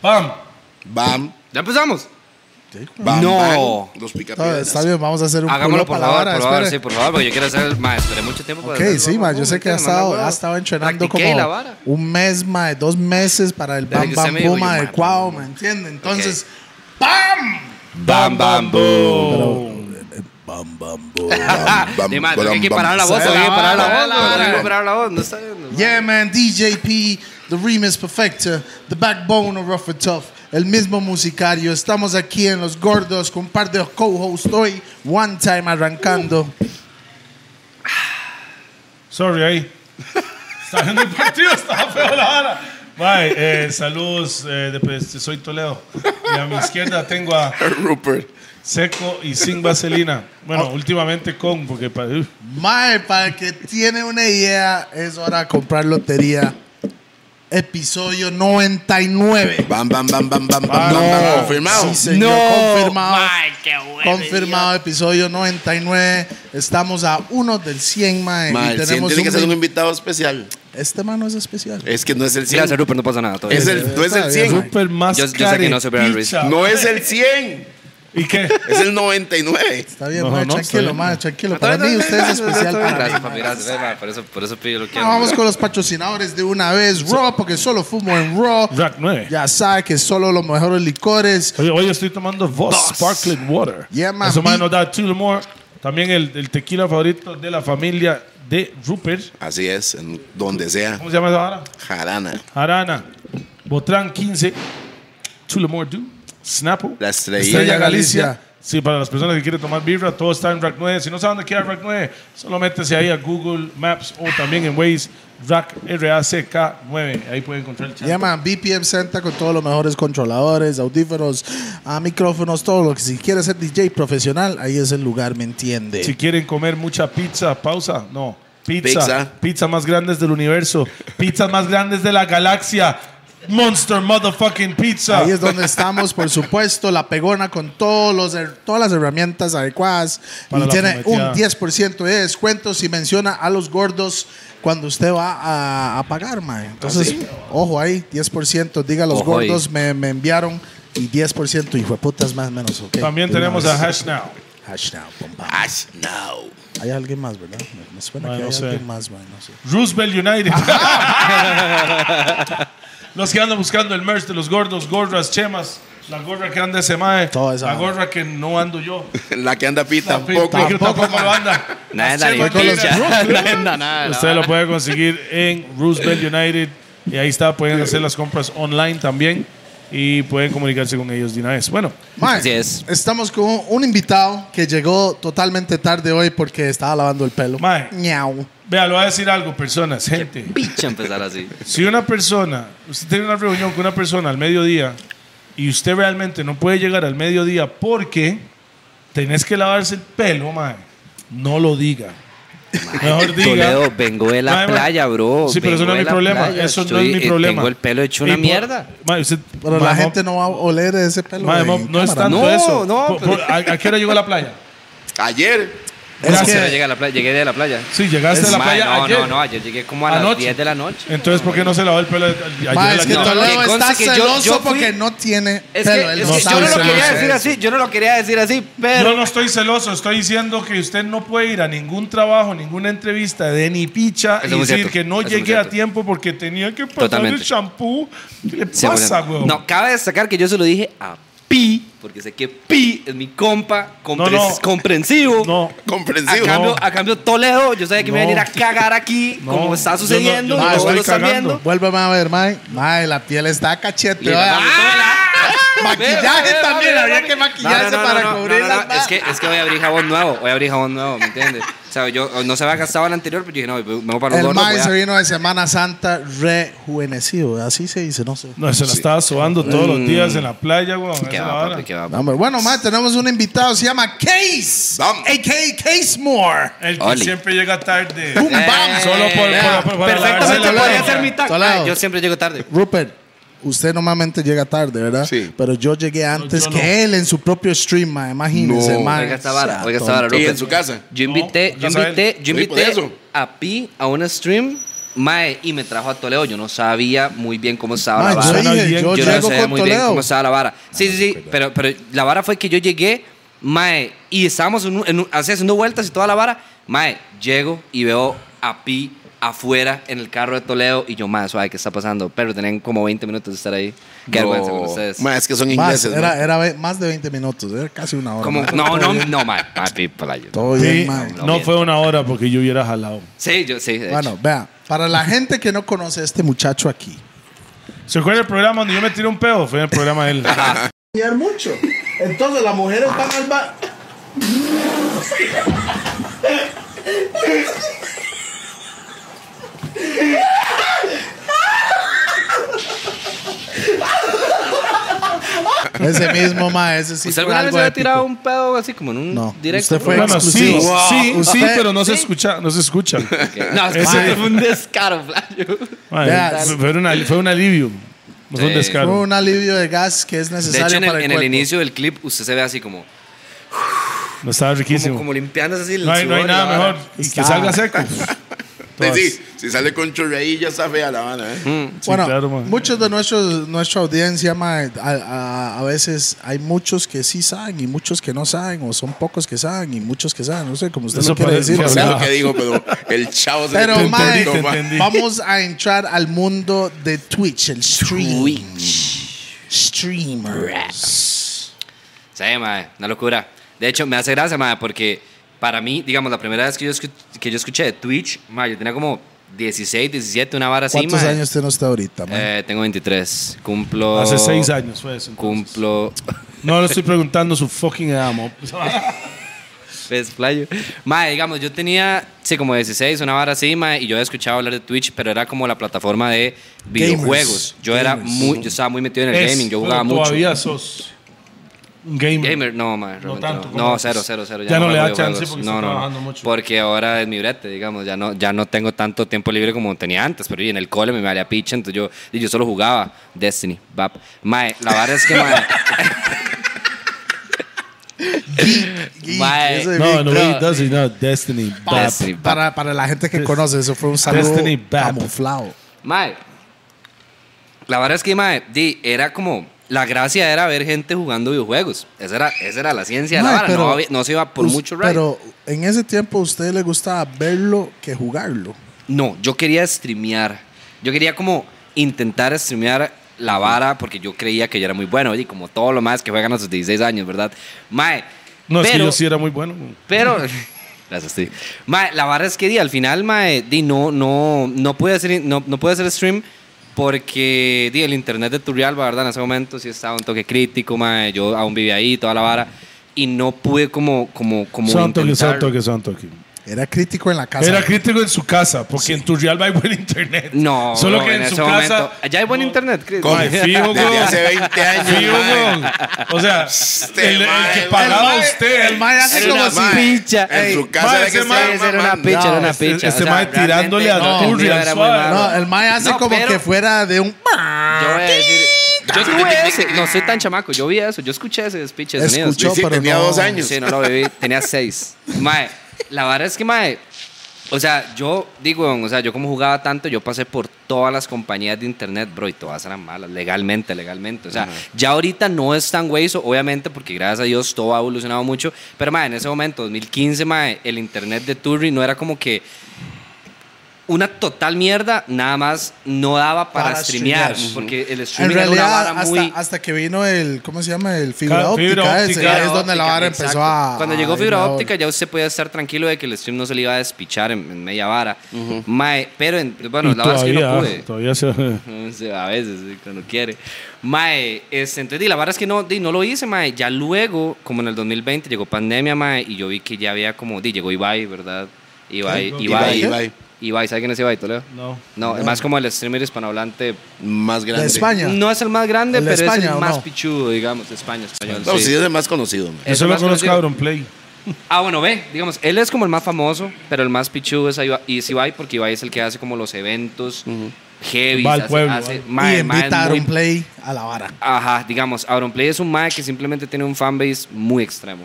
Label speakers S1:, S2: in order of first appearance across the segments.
S1: ¡Pam!
S2: Bam.
S3: Ya empezamos.
S2: Bam,
S3: No.
S2: bam, los
S4: No,
S2: picapiedras.
S4: está bien, vamos a hacer un
S3: Hagámoslo
S4: pulo
S3: por
S4: para la
S3: favor,
S4: vara,
S3: por favor,
S4: espere.
S3: sí, por favor, porque yo quiero hacer, ma, esperé mucho tiempo para
S4: Ok,
S3: hacer-
S4: sí, ma, yo sé que ha
S3: Mandar
S4: estado,
S3: huevos.
S4: ha estado entrenando
S3: Practiqué
S4: como
S3: la vara.
S4: un mes, ma, dos meses para el
S3: Desde
S4: bam
S3: que
S4: bam
S3: usted me
S4: boom
S3: dijo, yo, ma,
S4: adecuado, ¿me entiende? Entonces, ¡bam!
S3: Bam, bam, boom.
S2: eh, Bam, bam, boom, bam, bam,
S3: Ni más, porque Ah, hay que
S2: bam,
S3: parar la
S2: bam.
S3: voz,
S4: Se
S3: hay que
S4: la
S3: parar la
S4: va,
S3: voz,
S4: la
S3: no,
S4: va,
S3: hay que
S2: la
S3: parar la voz, no está bien.
S4: Yeah, man, DJP, The Remix Perfecta, The Backbone of Rough and Tough, el mismo musicario. Estamos aquí en Los Gordos con un par de co-hosts hoy, One Time arrancando.
S3: Uh.
S1: Sorry, ahí. Estaba viendo el partido, estaba feo la vara. Mae, eh, saludos, eh, de- pues, soy Toledo. Y a mi izquierda tengo a
S2: Rupert.
S1: Seco y sin vaselina. Bueno, últimamente con, porque pa- uf.
S4: Mae, para el que tiene una idea, es hora de comprar lotería. Episodio 99.
S2: Bam, bam, bam, bam, bam, bam,
S1: Ah,
S2: bam, bam.
S1: no.
S2: Confirmado.
S4: Sí, señor, confirmado.
S3: Mae, qué bueno.
S4: Confirmado episodio 99. Estamos a uno del 100, mae.
S2: Ma,
S4: y
S2: el cien
S4: tenemos
S2: tiene que
S4: un
S2: ser un
S4: vi-
S2: invitado especial.
S4: Este mae no es especial.
S2: Es que no es el 100.
S3: Gracias, Rupert, no pasa nada. todo
S2: Es
S3: bien.
S2: el, no es el
S4: Está bien.
S2: 100.
S1: Super más
S3: Yo- yo sé que no soy Brian Ruiz.
S1: carepicha.
S2: No es el 100.
S1: ¿Y qué?
S2: Es el 99.
S4: Está bien,
S1: No,
S4: mae,
S1: no, está
S4: tranquilo,
S1: bien.
S4: mae, tranquilo.
S3: Está
S4: Para
S3: bien,
S4: mí
S3: está
S4: usted
S3: bien,
S4: es
S3: está bien,
S4: especial.
S3: está bien.
S4: para mí,
S3: Gracias, papi,
S4: mae.
S3: gracias, ve, ma, por eso, por eso pido lo que
S4: Bueno, vamos con los patrocinadores de una vez. Raw, porque solo fumo en Raw.
S1: Rack 9.
S4: Ya sabe que solo los mejores licores.
S1: Oye, hoy estoy tomando Voss
S3: Voss.
S1: Sparkling Water.
S4: Yeah, man.
S1: Eso más
S4: Big-
S1: nos da Tullamore. También el, el tequila favorito de la familia de Rupert.
S2: Así es, en donde sea.
S1: ¿Cómo se llama esa vara?
S2: Jarana.
S1: Arana. Botrán 15. Tullamore Dew. Snapple.
S2: La estrella.
S4: Galicia.
S1: Sí, para las personas que quieren tomar birra, todo está en Rack 9. Si no saben dónde queda Rack 9, solo métese ahí a Google Maps o también en Waze, Rack R-A-C-K 9. Ahí pueden encontrar el chat.
S4: Llaman BPM Center con todos los mejores controladores, audífonos, ah, micrófonos, todo lo que si quieres ser DJ profesional, ahí es el lugar, ¿me entiende?
S1: Si quieren comer mucha pizza, pausa. No, pizza.
S2: Pizza.
S1: Pizza, más grandes del universo. Pizzas más grandes de la galaxia. Monster motherfucking pizza.
S4: Ahí es donde estamos, por supuesto, la pegona con todos los, her- todas las herramientas adecuadas.
S1: Para
S4: y
S1: la
S4: tiene
S1: fumeteada.
S4: un 10% de descuento si menciona a los gordos cuando usted va a, a pagar, mae. Entonces, ojo ahí, 10%, diga los
S3: ¿Ah, Ojo ahí.
S4: gordos, me, me enviaron y 10% hijo de putas más o menos, ok.
S1: También
S4: De una
S1: tenemos
S4: vez.
S1: a Hash Now.
S4: Hash now, pum, pam.
S2: Ash now.
S4: Hay alguien más, ¿verdad? Me, me suena
S1: Mae,
S4: que
S1: no
S4: hay
S1: sé.
S4: alguien más, mae, no sé.
S1: Roosevelt United. los que andan buscando el merch de los gordos, gorras, chemas. La gorra que anda ese mae.
S4: Todo eso.
S1: La gorra que no ando yo.
S2: La que anda Pi
S1: Tampoco,
S2: tampoco.
S1: tampoco lo anda. Las
S3: Nada,
S1: chemas
S3: ni
S4: con los
S3: picha.
S1: negras.
S3: Nada, nada.
S1: Usted lo puede conseguir en Roosevelt United. Y ahí está, pueden hacer las compras online también. Y pueden comunicarse con ellos de una vez. Bueno,
S4: Mae,
S3: Así es.
S4: Estamos con un invitado que llegó totalmente tarde hoy porque estaba lavando el pelo.
S1: Mae.
S4: Ñau.
S1: vea, lo voy a decir algo, personas, gente.
S3: Picha empezar así.
S1: Si una persona, usted tiene una reunión con una persona al mediodía y usted realmente no puede llegar al mediodía porque tenés que lavarse el pelo, mae, no lo diga. Mejor diga.
S3: Toledo, vengo de la
S1: Mae, mae.
S3: playa, bro.
S1: Sí, pero
S3: Vengo
S1: eso no es
S3: de
S1: mi
S3: la
S1: problema.
S3: playa.
S1: Eso no
S3: Estoy-
S1: es mi
S3: eh,
S1: problema.
S3: Tengo el pelo hecho
S1: Y
S3: una
S1: por-
S3: mierda.
S1: Mae, usted-
S4: Pero la
S1: mae,
S4: gente no va a oler ese pelo.
S1: Mae,
S4: en
S1: no, no es
S4: cámara.
S1: tanto
S3: No,
S1: eso.
S3: no,
S1: Por-
S3: pero-
S1: por- ¿a, a qué hora llegó a la playa?
S2: Ayer.
S4: Es
S3: No,
S4: que-
S3: pero llegué, a la playa, llegué de la playa.
S1: Sí, llegaste a la
S3: Mae,
S1: playa
S3: no,
S1: ayer.
S3: No, no, ayer llegué como a las
S1: Anoche.
S3: 10 de la noche.
S1: Entonces, ¿por qué no se lavó el pelo a-
S4: Mae,
S1: ayer? a la
S4: es que
S1: noche?
S3: No,
S4: Toledo
S3: que
S4: está
S3: conste que yo-
S4: celoso
S3: yo fui-
S4: porque no tiene
S3: Es que,
S4: pelo. él
S3: es
S4: no
S3: que yo
S4: sabe
S3: no lo
S4: celoso.
S3: quería decir así, yo no lo quería decir así, pero...
S1: Yo no estoy celoso, estoy diciendo que usted no puede ir a ningún trabajo, ninguna entrevista de ni picha
S3: Eso
S1: y
S3: es muy
S1: decir
S3: cierto,
S1: que no
S3: eso es muy
S1: llegué a
S3: cierto.
S1: tiempo porque tenía que pasar
S3: Totalmente.
S1: el champú. ¿Qué le
S3: Sí,
S1: pasa,
S3: bueno.
S1: weón?
S3: No, cabe destacar que yo se lo dije a Pi, porque sé que Pi es mi compa, compre-
S1: No, no.
S3: comprensivo.
S1: No.
S3: A
S2: Comprensivo.
S3: cambio, a cambio, Toledo, yo sabía que me
S1: No.
S3: iba a venir a cagar aquí,
S1: No,
S3: como
S1: yo
S3: está
S1: no-
S3: sucediendo,
S1: yo
S3: y
S1: no
S3: todos
S1: estoy
S3: lo están
S1: cagando.
S3: viendo.
S4: Vuélveme a ver, Mae. Mae, la piel está cachete.
S3: Le- ¡Ah! Ve,
S4: Maquillaje
S3: ve,
S4: también.
S3: ve,
S4: Habría
S3: ve.
S4: que maquillarse
S3: No, no, no,
S4: para
S3: no, no,
S4: cubrir
S3: no, no,
S4: las
S3: Es que, es que voy a abrir jabón nuevo, voy a abrir jabón nuevo, ¿me entiendes? O sea, yo no se había gastado el anterior, pero yo dije, no, me voy para los
S4: El
S3: gordos. voy
S4: Mae
S3: a-
S4: se vino de Semana Santa rejuvenecido. Así se dice, no sé.
S1: No, se la estaba sobando todos los días en la playa, weón. Esa
S3: Mm. ¿Qué
S1: es la
S3: va,
S1: vara.
S3: papi? ¿Qué va?
S4: No, hombre. Bueno, Mae, tenemos un invitado. Se llama Case.
S2: Vamos.
S4: A.K.A. Case Moore.
S1: El que
S3: Oli.
S1: siempre llega tarde.
S4: Pum,
S3: Eh,
S4: bam.
S1: Solo por-
S3: eh,
S1: por- por- por lavarse
S3: Perfectamente
S1: la
S3: podría
S1: mano.
S3: ser mi tag.
S4: Toledo.
S3: Ah, Yo siempre llego tarde.
S4: Rupert, usted normalmente llega tarde, ¿verdad?
S2: Sí.
S4: Pero yo llegué antes
S1: yo
S4: que
S1: no.
S4: él en su propio stream, ma. Imagínese,
S2: No.
S4: ma.
S3: Oiga esta vara,
S4: Sea
S3: oiga esta vara,
S2: Y
S3: Rupert.
S2: en su casa.
S3: Yo invité,
S1: No,
S3: yo
S1: Rafael.
S3: invité, yo
S2: Sí, por
S3: invité
S2: eso.
S3: a Pi a un stream Mae, y me trajo a Toledo. Yo no sabía muy bien cómo estaba
S4: Mae,
S3: la vara.
S4: yo dije,
S1: bien.
S4: yo,
S3: Yo no
S4: llego
S3: sabía
S4: con
S3: muy bien
S4: Toledo.
S3: cómo estaba la vara. Sí, sí,
S1: pues,
S3: sí. Pero, pero la vara fue que yo llegué, mae, y estábamos en un- en un- así haciendo vueltas y toda la vara. Mae, llego y veo a Pi afuera en el carro de Toledo y yo, mae, suave, ¿qué está pasando? Pero tenían como 20 minutos de estar ahí. Qué
S2: Bro.
S3: vergüenza con ustedes.
S2: Ma, es que son
S4: Más,
S2: ingleses.
S4: era,
S2: ma.
S4: era ve- más de 20 minutos, era casi una hora.
S3: Como-
S4: mae.
S3: no,
S4: Todo
S3: no,
S4: bien,
S3: no, mae. Mae, Pi, por la-
S4: Todo
S1: Sí,
S4: bien, mae.
S1: no fue una hora porque yo hubiera jalado.
S3: Sí, yo sí. de
S4: Bueno, vea, para la gente que no conoce a este muchacho aquí.
S1: ¿Se acuerda del programa donde yo me tiré un pedo? Fue en el programa de él.
S4: mucho. Entonces las mujeres van al bar. Ese mismo mae, ese sí
S3: ¿Usted
S4: fue
S3: alguna vez
S4: algo
S3: se había
S4: épico.
S3: tirado un pedo así como en un
S4: No,
S3: directo?
S4: usted fue
S3: Bueno,
S1: bueno, sí,
S4: exclusivo.
S1: sí,
S4: Wow.
S1: sí,
S4: Usted-
S1: pero no se escucha, no se escucha.
S3: No, es
S1: Ese-
S3: que fue un descaro, playo.
S1: Madre,
S4: Vea,
S1: fue, una- fue un alivio. No fue un
S3: Sí.
S1: descaro.
S4: Fue un alivio de gas que es
S3: De
S4: necesario
S3: hecho, en el,
S4: para el,
S3: en el
S4: cuerpo.
S3: inicio del clip, usted se ve así como,
S1: No estaba
S3: como,
S1: riquísimo.
S3: como limpiándose así el
S1: no, hay, no hay
S3: sudor y la vara.
S1: nada mejor. Y que
S4: Está-
S1: salga seco.
S2: Sí,
S1: Todas.
S2: sí, si sale con chorreí ya está fea la Habana,
S4: Mm,
S2: ¿eh?
S1: Sí,
S4: Bueno,
S1: claro, man.
S4: muchos de nuestros, nuestra audiencia, mae, a, a- a veces hay muchos que sí saben y muchos que no saben, o son pocos que saben y muchos que saben, no sé cómo usted
S1: Eso
S4: lo quiere
S1: parece-
S4: decir.
S1: eso
S2: No sé
S1: Claro.
S2: lo que digo, pero el chavo se
S4: Pero,
S2: le
S4: ma,
S2: pintó,
S1: te
S2: ma.
S1: entendí.
S4: Vamos a entrar al mundo de Twitch, el stream. Streamers.
S3: Sí, madre, una locura. De hecho, me hace gracia, madre, porque para mí, digamos, la primera vez que yo, escu- que yo escuché de Twitch, madre, yo tenía como 16, 17, una vara así,
S4: ¿Cuántos
S3: madre.
S4: años tiene usted ahorita, mae?
S3: Eh, tengo 23. Cumplo...
S1: Hace seis años fue eso. entonces.
S3: Cumplo...
S1: No le estoy preguntando su fucking edad, mo.
S3: ¿Ves, Pues, playo? Mae, digamos, yo tenía, sí, como 16, una vara así, mae, y yo había escuchado hablar de Twitch, pero era como la plataforma de videojuegos. yo era
S4: Gamers.
S3: muy, yo estaba muy metido en el
S1: Es,
S3: gaming, yo
S1: pero
S3: jugaba mucho.
S1: Todavía sos un gamer.
S3: Gamer, no, mae, realmente
S1: tanto
S3: no.
S1: como
S3: No,
S1: antes.
S3: cero, cero, cero.
S1: Ya no le
S3: juego
S1: da chance
S3: videojuegos.
S1: porque está trabajando mucho.
S3: Porque ahora es mi brete, digamos, ya no, ya no tengo tanto tiempo libre como tenía antes, pero y en el cole me valía picha, entonces yo, y yo solo jugaba Destiny, vap. Mae, la vara es que, mae,
S4: Geek,
S3: mae,
S4: ese
S1: No, no,
S4: geek.
S1: he doesn't know. Destiny.
S4: Para-
S1: Bap.
S3: Destiny,
S4: para, para la gente que conoce, eso fue un saludo
S1: Destiny Bap.
S4: camuflado.
S3: Mae. La verdad es que, mae, di, era como. La gracia era ver gente jugando videojuegos. Esa era, esa era la ciencia
S4: Mae,
S3: de la vara.
S4: pero-
S3: No, había- no se iba por
S4: Us-
S3: mucho ride.
S4: Pero en ese tiempo a usted le gustaba verlo que jugarlo.
S3: No, yo quería streamear. Yo quería como intentar streamear la vara porque yo creía que yo era muy bueno. Y como todos los más que juegan a sus 16 años, ¿verdad? Mae.
S1: No, es que
S3: pero-
S1: yo sí era muy bueno. mo.
S3: Pero. Gracias, sí. Mae, la vara es que di, al final, mae, di, no, no, no pude hacer, no, no pude hacer stream porque di, el internet de Turrialba, ¿verdad? En ese momento sí estaba un toque crítico, mae. Yo aún vivía ahí, toda la vara. Y no pude como, como, como
S1: Son toque, son
S3: intentar-
S1: toque, son toque.
S4: Era crítico en la casa.
S1: Era crítico en su casa, porque en tu real hay buen internet.
S3: No,
S1: solo
S3: no,
S1: que en,
S3: en ese
S1: su casa.
S3: momento. Allá hay buen
S1: No.
S3: internet, Chris.
S2: Con-
S1: Mae, fijo,
S2: Desde
S1: weón.
S2: hace 20 años,
S1: Fijo,
S2: mae.
S1: weón. O sea,
S2: Este
S1: el, el
S2: mae,
S1: que
S2: el
S1: pagaba
S2: mae,
S1: usted.
S4: el mae hace
S2: Era
S4: como
S2: una
S4: si-
S2: ma,
S3: picha.
S2: En
S4: Ey,
S2: su
S1: ma,
S2: casa era que
S1: ese ma-
S2: estaba
S1: ese
S3: era una
S2: mamando.
S3: picha, era una
S1: este-
S3: picha.
S1: este
S3: O sea,
S1: mae tirándole a
S3: realmente, no,
S1: Turri,
S3: el mío
S1: al
S3: era muy
S1: suave.
S3: malo.
S4: No, el mae hace
S3: No,
S4: como
S3: pero-
S4: que fuera de un.
S3: Yo voy a decir. Yo tuve ese. No soy tan chamaco. Yo vi eso. Yo escuché ese despiche de sonidos.
S4: Escuchó,
S2: Sí,
S4: pero
S2: tenía
S4: no.
S2: dos años.
S3: Sí, no lo viví. Tenía seis. Mae, la verdad es que, mae, o sea, yo digo, weón, o sea, yo como jugaba tanto, yo pasé por todas las compañías de internet, bro, y todas eran malas, legalmente, legalmente. O sea, ya ahorita no es tan hueso, obviamente, porque gracias a Dios todo ha evolucionado mucho. Pero, mae, en ese momento, 2015, mae, el internet de Turri no era como que una total mierda, nada más no daba para,
S4: Para
S3: streamear,
S4: streamear.
S3: porque el streaming
S4: En
S3: era una
S4: realidad,
S3: vara
S4: hasta,
S3: muy...
S4: hasta que vino el, ¿cómo se llama? El fibra
S1: Claro,
S4: óptica.
S1: fibra
S4: ese,
S1: óptica.
S4: ya
S3: Fibra
S4: es donde la
S3: óptica,
S4: vara
S3: exacto.
S4: empezó a.
S3: Cuando llegó
S4: a
S3: fibra
S4: irme a-
S3: óptica, ya usted podía estar tranquilo de que el stream no se le iba a despichar en, en media vara. Mae, pero en- bueno,
S1: Y
S3: la verdad es que no pude.
S1: todavía se.
S3: No sé, A veces, sí, cuando quiere. Mae, este, entonces, y la verdad es que no, di, no lo hice, mae. Ya luego, como en el 2020, llegó pandemia, mae, y yo vi que ya había como, di, llegó Ibai, ¿verdad? Ibai,
S1: ¿Qué?
S3: Ibai,
S2: Ibai,
S3: Ibai.
S2: Ibai.
S3: ¿sabe quién es Ibai, Toledo?
S1: No.
S3: No, es más como el streamer hispanohablante.
S2: Más grande.
S4: De España.
S3: No es el más grande,
S4: ¿El de
S3: pero es
S4: España
S3: el
S4: o
S3: más
S4: no?
S3: pichudo, digamos, de España, español.
S2: No,
S3: sí.
S2: sí, es el más conocido, ma.
S1: Yo
S3: Es el
S1: solo
S3: más
S1: conozco
S3: conocido.
S1: a Auron Play.
S3: Ah, bueno, ve, digamos, él es como el más famoso, pero el más pichudo es Ibai, y es Ibai, porque Ibai es el que hace como los eventos heavy.
S1: Va al pueblo,
S3: hace,
S1: va.
S3: mae,
S4: y
S3: mae, es
S4: invitaron
S3: muy-
S4: Play a la vara.
S3: Ajá, digamos, Auron Play es un mae que simplemente tiene un fanbase muy extremo,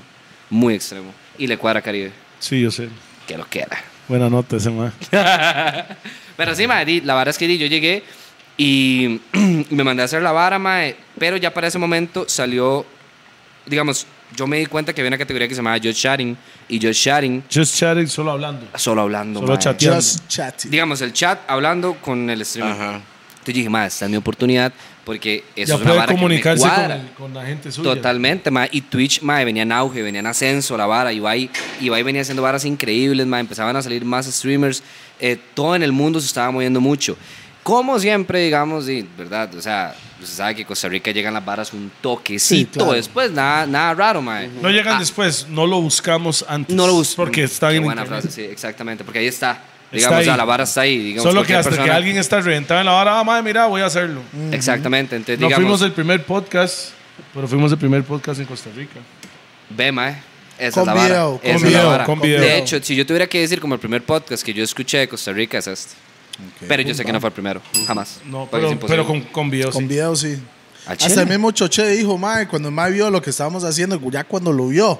S3: muy extremo, y le cuadra Caribe,
S1: Sí, yo sé.
S3: que lo queda.
S1: Buena nota ese, mae.
S3: Pero sí, mae, di- la vara es que di, yo llegué y me mandé a hacer la vara, mae, pero ya para ese momento salió, digamos, yo me di cuenta que había una categoría que se llamaba Just Chatting y Just Chatting
S1: Just chatting, solo hablando.
S3: solo hablando,
S1: Solo
S3: mae.
S1: chateando.
S4: Just chatting.
S3: Digamos, el chat hablando con el streamer.
S2: Ajá.
S3: Entonces yo dije, mae, esta es mi oportunidad porque eso
S1: Ya
S3: es una
S1: puede
S3: vara
S1: comunicarse
S3: que me
S1: con,
S3: cuadra.
S1: el- con la gente suya.
S3: Totalmente, mae. Y Twitch, mae, venía en auge, venía en ascenso la vara. Ibai, Ibai venía haciendo varas increíbles, mae. Empezaban a salir más streamers. eh, todo en el mundo se estaba moviendo mucho. Como siempre, digamos, y, ¿verdad? O sea, se sabe que Costa Rica llegan las varas un toquecito.
S4: Sí, claro.
S3: Después, nada, nada raro, mae.
S1: No llegan
S3: Ah,
S1: después, no lo buscamos antes.
S3: No lo busco.
S1: Porque está
S3: Qué
S1: en
S3: buena
S1: internet.
S3: frase, sí, exactamente. Porque ahí está.
S1: Está
S3: Digamos, o sea,
S1: ahí.
S3: la vara está ahí. Digamos,
S1: Solo que
S3: cualquier
S1: hasta que
S3: persona-
S1: alguien está reventado en la vara, ah, madre, mira, voy a hacerlo.
S3: Exactamente. Entonces,
S1: No
S3: digamos,
S1: fuimos el primer podcast, pero fuimos el primer podcast en Costa Rica.
S3: Ve, mae. eh, Esa
S4: Con
S3: es la vara.
S4: video,
S3: Esa
S4: con
S3: es la
S4: video,
S3: vara.
S1: con video.
S3: De hecho, si yo tuviera que decir como el primer podcast que yo escuché de Costa Rica es este. pero yo sé que no fue el primero. Jamás. Porque
S1: No,
S3: es
S1: pero,
S3: imposible.
S1: pero con, con videos.
S4: Con
S1: sí.
S4: video, sí.
S3: ¿Al
S4: Hasta
S3: chile?
S4: el mismo Choche dijo, mae, cuando el mae vio lo que estábamos haciendo, ya cuando lo vio,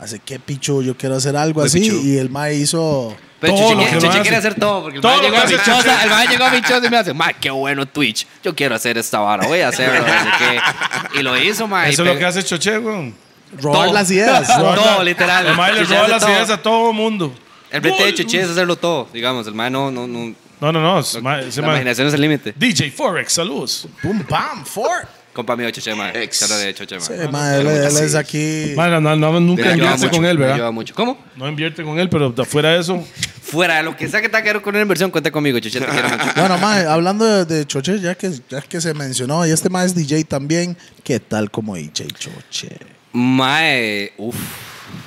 S4: hace que pichu, yo quiero hacer algo así.
S2: pichu.
S4: Y el mae hizo.
S3: Pero
S1: Todo
S3: Chichi
S1: lo
S3: quiere-
S1: que
S3: Chichi
S1: hace.
S3: quiere hacer todo. Porque el
S1: Todo
S3: mae
S1: lo
S3: llegó
S1: que
S3: a mi
S1: hace
S3: choza. El mae llegó a mi choza y me hace, mae, qué bueno Twitch. Yo quiero hacer esta vara. Voy a hacerlo. no sé qué". Y lo hizo, mae. y
S1: Eso es lo
S3: pe-
S1: que hace Choche, weón.
S4: Robar
S3: Todo.
S4: las ideas.
S3: Todo,
S4: Robar la-
S3: literal.
S1: El mae le
S3: Chichi
S1: roba
S3: hace
S1: las
S3: todo.
S1: ideas a todo mundo.
S3: El brete de Chichi es hacerlo todo. Digamos, el mae no. no, no
S1: No, no, no. es mae- ese
S3: la
S1: mae-
S3: imaginación es el límite.
S1: DJ Forex, saludos.
S4: Pum, pam, four.
S3: Compa mío, Chichi, mae.
S2: Ex.
S3: Solo de Chichi, mae.
S4: Sí, mae, él, él es aquí.
S1: Mae, no, no, no,
S3: Me
S1: nunca
S3: ayuda
S1: invierte
S3: mucho,
S1: con él,
S3: me
S1: ¿verdad?
S3: ayuda mucho. ¿Cómo?
S1: No invierte con él, pero de afuera de eso,
S3: Fuera de lo que sea que tenga que ver con una inversión, cuenta conmigo, Chucha, te quiero mucho.
S4: Bueno, mae, hablando de, de Choche, ya que, ya que se mencionó, y este mae es DJ también, ¿qué tal como DJ Choche?
S3: Mae, uff,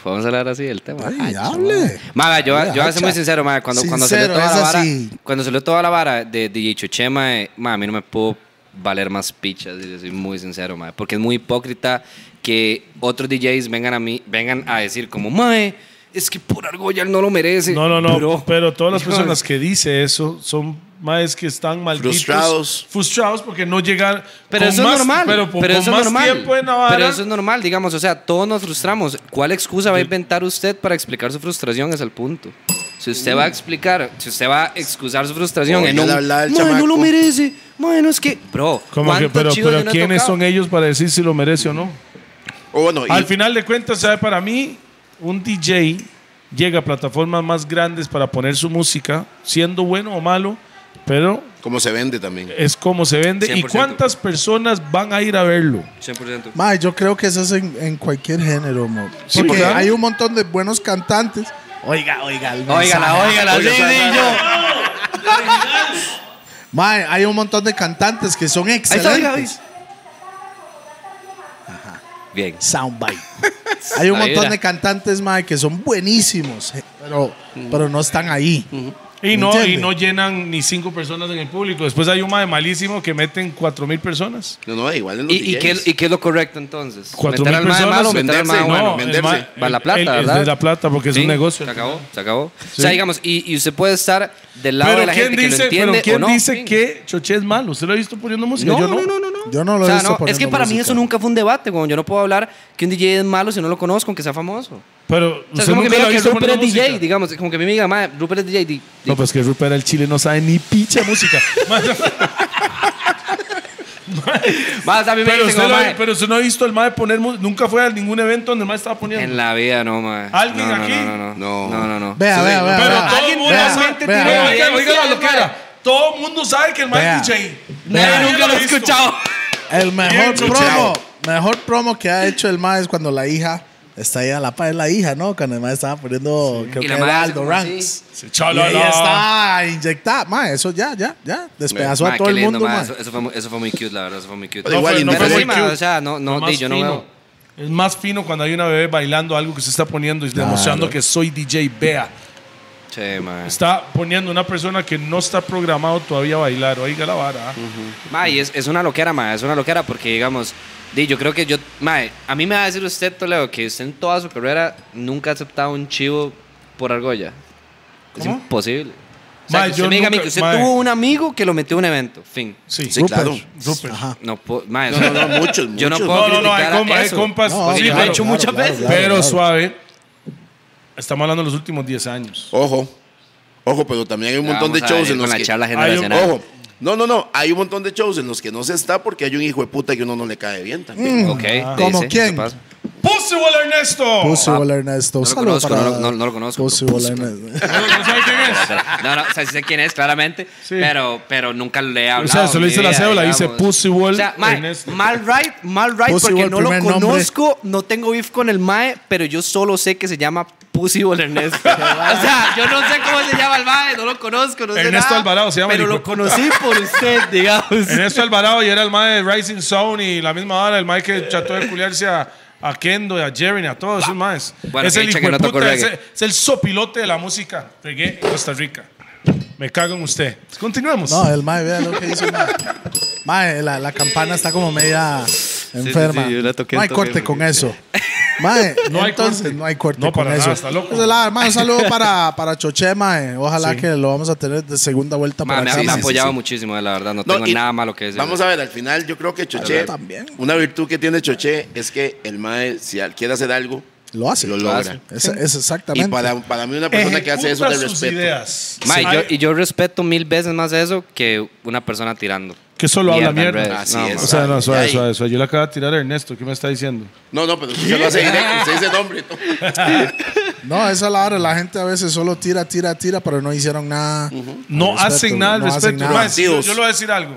S3: vamos a hablar así del tema.
S4: Ay,
S3: yo-
S4: hable.
S3: Mae, yo, yo voy a ser muy
S4: Hacha.
S3: sincero, mae, cuando, cuando salió
S4: Sincero,
S3: toda la
S4: es
S3: vara,
S4: así.
S3: cuando salió toda la vara de DJ Chuché, mae, mae, a mí no me pudo valer más pichas, y yo soy muy sincero, mae, porque es muy hipócrita que otros DJs vengan a mí, vengan a decir como, mae, es que por algo ya él no lo merece.
S1: No, no, no.
S3: Bro.
S1: Pero todas las
S3: Dios.
S1: personas que dice eso son más que están malditos.
S2: Frustrados.
S1: Frustrados porque no llegan.
S3: Pero
S1: con
S3: eso
S1: más-
S3: es normal.
S1: Pero, po- con
S3: eso
S1: más
S3: es normal.
S1: tiempo en Navarra.
S3: Pero eso es normal, digamos. O sea, todos nos frustramos. ¿Cuál excusa va a inventar usted para explicar su frustración? Es el punto. Si usted va a explicar, si usted va a excusar su frustración
S2: Oye,
S3: en un,
S2: la verdad, el
S3: "Mae, no
S2: chamaco".
S3: lo merece. "Mae, no es que, bro,
S1: Como que,
S3: ¿cuántos
S1: pero,
S3: chivos
S1: pero
S3: yo no he
S1: ¿quiénes
S3: tocado?
S1: son ellos para decir si lo merece o no?
S2: O bueno, y-
S1: Al final de cuentas, ¿sabe? para mí, un DJ llega a plataformas más grandes para poner su música, siendo bueno o malo, pero
S2: cómo se vende también.
S1: es como se vende. ¿Y
S3: 100%.
S1: cuántas personas van a ir a verlo?
S3: 100%.
S4: Mae, yo creo que eso es en, en cualquier género, mo.
S1: Sí,
S4: Porque
S1: ¿verdad?
S4: hay un montón de buenos cantantes. Oiga, oiga, el
S3: Óigala,
S4: mensaje.
S3: óigala, sí,
S2: Oiga,
S3: sí, yo.
S4: Mae, hay un montón de cantantes que son
S3: Ahí está, oiga, oiga.
S4: excelentes.
S3: Bien.
S4: Soundbite. hay un
S3: La
S4: montón
S3: vibra.
S4: de cantantes, mae, que son buenísimos, eh, pero, pero no están ahí.
S1: Y
S4: ¿Me
S1: no, y
S4: entiende?
S1: no llenan ni cinco personas en el público. Después hay un mae malísimo que meten cuatro mil personas.
S2: No, no, igual en los
S3: ¿Y, y
S2: DJs.
S3: qué, ¿Y qué es lo correcto entonces?
S1: Cuatro
S3: ¿Meter al
S1: mil
S3: mae
S1: personas,
S3: malo o meter al mae
S2: venderse,
S3: bueno?
S2: no, venderse.
S1: mae-
S3: Va la plata,
S1: el- el-
S3: ¿verdad?
S1: Es de la plata porque es
S3: Sí,
S1: un negocio.
S3: Se acabó, se acabó.
S1: Sí.
S3: O sea, digamos, y, y usted puede estar del lado de
S1: Pero
S3: la
S1: ¿quién
S3: gente que lo
S1: dice,
S3: entiende
S1: pero ¿quién
S3: o no.
S1: dice
S3: Sí.
S1: que Choche es malo? ¿Usted lo ha visto poniendo música?
S3: No,
S1: Yo
S3: no, no, no, no.
S4: Yo no lo
S3: O
S4: he
S3: sea,
S4: visto
S3: no, es que
S4: poniendo
S3: para mí
S4: música.
S3: eso nunca fue un debate, como yo no puedo hablar que un DJ es malo si no lo conozco, aunque sea famoso. O
S1: Pero
S3: sea, es
S1: usted
S3: como que me
S1: nunca lo
S3: diga
S1: ha
S3: que
S1: visto
S3: Rupert es
S1: poniendo
S3: DJ,
S1: música.
S3: digamos, como que a mí me diga, "Ma, Rupert es DJ. di- di-
S1: No, pues que Rupert el Chile no sabe ni picha música. Mae,
S3: Ma, o sea, a mí me
S1: pero,
S3: dicen,
S1: usted
S3: como,
S1: lo-
S3: "Ma,
S1: pero usted no ha visto el mae poner música. Nunca fue a ningún evento donde el mae estaba poniendo.
S3: en la vida no, ma.
S1: ¿Alguien
S3: No, no,
S1: aquí?
S3: No, no, no.
S2: No.
S3: No, no, no.
S4: Vea,
S2: Sí,
S4: vea,
S2: no.
S4: vea.
S1: pero
S4: vea.
S1: todo el
S3: Alguien
S1: mundo
S4: vea,
S1: sabe.
S4: vea,
S1: Oiga,
S4: vea.
S1: oiga, oiga la
S3: Vea.
S1: loquera. Todo el mundo sabe que el mae
S4: Vea.
S1: es DJ.
S3: Nadie
S4: Vea.
S3: nunca lo ha
S1: ha visto.
S3: escuchado.
S4: El
S1: Bien,
S4: mejor
S1: Chochao.
S4: promo, mejor promo que ha hecho el mae es cuando la hija está ahí a la par, es la hija, ¿no? Cuando el mae estaba poniendo, creo
S3: Y
S4: que
S3: la mae
S4: era
S3: hace
S4: Aldo
S3: como
S4: Ranks.
S3: así.
S1: Se
S4: Y
S1: chalala.
S4: ella está inyectada. Mae, eso ya, ya, ya. Despedazó
S3: Ma,
S4: a todo
S3: qué
S4: el
S3: lindo,
S4: mundo,
S3: ma,
S4: mae.
S3: Eso, eso fue muy, eso fue muy cute, la verdad, eso fue muy cute.
S2: Pero igual,
S1: fue-
S2: indiferente.
S1: fue muy
S3: Pero sí, ma,
S1: cute.
S3: o sea, no- no,
S1: Fue más
S3: di, yo no
S1: fino.
S3: veo.
S1: Es más fino cuando hay una bebé bailando algo que se está poniendo y demostrando que soy DJ Bea.
S3: Che, ma.
S1: Está poniendo una persona que no está programado todavía a bailar. Oiga la vara.
S3: Ma, y es, es una loquera, ma, es una loquera porque, digamos, di, yo creo que yo, ma, a mí me va a decir usted, Toledo, que usted en toda su carrera nunca ha aceptado un chivo por argolla. Es
S1: ¿Cómo?
S3: imposible. O sea,
S1: Ma,
S3: que usted
S1: yo
S3: me diga a mí
S1: nunca-
S3: que usted
S1: ma.
S3: tuvo un amigo que lo metió a un evento, fin.
S1: Sí.
S2: Sí, claro.
S1: Rupert.
S4: Ajá.
S3: No, puedo- ma,
S2: Uh, No,
S3: eso-
S2: no, no, muchos, muchos.
S3: Yo no puedo
S1: No, no, no, hay,
S3: criticar a
S1: compa- hay
S3: eso.
S1: compas.
S4: No,
S1: sí,
S3: Porque yo lo he
S1: claro,
S3: hecho
S4: claro,
S3: muchas
S4: claro,
S3: veces.
S1: pero
S4: claro.
S1: suave. Estamos hablando de los últimos 10 años.
S2: Ojo. Ojo, pero también hay un
S3: Ya
S2: montón de
S3: vamos a
S2: shows
S3: venir
S2: en los
S3: con la
S2: que.
S3: charla
S2: Hay
S1: un-
S3: generacional.
S2: Ojo. No, no, no. Hay un montón de shows en los que no se está porque hay un hijo de puta que uno no le cae bien también.
S4: Mm.
S3: Ok, te
S5: ¿Cómo
S3: dice,
S5: quién?
S3: ¿qué pasa?
S1: Possible Ernesto.
S5: Possible Ernesto.
S3: ah, No lo
S5: Saludos
S3: conozco,
S5: para
S3: no lo- no- no lo conozco, pero
S5: Possible
S3: Possible.
S5: Ernesto.
S1: No, no sabe quién es.
S3: No, no, o sea, sí sé quién es, claramente.
S1: Sí.
S3: Pero, pero nunca le he hablado.
S1: sea, solo
S3: en mi
S1: dice la
S3: vida,
S1: cédula,
S3: digamos.
S1: dice Pussy Wall
S3: O sea, mae,
S1: Ernesto.
S3: mal right, mal right,
S5: Pussy
S3: porque
S5: Wall,
S3: no lo
S5: primer nombre.
S3: conozco, no tengo beef con el mae, pero yo solo sé que se llama Pussy Wall Ernesto. o sea, yo no sé cómo se llama el mae, no lo conozco, no sé
S1: Ernesto
S3: nada,
S1: Alvarado se llama
S3: Pero
S1: el
S3: lo
S1: hijo-
S3: conocí por usted, digamos.
S1: Ernesto Alvarado y era el mae de Rising Sound y la misma hora el mae que trató de culiarse a, a Kendo y a Jerry y a todos esos maes.
S3: Bueno,
S1: es
S3: que
S1: el
S3: dicha
S1: hijo
S3: que no tocó
S1: es,
S3: reggae.
S1: es el sopilote de la música reggae en Costa Rica. Me cago en usted. Continuemos.
S5: No, el mae, vea lo que hizo. el Mae, Mae, la, la campana está como media enferma.
S3: sí, yo la toqué
S5: no hay
S3: en todo
S5: corte
S3: el-
S5: con eso. Mae,
S1: No hay
S5: entonces
S1: corte.
S5: no hay corte
S1: No,
S5: con
S1: para nada,
S5: eso.
S1: está loco.
S5: Entonces, la- mae, un saludo para, para Choché, mae. Ojalá que lo vamos a tener de segunda vuelta
S3: Mae,
S5: para
S3: me, ha-
S5: acá.
S3: me ha
S5: mae.
S3: apoyado muchísimo, la verdad, no,
S2: No,
S3: tengo
S2: y
S3: nada malo que decir.
S2: Vamos a ver, al final yo creo que Choche,
S5: Yo también.
S2: una virtud que tiene Choche es que el mae, si al- quiere hacer algo,
S5: Lo hace.
S2: Lo logra.
S5: Es, es
S2: y
S5: exactamente.
S2: para, para mí una persona que hace eso
S1: Ejecuta
S2: de
S1: sus
S2: respeto.
S1: ideas.
S3: Mae,
S1: Sí.
S3: yo- y yo respeto mil veces más eso que una persona tirando.
S1: Que solo habla
S3: en
S1: mierda.
S3: redes.
S2: Así
S3: No,
S2: es.
S1: O sea, no, suave,
S2: Ay.
S1: suave, suave. Yo le acabo de tirar a Ernesto. ¿Qué me está diciendo?
S2: No, no, pero usted se lo hace directo, usted dice nombre. ¿no?
S5: No, esa es la hora. La gente a veces solo tira, tira, tira, pero no hicieron nada. Al
S1: No
S5: respecto,
S1: hacen nada al
S5: no hacen
S1: respecto.
S5: nada.
S1: Mae, yo,
S2: Bandidos.
S1: yo le voy a decir algo.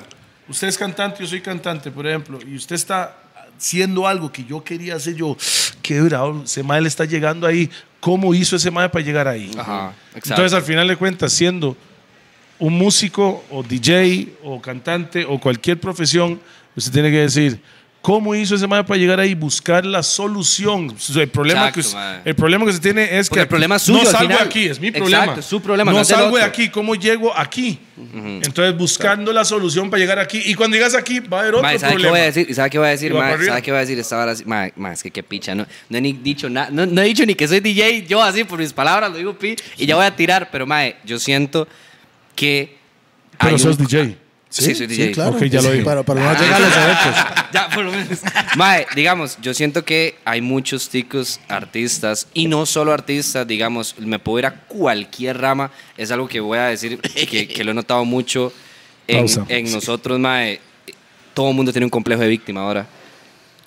S1: Usted es cantante, yo soy cantante, por ejemplo, y usted está haciendo algo que yo quería hacer. Yo, qué bravo, ese mae le está llegando ahí. ¿Cómo hizo ese mae para llegar ahí?
S3: Ajá, exacto.
S1: Entonces, al final de cuentas, siendo un músico o DJ o cantante o cualquier profesión, usted tiene que decir, ¿cómo hizo ese mae para llegar ahí? Buscar la solución. O sea, El problema,
S3: Exacto,
S1: que, us-
S3: mae.
S1: el problema que se tiene es
S3: Porque
S1: que
S3: el problema es
S1: no
S3: suyo al
S1: salgo de
S3: final.
S1: aquí, es mi
S3: Exacto,
S1: problema.
S3: es su problema, no
S1: no
S3: es del
S1: salgo de
S3: otro.
S1: aquí, ¿cómo llego aquí? Entonces, buscando la solución para llegar aquí. Y cuando llegas aquí, va a haber otro
S3: Mae, ¿sabe qué
S1: problema.
S3: voy a decir? ¿Sabe qué voy a decir?
S1: Y va para
S3: Mae,
S1: arriba.
S3: ¿sabe qué voy a decir? Estaba así, mae, mae, es que qué picha. No, no he ni dicho nada, no, no he dicho ni que soy DJ, yo así por mis palabras lo digo pi, y ya voy a tirar, pero mae, yo siento que hay
S1: Pero
S3: un-
S1: sos DJ.
S3: Sí, soy Ah. DJ.
S5: claro.
S1: Ok, Pues ya lo
S5: Sí,
S1: digo.
S5: Pero, pero no llega a los eventos.
S3: Ah. ya, por lo menos. Mae, digamos, yo siento que hay muchos ticos artistas y no solo artistas, digamos, me puedo ir a cualquier rama. Es algo que voy a decir que, que lo he notado mucho en,
S1: Pausa.
S3: en nosotros, Mae. Todo el mundo tiene un complejo de víctima ahora.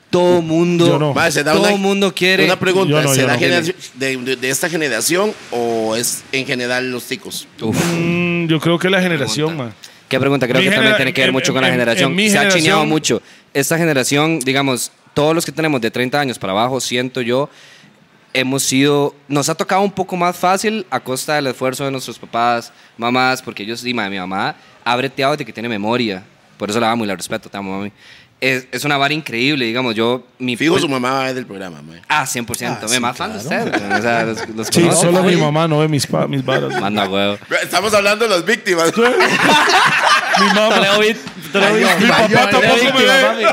S3: Todo el mundo.
S1: Yo no.
S2: Mae, se da
S3: Todo
S2: una-
S3: el mundo quiere.
S2: Una
S1: Yo
S2: pregunta,
S1: no, yo
S2: ¿será
S1: no.
S2: generación- de, de- de esta generación o es en general los ticos?
S3: Uf,
S1: Mm, yo creo que la generación,
S3: pregunta.
S1: man.
S3: Qué pregunta, creo
S1: Mi
S3: que también
S1: genera-
S3: tiene que ver
S1: en-
S3: mucho
S1: en-
S3: con la
S1: en-
S3: generación.
S1: en mi
S3: Se ha
S1: generación-
S3: chineado mucho. Esta generación, digamos, todos los que tenemos de 30 años para abajo, siento yo, hemos sido, nos ha tocado un poco más fácil a costa del esfuerzo de nuestros papás, mamás, porque ellos, y ma- mi mamá ha breteado desde que tiene memoria. Por eso la amo y la respeto, te amo, mami. Es, es una vara increíble, digamos, yo, mi
S2: Fijo, su mamá es del programa, mae.
S3: Ah, 100%,
S5: Ah,
S3: me
S5: sí,
S3: más fan de
S5: claro.
S3: ustedes. güey. O sea, los, los
S1: Sí,
S3: conozco.
S1: solo mi mamá no ve mis, pa- mis varas. man.
S3: Manda huevo.
S2: Estamos hablando de las víctimas.
S1: mi mamá.
S3: Toledo Beat, Toledo Beat.
S1: Mi papá tampoco me ve.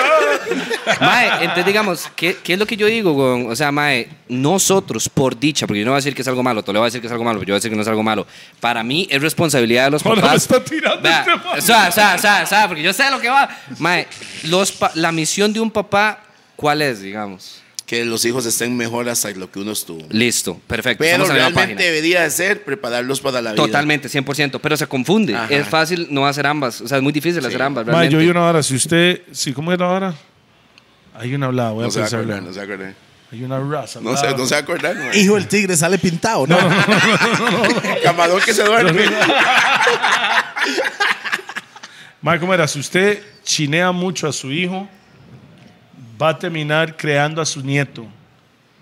S3: Mae, entonces digamos, ¿qué, qué es lo que yo digo, weón? O sea, Mae, nosotros, por dicha, porque yo no voy a decir que es algo malo, Toledo va a decir que es algo malo, pero yo voy a decir que no es algo malo. Para mí es responsabilidad de los
S1: Ahora me
S3: papás.
S1: está tirando
S3: Vea,
S1: este man.
S3: o sea, o sea, o sea, o sea, porque yo sé lo que va. Mae, los pa- la misión de un papá, ¿cuál es, digamos?
S2: que los hijos estén mejor hasta lo que uno estuvo.
S3: Listo, perfecto.
S2: Pero
S3: estamos en la misma
S2: realmente
S3: página.
S2: debería de ser prepararlos para la vida.
S3: Totalmente, 100%, pero se confunde.
S2: Ajá.
S3: Es fácil no hacer ambas, o sea, es muy difícil hacer ambas.
S1: Ma,
S3: Realmente.
S1: yo vi una vara. Si usted. Si, ¿Cómo era ahora? Hay una hablada, voy a
S2: No se va a
S1: pensarla.
S2: acordar, no se va a acordar.
S1: Hay una raza.
S2: No se, no se va a acordar. man.
S5: Hijo del tigre sale pintado, ¿no?
S2: Camarón que se duerme.
S1: Ma, ¿cómo era? Si usted chinea mucho a su hijo, va a terminar creando a su nieto.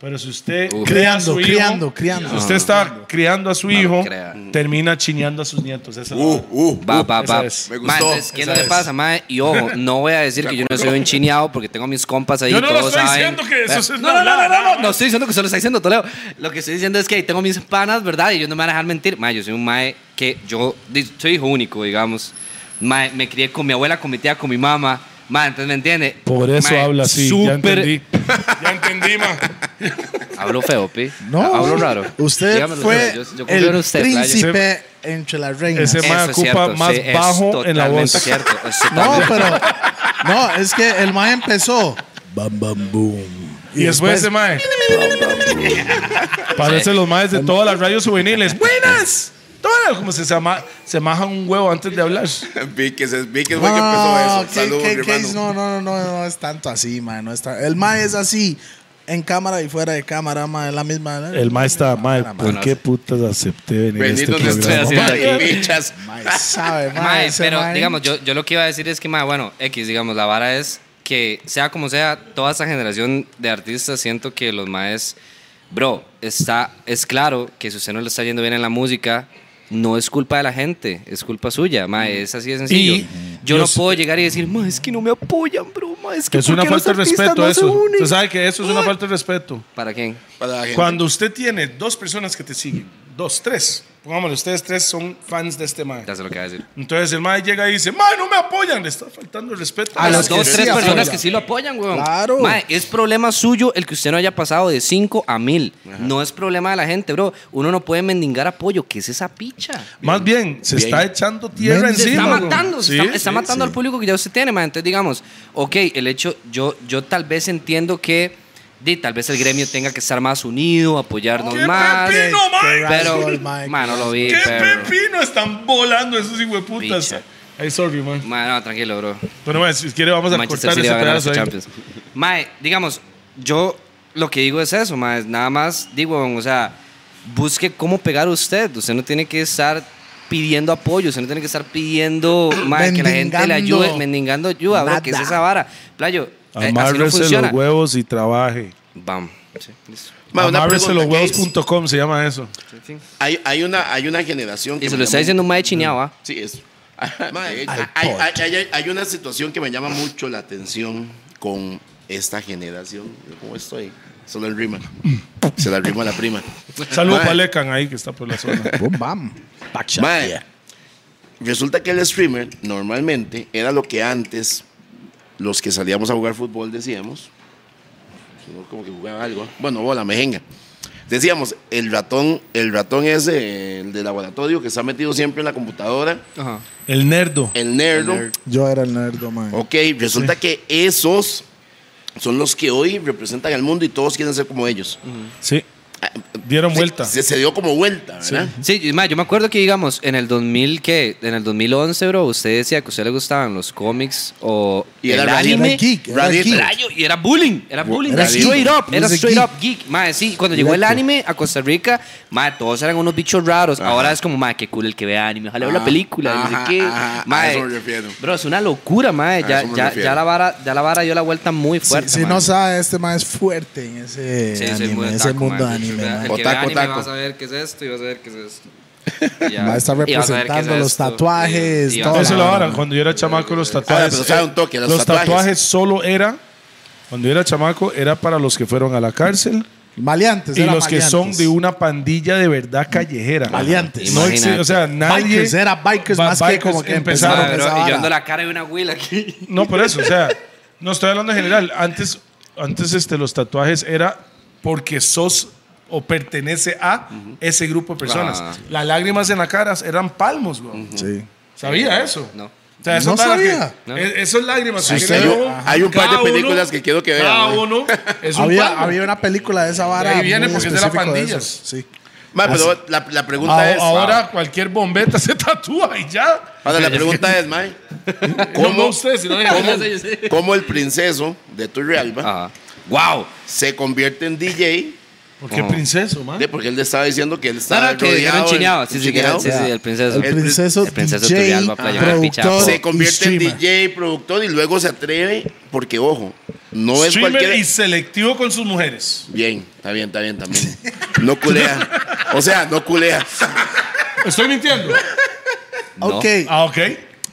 S1: Pero si usted.
S3: Uf.
S1: crea a su
S5: Criando, criando,
S1: hijo,
S5: criando.
S1: Si usted está criando a su hijo,
S3: crea.
S1: termina chineando a sus nietos. Esa es la
S2: Uh,
S1: vara.
S2: uh,
S3: Va, va,
S2: uh.
S1: esa
S3: va.
S1: es.
S2: Me
S3: Ma,
S2: gustó.
S3: entonces, ¿qué es lo
S1: Esa
S3: que
S1: es.
S3: pasa, mae? Y ojo, no voy a decir que yo no soy un chineado porque tengo a mis compas ahí.
S1: Yo no lo
S3: todos
S1: estoy
S3: saben.
S1: diciendo que eso es
S3: no, no, no,
S1: una
S3: no,
S1: hablada,
S3: no,
S1: nada
S3: no,
S1: más.
S3: no estoy diciendo que solo está diciendo Toledo. Lo que estoy diciendo es que ahí tengo mis panas, ¿verdad? Y yo no me van a dejar mentir. Mae, yo soy un mae que yo di- soy hijo único, digamos. Mae, me crié con mi abuela, con mi tía, con mi mamá. Mae, entonces, ¿me entiende?
S1: Por eso
S3: Mae,
S1: habla así. Ya
S3: súper-
S1: entendí. ya entendí, ma.
S3: Hablo feo, pi.
S5: No,
S3: Ah, Hablo raro.
S5: Usted
S3: Dígamelo,
S5: fue
S3: yo- yo confío en
S5: el
S3: usted, playa.
S5: príncipe entre las reinas.
S1: Ese
S3: Eso
S1: ma
S3: es
S1: ocupa
S3: cierto,
S1: más
S3: sí, es
S1: bajo en la voz.
S3: totalmente cierto, es
S5: No,
S3: totalmente-
S5: pero. No, es que el mae empezó. Bam, bam, boom.
S1: Y después ese mae. Parece los maes de todas las radios juveniles. ¡Buenas! Toma, como se, se, ama- se majan un huevo antes de hablar.
S2: Viques, es Viques, fue que empezó
S4: Ah,
S2: eso.
S5: ¿qué-
S2: Saludos,
S5: qué-
S2: mi
S5: qué
S2: hermano.
S5: es? no, no, no, no, no es tanto así, man. No es tan- el mae es así, en cámara y fuera de cámara, mae, es la misma.
S1: El maestro está mal. ¿Por
S3: Bueno,
S1: qué putas acepté venir
S3: Pues
S1: a este
S2: Bendito
S1: programa?
S2: nuestro
S3: programa.
S2: papá de bichas.
S5: mae sabe, mae,
S3: Mae,
S5: ese
S3: pero
S5: mae.
S3: digamos, yo, yo lo que iba a decir es que, mae, bueno, X, digamos, la vara es que, sea como sea, toda esa generación de artistas, siento que los maes, bro, está, es claro que si usted no le está yendo bien en la música, no es culpa de la gente, es culpa suya, mae, es así de sencillo.
S1: Mm. Y-
S3: yo
S1: yo
S3: no
S1: sé-
S3: puedo llegar y decir, mae, es que no me apoyan, bro, mae, es que
S1: Es
S3: ¿por
S1: una
S3: qué los
S1: falta de
S3: artistas
S1: respeto
S3: no se
S1: eso.
S3: unen?"
S1: Usted sabe que eso es una falta de respeto.
S3: ¿Para quién?
S2: Para la gente.
S1: Cuando usted tiene dos personas que te siguen, dos, tres, pongámosle, ustedes tres son fans de este man.
S3: Ya sé lo que va a decir.
S1: Entonces el man llega y dice, man, no me apoyan, le está faltando el respeto.
S3: A las
S5: que
S3: Pues dos,
S5: sí
S3: tres
S5: apoyan.
S3: personas que sí lo apoyan, weón.
S5: Claro.
S3: Mae, es problema suyo el que usted no haya pasado de 5 a mil. No es problema de la gente, bro. Uno no puede mendigar apoyo. ¿Qué es esa picha?
S1: Más bien, se
S2: Bien.
S1: está echando tierra
S5: Men-
S1: encima.
S3: Se está
S1: güey.
S3: matando, se está,
S1: Sí,
S3: está
S1: sí,
S3: matando
S1: sí.
S3: al público que ya usted tiene, mae. Entonces, digamos, ok, el hecho, yo, yo tal vez entiendo que di, tal vez el gremio tenga que estar más unido, apoyarnos
S1: ¡Qué
S3: más.
S1: pepino, mae!
S3: Pero,
S5: Qué rasgo,
S3: mae, no lo vi,
S1: ¡Qué
S3: pero.
S1: pepino! Están volando esos hijueputas.
S3: Picha.
S1: Ay, sorry, man.
S3: Mae, no, tranquilo, bro.
S1: Bueno, man, si quiere vamos a
S3: Manchester
S1: cortar
S3: City
S1: ese
S3: va a ganar
S1: pedazo
S3: esta
S1: ahí.
S3: Champions. Mae, digamos, yo lo que digo es eso, mae, es nada más digo, o sea, busque cómo pegar usted, usted no tiene que estar pidiendo apoyo, usted no tiene que estar pidiendo mae, que la gente
S5: Mendigando.
S3: le ayude, mendigando ayuda, bro, que es
S5: Nada.
S3: esa vara. Playo, eh, así no
S1: Amárrese
S3: funciona.
S1: los huevos y trabaje.
S3: Bam. Sí, listo.
S2: Ma, una
S1: Amárrese los
S2: pregunta, ¿qué es?
S1: huevos.com se llama eso.
S3: Sí, sí.
S2: Hay, hay, una, hay una generación que
S3: Y se
S2: me
S3: lo está
S2: llama-
S3: diciendo un mae chineado, ¿ah?
S2: Sí, es. De hecho, hay, hay- hay- hay una situación que me llama mucho la atención con esta generación. Yo como estoy, solo en rima. Se la rima a la prima.
S1: Saludos
S2: Mae.
S1: para Lecan ahí que está por la zona.
S5: Bum, bam.
S2: Mae, resulta que el streamer normalmente era lo que antes los que salíamos a jugar fútbol decíamos. Uno Como que jugaba algo. Bueno, bola, mejenga. Decíamos, el ratón, el ratón ese, el de laboratorio que está metido siempre en la computadora,
S3: Ajá.
S1: El nerdo.
S2: el nerdo.
S5: Yo era el nerdo, mae.
S2: Ok, resulta que esos son los que hoy representan al mundo y todos quieren ser como ellos.
S1: Sí. Dieron
S2: Se-
S1: vuelta.
S2: Se, se dio como vuelta, ¿verdad?
S3: Sí, y, mae, yo me acuerdo que, digamos, en el 2000, ¿qué? En el 2011, bro, usted decía que a usted le gustaban los cómics o
S2: Y
S3: el
S2: era
S3: anime.
S5: Era geek, era
S2: Raditz,
S5: geek.
S3: Rayo, y era bullying, era bullying.
S5: Era
S3: Era
S5: geek.
S3: straight up,
S5: He was
S3: era
S5: a
S3: straight
S5: geek.
S3: up geek. Mae, sí, cuando llegó el
S5: Directo.
S3: anime a Costa Rica, mae, todos eran unos bichos raros. Ahora es como, mae, qué cool el que vea anime, ojalá vea la
S5: Ah,
S2: Ajá,
S3: película, y no sé
S2: ajá,
S3: qué.
S2: ajá, a
S3: Mae,
S2: eso me refiero.
S3: Bro, es una locura, mae.
S2: A
S3: Ya,
S2: eso me
S3: ya,
S2: refiero.
S3: ya, la vara, ya la vara dio la vuelta muy fuerte.
S5: si si
S3: mae.
S5: no sabe, este mae es fuerte en ese,
S3: Sí, sí, es
S5: anime,
S3: muy
S5: ese
S3: otaku,
S5: mundo
S3: mae.
S5: anime,
S3: El
S5: mae.
S3: que vea
S2: Otaku,
S3: anime
S2: otaku.
S3: vas a ver qué es esto y vas a ver qué es esto. Y ya.
S5: Va a estar
S3: Y vas ver qué es
S5: representando los
S3: esto.
S5: tatuajes,
S3: Y- y vas a
S5: todo.
S3: ver-
S1: Eso lo ahora, cuando yo era chamaco, los
S2: Ahora,
S1: tatuajes.
S2: Ah, pero sabe un toque, los,
S1: los
S2: tatuajes.
S1: tatuajes. solo era, cuando yo era chamaco, era para los que fueron a la cárcel
S5: Maleantes,
S1: y
S5: Pues era
S1: los que son
S5: maleantes.
S1: de una pandilla de verdad callejera.
S5: Maleantes.
S1: No
S3: Imagínate.
S1: existe, o sea, nadie.
S5: Bikers, era bikers
S1: Ba-
S5: más que como que
S1: empezaron.
S3: Mae,
S5: empezaron.
S3: bro,
S5: esa
S3: y
S5: vara.
S3: yo ando la cara de una huila aquí.
S1: No, por eso, o sea, no estoy hablando en general. Antes, antes este, los tatuajes era porque sos o pertenece a ese grupo de personas.
S3: Ah.
S1: Las lágrimas en la cara eran palmos, güey.
S5: Sí.
S1: ¿Sabía eso?
S3: No.
S1: O sea,
S5: No
S1: eso para
S5: sabía.
S1: que- e- Eso es lágrimas.
S2: Sí, hay un- hay un par de películas que quiero que vean, ¿eh?
S1: Ah,
S2: güey.
S1: uno. Es un
S5: Había,
S1: palmo.
S5: había una película de esa vara.
S1: ahí viene
S5: muy
S1: porque es de la
S5: específico
S1: pandilla.
S5: esos, Sí.
S2: Ma, pero la, la pregunta
S1: Ah,
S2: es.
S1: ahora cualquier bombeta se tatúa y ya.
S2: Ahora, la pregunta es, Mae,
S1: ¿Cómo? No,
S2: ¿cómo,
S1: ustedes, sino
S2: cómo, cómo el princeso de Turrialba
S3: Ajá. ¡Wow!
S2: se convierte en DJ?
S1: ¿Por qué
S3: No.
S1: princeso, man?
S2: de- porque él le estaba diciendo que
S3: Ah.
S2: él
S3: No,
S2: estaba
S3: no, que dijeron
S2: rodeado en-
S3: chineado. Sí, sí,
S2: chineado.
S3: sí, sí, el princeso.
S5: El,
S2: El
S5: princeso,
S3: el princeso
S5: DJ,
S3: Turrialba, pues, Playa Mar, Pichapo.
S5: productor
S2: se convierte
S5: y
S2: en
S5: streamer.
S2: DJ, productor y luego se atreve, porque ojo, no es
S1: Streamer
S2: cualquier.
S1: y selectivo con sus mujeres.
S2: Bien, está bien, está bien también. No culea. O sea, no culea.
S1: ¿Estoy mintiendo?
S3: No.
S5: Ok,
S1: Ah, ok.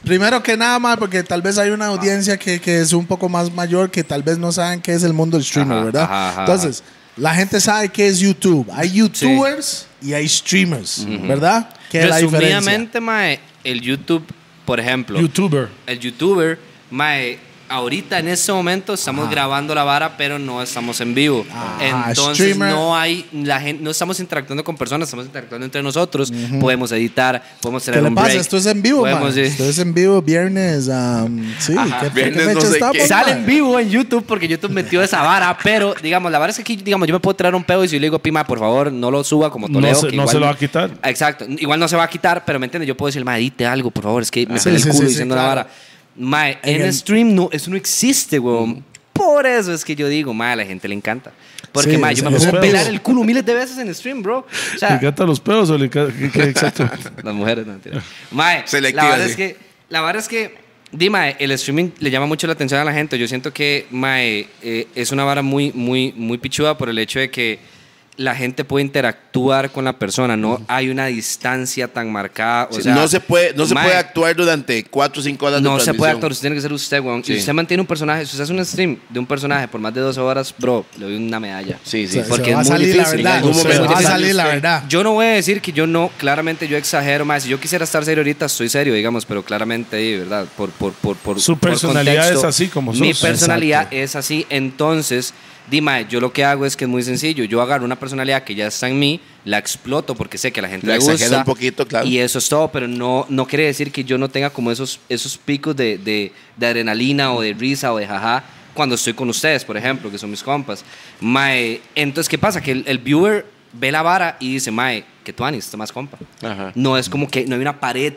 S5: primero que nada más, porque tal vez hay una audiencia que, que es un poco más mayor que tal vez no saben qué es el mundo del streamer,
S3: Ajá,
S5: ¿verdad?
S3: ajá, ajá,
S5: Entonces, la gente sabe qué es YouTube. Hay YouTubers y hay streamers, ¿verdad? ¿Qué es la diferencia?
S3: Resumidamente, mae, el YouTube, por ejemplo,
S1: YouTuber.
S3: el YouTuber, mae, ahorita en este momento estamos grabando la vara, pero no estamos en vivo.
S5: Ah,
S3: Entonces
S5: streamer.
S3: no hay la gente, no estamos interactuando con personas, estamos interactuando entre nosotros. Podemos editar, podemos
S5: ¿Qué
S3: tener
S5: le
S3: un
S5: pasa?
S3: break,
S5: Esto es en vivo, man.
S3: podemos-
S5: Esto es en vivo viernes. am, sí,
S3: Ajá,
S5: ¿qué- ¿qué,
S2: viernes no
S5: fecha
S2: sé
S5: estamos,
S2: qué.
S5: man?
S3: Sale en vivo en YouTube porque YouTube metió esa vara, pero digamos, la vara es que aquí, digamos, yo me puedo traer un pedo y si yo le digo, Pima, por favor, no lo suba como Toledo.
S1: No se-
S3: que
S1: no
S3: igual-
S1: se lo va a quitar.
S3: Exacto, igual no se va a quitar, pero me entiendes, yo puedo decir, ma, edite algo, por favor, es que me
S5: Sí,
S3: sale el
S5: sí,
S3: culo
S5: sí, sí,
S3: diciendo la
S5: claro.
S3: vara. Ma, en,
S5: En el-
S3: stream no, eso no existe,
S1: Mm.
S3: weón. Por eso es que yo digo, ma, a la gente le encanta. Porque,
S5: Sí,
S3: ma, yo
S5: es-
S3: me
S5: es
S3: puedo
S1: pedo.
S3: pelar el culo miles de veces en stream, bro. O
S1: ¿Le
S3: sea,
S1: encantan los pedos o le encanta- qué- qué exacto?
S3: Las mujeres, no, mentira. Mae,
S2: Selectiva,
S3: la verdad
S2: sí.
S3: es que, la verdad es que, di, mae, el streaming le llama mucho la atención a la gente. Yo siento que, mae, eh, es una vara muy, muy, muy pichuda por el hecho de que la gente puede interactuar con la persona. No hay una distancia tan marcada. O
S2: Sí,
S3: sea,
S2: no se puede, no se
S3: mae,
S2: puede actuar durante 4 o 5 horas de
S3: no se puede actuar,
S2: transmisión.
S3: usted tiene que ser usted, weón.
S2: Sí.
S3: Si usted mantiene un personaje, si usted hace un stream de un personaje por más de dos horas, bro, le doy una medalla.
S2: Sí, sí.
S5: Se-
S2: sí.
S3: Porque
S5: se va
S3: es
S5: a
S3: muy
S5: salir la
S3: difícil,
S5: verdad.
S2: en algún
S5: se
S2: momento
S5: va a
S2: tiene que
S5: salir la
S2: usted.
S5: verdad.
S3: Yo no voy a decir que yo no, claramente yo exagero más. Si yo quisiera estar serio ahorita, estoy serio, digamos, pero claramente, de ¿verdad? Por, por, por, por,
S1: Su
S3: por
S1: personalidad es así como
S3: Mi
S1: sos.
S3: personalidad
S5: Exacto.
S3: es así. Entonces, Dima, yo lo que hago es que es muy sencillo. Yo agarro una personalidad que ya está en mí, la exploto porque sé que a la gente
S2: La
S3: le gusta.
S2: exagero un poquito, claro.
S3: Y eso es todo, pero no, no quiere decir que yo no tenga como esos, esos picos de, de, de adrenalina o de risa o de jaja cuando estoy con ustedes, por ejemplo, que son mis compas. Mae, entonces, ¿qué pasa? Que el, el viewer ve la vara y dice, Mae, que tú anís, más compa.
S2: Ajá.
S3: No es como que no hay una pared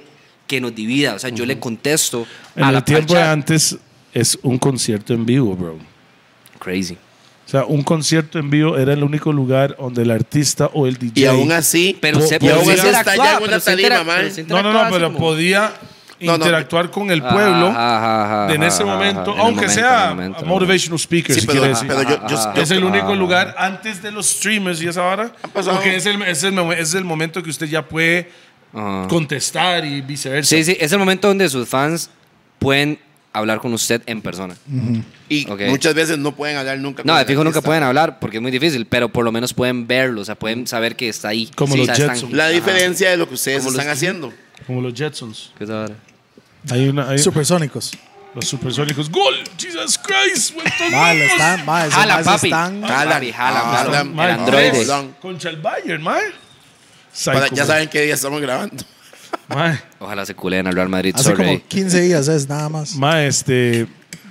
S3: que nos divida. O sea, yo le contesto
S1: En
S3: a
S1: el
S3: la
S1: tiempo de
S3: parcha.
S1: antes es un concierto en vivo, bro.
S3: Crazy.
S1: O sea, un concierto en vivo era el único lugar donde el artista o el DJ.
S2: Y aún así,
S3: Pero
S1: Po-
S3: se
S1: y
S3: pero
S1: aún
S3: se
S1: así está
S3: interactuaba,
S2: allá en una
S3: pero se
S2: tarima,
S3: interac-
S2: man.
S3: pero se
S1: no, no,
S3: interactuaba
S1: no,
S3: así
S1: pero
S3: como-
S1: podía
S2: No, no.
S1: interactuar con el
S3: Ajá,
S1: pueblo
S3: ajá, ajá,
S1: en
S3: ajá,
S1: ese
S3: ajá,
S1: momento,
S3: en el
S1: aunque
S3: momento, en
S1: sea
S3: el momento, en el
S1: motivational speaker,
S2: sí,
S1: si
S2: pero,
S1: quiere decir.
S2: pero yo, yo-
S3: Ajá,
S2: yo-
S1: es el único lugar antes de los streamers y esa hora,
S2: pasado.
S1: porque es el, es, el, mom- es el momento que usted ya puede
S3: Ajá.
S1: contestar y viceversa.
S3: Sí, sí, es el momento donde sus fans pueden hablar con usted en persona.
S2: y
S3: Ok.
S2: muchas veces no pueden hablar nunca.
S3: No,
S2: con
S3: de
S2: el
S3: fijo nunca
S2: artista.
S3: pueden hablar porque es muy difícil, pero por lo menos pueden verlo, o sea, pueden saber que está ahí.
S1: Como
S3: Sí, o
S1: los
S3: sea, están-
S1: Jetson.
S2: La
S3: Ajá.
S2: diferencia de lo que
S3: Ah.
S2: ustedes
S3: Como los-
S2: están haciendo.
S1: Como los Jetsons.
S3: ¿Qué es ahora?
S1: Hay una, hay
S5: Supersónicos.
S1: los supersónicos. ¡Gol! ¡Jesus Christ! ¡Vueltos
S5: Mal,
S1: locos!
S5: están, mal. esos
S3: Jala,
S5: maes
S3: papi. Ah,
S5: están-
S3: Jala,
S2: Jalan,
S3: papi, jala,
S2: jalan,
S3: claro.
S2: jalan.
S3: El androide.
S2: Jalan.
S1: Contra el Bayern, mae.
S2: Para-
S1: Psycho,
S2: ya
S1: mae.
S2: saben qué día estamos grabando.
S1: Mae,
S3: Ojalá se culen al Real Madrid.
S5: Hace
S3: sorry.
S5: como 15 días es nada más.
S1: mae, este...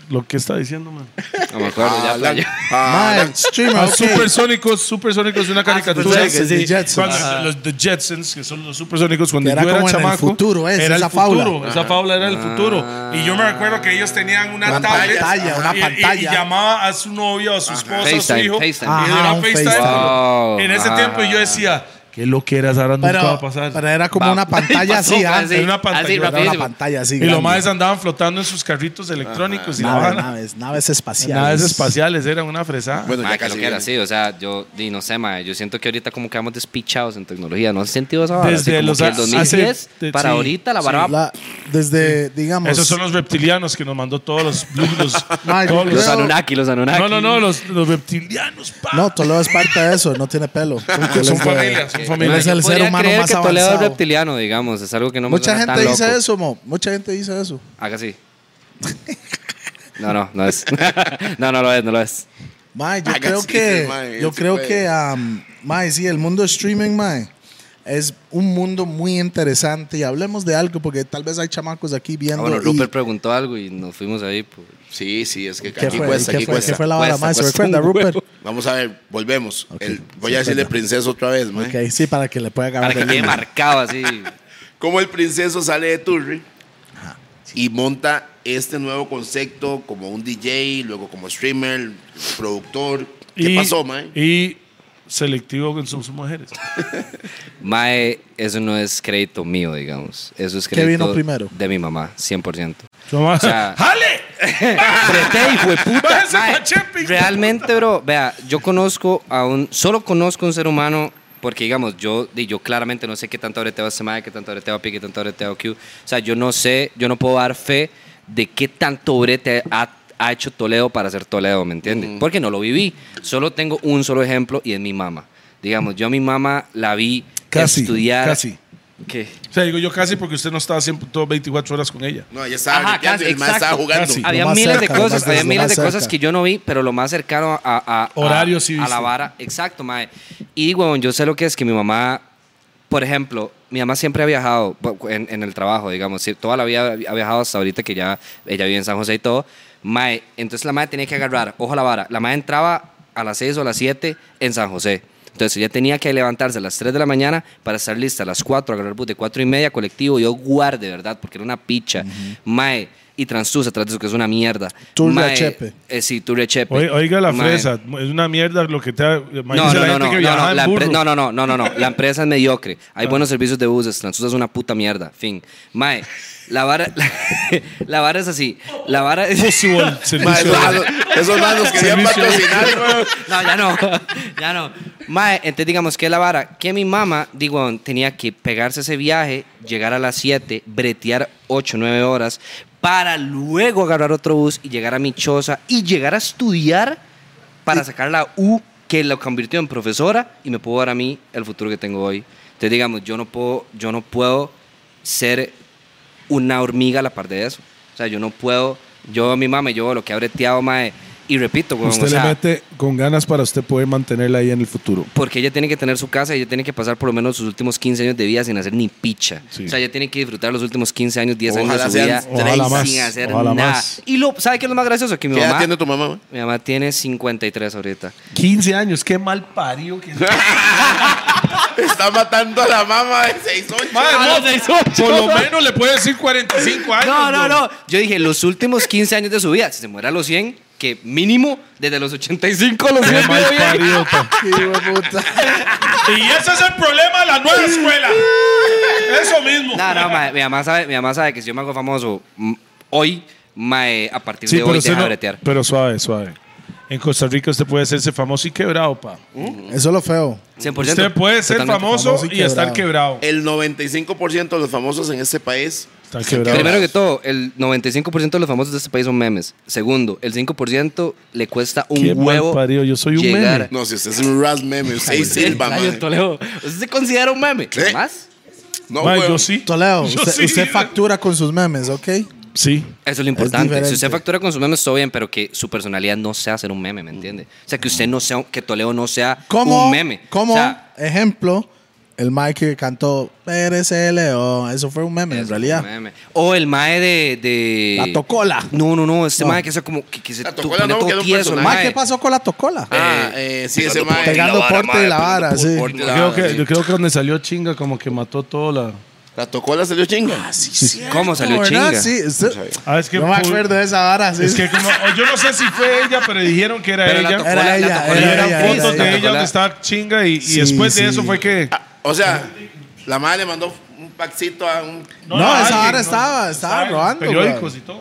S1: Lo que está diciendo, mae.
S3: No me acuerdo, ya fue
S2: Jalan,
S3: allá.
S2: jalan.
S5: Mae, streamer,
S1: Ah,
S5: ok.
S1: Supersónicos, Supersónicos es una caricatura.
S5: Supersónicos, de Jetsons.
S1: Cuando-
S5: Ajá.
S1: los The Jetsons, que son los Supersónicos, cuando
S5: Que era
S1: yo era
S5: como en el
S1: chamaco.
S5: futuro, es,
S1: era
S5: esa
S1: el futuro,
S5: fábula.
S1: Esa fábula era el futuro. Y yo me recuerdo que ellos tenían una,
S5: Una
S1: tablet.
S5: pantalla, una
S1: y- y- Y,
S5: pantalla.
S1: llamaba a su novia, o a su esposa, a su
S3: FaceTime,
S1: hijo.
S3: FaceTime.
S1: Y era
S5: Ajá, un
S1: FaceTime.
S5: FaceTime.
S3: Wow.
S1: En ese
S3: Ajá.
S1: tiempo yo decía, qué lo que eras, ahora nunca va
S5: Pero,
S1: a pasar.
S5: pero era como
S3: Va-
S5: una pantalla
S3: pasó,
S5: así,
S3: fue
S5: ah,
S3: así,
S1: Era una pantalla,
S3: así,
S1: era
S5: Era una
S3: rapidísimo.
S5: pantalla así.
S1: y los
S5: grande.
S1: maes andaban flotando en sus carritos electrónicos y la
S5: Naves,
S1: vara.
S5: naves, naves espaciales.
S1: Naves espaciales, eran una fresada.
S2: Bueno,
S3: Ma,
S2: ya
S3: que lo
S2: casi
S3: que era
S2: viene.
S3: así, o sea, yo di, no sé, ma, yo siento que ahorita como que vamos despichados en tecnología, ¿no has sentido esa vara? Así
S1: Desde
S3: como
S1: los
S3: que
S1: a-
S3: el 2010
S1: hace- de-
S3: para
S1: sí,
S3: ahorita la vara va-
S5: La- desde, digamos.
S1: Esos son los reptilianos que nos mandó todos los los,
S5: Mae, yo
S1: todos los-
S3: Los
S5: creo-
S3: Anunnaki, los Anunnaki.
S1: No, no, no, los, los reptilianos, pa.
S5: No, Toledo es parte de eso, no tiene pelo. Él
S1: son
S5: es de-
S1: familias, son
S5: Él
S1: familias.
S5: es el ser
S3: Podría
S5: humano
S3: creer
S5: más
S3: que Toledo es
S5: avanzado.
S3: reptiliano, digamos, es algo que no me
S5: Mucha
S3: suena
S5: gente
S3: tan
S5: dice
S3: loco.
S5: eso, mo. Mucha gente dice eso.
S3: Haga así. No, no, no es. no, no lo es, no lo es.
S5: Mae, yo
S2: Haga
S5: creo
S2: así,
S5: que.
S2: mae,
S5: yo
S2: él sí
S5: creo
S2: puede.
S5: que. am, mae, sí, el mundo streaming, mae. Es un mundo muy interesante. Y hablemos de algo, porque tal vez hay chamacos aquí
S3: Ah,
S5: viendo.
S3: bueno,
S5: y-
S3: Rupert preguntó algo y nos fuimos ahí. pues. por-
S2: Sí, sí, es que
S5: ¿Qué
S2: aquí
S5: fue?
S2: cuesta,
S5: ¿Qué
S2: aquí
S5: fue? ¿Qué
S2: cuesta. ¿eh?
S5: fue la vara,
S3: Cuesta,
S5: mae? ¿Se
S3: cuesta
S5: recuerda,
S3: un huevo.
S5: Rupert?
S2: Vamos a ver, volvemos. El- voy
S5: sí,
S2: a decirle
S5: perdón.
S2: princesa otra vez, mae.
S5: Ok, sí, para que le pueda
S3: Para
S5: agarrar
S3: que
S5: el
S3: quede
S5: hilo.
S3: marcado así.
S2: Como el princeso sale de Turri y monta este nuevo concepto como un DJ, luego como streamer, productor. ¿Qué
S1: Y-
S2: pasó, mae?
S1: Y selectivo con sus mujeres.
S3: Mae, eso no es crédito mío, digamos. Eso es
S5: ¿Qué
S3: crédito
S5: vino primero?
S3: de mi mamá, 100%.
S1: Su mamá,
S3: sea,
S1: ¡Jale!
S3: Breté, hijo de puta.
S1: Váyase
S3: Mae,
S1: pa' Chepe, hijo de
S3: Realmente, bro, vea, yo conozco a un, solo conozco a un ser humano, porque digamos, yo, di, yo claramente no sé qué tanto breteaba este mae, qué tanto breteaba Pi, qué tanto breteaba Q. O sea, yo no sé, yo no puedo dar fe de qué tanto brete ha, ha hecho Toledo para ser Toledo, ¿me entiendes? Porque no lo viví. Solo tengo un solo ejemplo y es mi mamá. Digamos, yo a mi mamá la vi
S1: Casi,
S3: estudiar.
S1: casi.
S3: ¿Qué?
S1: O sea, digo yo casi porque usted no estaba siempre todo 24 horas con ella.
S2: No, ella estaba
S3: Ajá,
S2: limpiando y
S3: casi,
S2: el más estaba
S3: exacto,
S2: jugando.
S1: casi.
S3: Había
S4: más
S3: miles
S4: cerca,
S3: de
S4: lo
S3: cosas,
S4: más-
S3: había
S4: lo
S3: miles
S4: más
S3: de cosas
S4: cerca.
S3: que yo no vi, pero lo más cercano a, a, a-
S1: Horario sí
S3: a
S1: viste.
S3: la vara. Exacto, mae. Y, huevón, yo sé lo que es que mi mamá, por ejemplo, mi mamá siempre ha viajado bu- en, en el trabajo, digamos. sí, Toda la vida ha viajado hasta ahorita que ya ella vive en San José y todo. Mae, entonces la madre tenía que agarrar, ojo a la vara. La madre entraba a las 6 o a las 7 en San José. Entonces ella tenía que levantarse a las 3 de la mañana para estar lista a las 4, agarrar el bus de 4 y media colectivo. Yo guarde, ¿verdad? Porque era una picha. Mae, y Transus atrás de eso, que es una mierda.
S4: Turria
S3: Mae,
S4: Chepe.
S3: eh, sí, Turria Chepe.
S1: Oi- Oiga la
S3: Mae.
S1: fresa, es una mierda lo que te ha...
S3: No, no, no,
S1: imagínese la gente
S3: no,
S1: que
S3: no,
S1: viajaba
S3: no,
S1: en
S3: la empre-
S1: burro. Ah.
S3: no, no, no, no, no, no, la empresa es mediocre. Hay buenos servicios de buses, Transusa es una puta mierda, fin. Mae, la vara, la, vara es así, la vara es...
S1: Pussy Bowl,
S2: Ma,
S1: servicio.
S2: esos manos- Esos manos querían
S1: Servicio.
S2: patrocinar, weón.
S3: No, ya no, ya no. Mae, entonces digamos que la vara, que mi mamá, digo, tenía que pegarse ese viaje, llegar a las 7, bretear 8, 9 horas, para luego agarrar otro bus y llegar a mi choza y llegar a estudiar para sacar la U que lo convirtió en profesora y me pudo dar a mí el futuro que tengo hoy. Entonces digamos, yo no puedo, yo no puedo ser una hormiga a la par de eso. O sea, yo no puedo, yo a mi mamá, yo lo que ha breteado, mae, y repito, weón,
S4: Usted
S3: o sea,
S4: le mete con ganas para usted poder mantenerla ahí en el futuro.
S3: porque ella tiene que tener su casa y ella tiene que pasar por lo menos sus últimos 15 años de vida sin hacer ni picha. O sea, ella tiene que disfrutar los últimos 15 años, 10
S2: Ojalá
S3: años de su
S2: sean
S3: vida
S2: Ojalá
S3: sin
S1: más,
S3: hacer
S1: ojalá
S3: nada.
S1: más.
S3: Y lo, ¿sabe qué es lo más gracioso? Que mi
S2: ¿Qué edad
S3: mamá,
S2: tiene tu mamá? weón?
S3: mi mamá tiene 53 ahorita.
S1: 15 años, qué mal parido que...
S2: Está matando a la mamá de 6'8".
S1: Madre, Por lo menos le puede decir 45 años.
S3: No, no,
S1: bro.
S3: no. Yo dije, los últimos 15 años de su vida, si se muere a los 100, que mínimo desde los 85 a los 100
S1: Qué mal
S3: vive bien.
S1: parido, pa.
S4: Qué puta.
S1: Y ese es el problema de la nueva escuela. Eso mismo.
S3: No, no, mae, mi, mamá sabe, mi mamá sabe que si yo me hago famoso mm, hoy, mae, a partir
S1: Sí,
S3: de
S1: pero,
S3: hoy
S1: usted
S3: deja de
S1: no-
S3: bretear.
S1: pero suave, suave. En Costa Rica usted puede hacerse famoso y quebrado, pa.
S4: Eso es lo feo.
S3: 100%.
S1: Usted puede ser
S3: Totalmente.
S1: famoso,
S4: famoso
S1: y,
S4: y
S1: estar quebrado.
S2: El 95% de los famosos en este país
S1: Están quebrados.
S3: Primero que todo, el 95% de los famosos de este país son memes. Segundo, el 5% le cuesta un
S1: Qué mal
S3: huevo.
S1: parido, yo soy un meme.
S2: No, si usted es un Ras meme, usted es Silva,
S3: Ay,
S2: man.
S3: Toledo, ¿Usted se considera un meme?
S2: Sí.
S3: ¿Más?
S2: No,
S1: Ma, yo
S2: weón.
S1: sí.
S4: Toledo,
S1: Yo
S4: usted,
S1: sí.
S4: usted factura con sus memes, ¿ok?
S1: Sí.
S3: Eso es lo importante. si usted
S4: diferente.
S3: factura con sus memes, todo bien, pero que su personalidad no sea ser un meme, ¿me entiende? O sea, que usted no sea, que Toledo no sea
S4: Como,
S3: un meme.
S4: como
S3: O sea,
S4: ejemplo, el Mike que cantó Pérez el León. Eso fue un meme, en
S3: es un
S4: realidad.
S3: meme. O el mae de. de-
S4: La tocola.
S3: No, no, no. Este
S4: No.
S3: mae que sea como. Que, que se
S2: La
S3: tu-
S2: Tocola
S3: pone
S2: no, que era
S3: todo
S2: un
S3: tieso. el
S2: personaje.
S4: Mike,
S3: mae.
S4: ¿qué pasó con la tocola?
S2: Ah, eh, sí, ese man.
S4: Pegando porte y la vara, sí.
S3: Ah,
S1: Creo que, yo creo que donde salió chinga, como que mató toda la.
S2: La tocó, la salió chinga.
S3: ¿Cómo salió
S4: ¿Verdad?
S3: chinga?
S4: Sí, usted-
S1: Ah, es que
S4: no me
S1: pu-
S4: acuerdo de esa vara. sí.
S1: Es que como, o yo no sé si fue ella, pero dijeron que era
S3: Pero la
S1: ella.
S3: tocó,
S4: Era
S3: la- la
S4: ella,
S3: tocó,
S1: Y
S4: era
S3: la-
S1: eran
S4: ella,
S3: la-
S1: fotos
S3: la-
S1: de ella
S3: la-
S1: donde estaba chinga y, y
S4: Sí,
S1: después de
S4: sí.
S1: eso fue que.
S2: O sea, la madre le mandó un paxito a un.
S4: No, esa vara estaba- estaba
S1: en
S4: robando, bro.
S1: Periódicos y todo.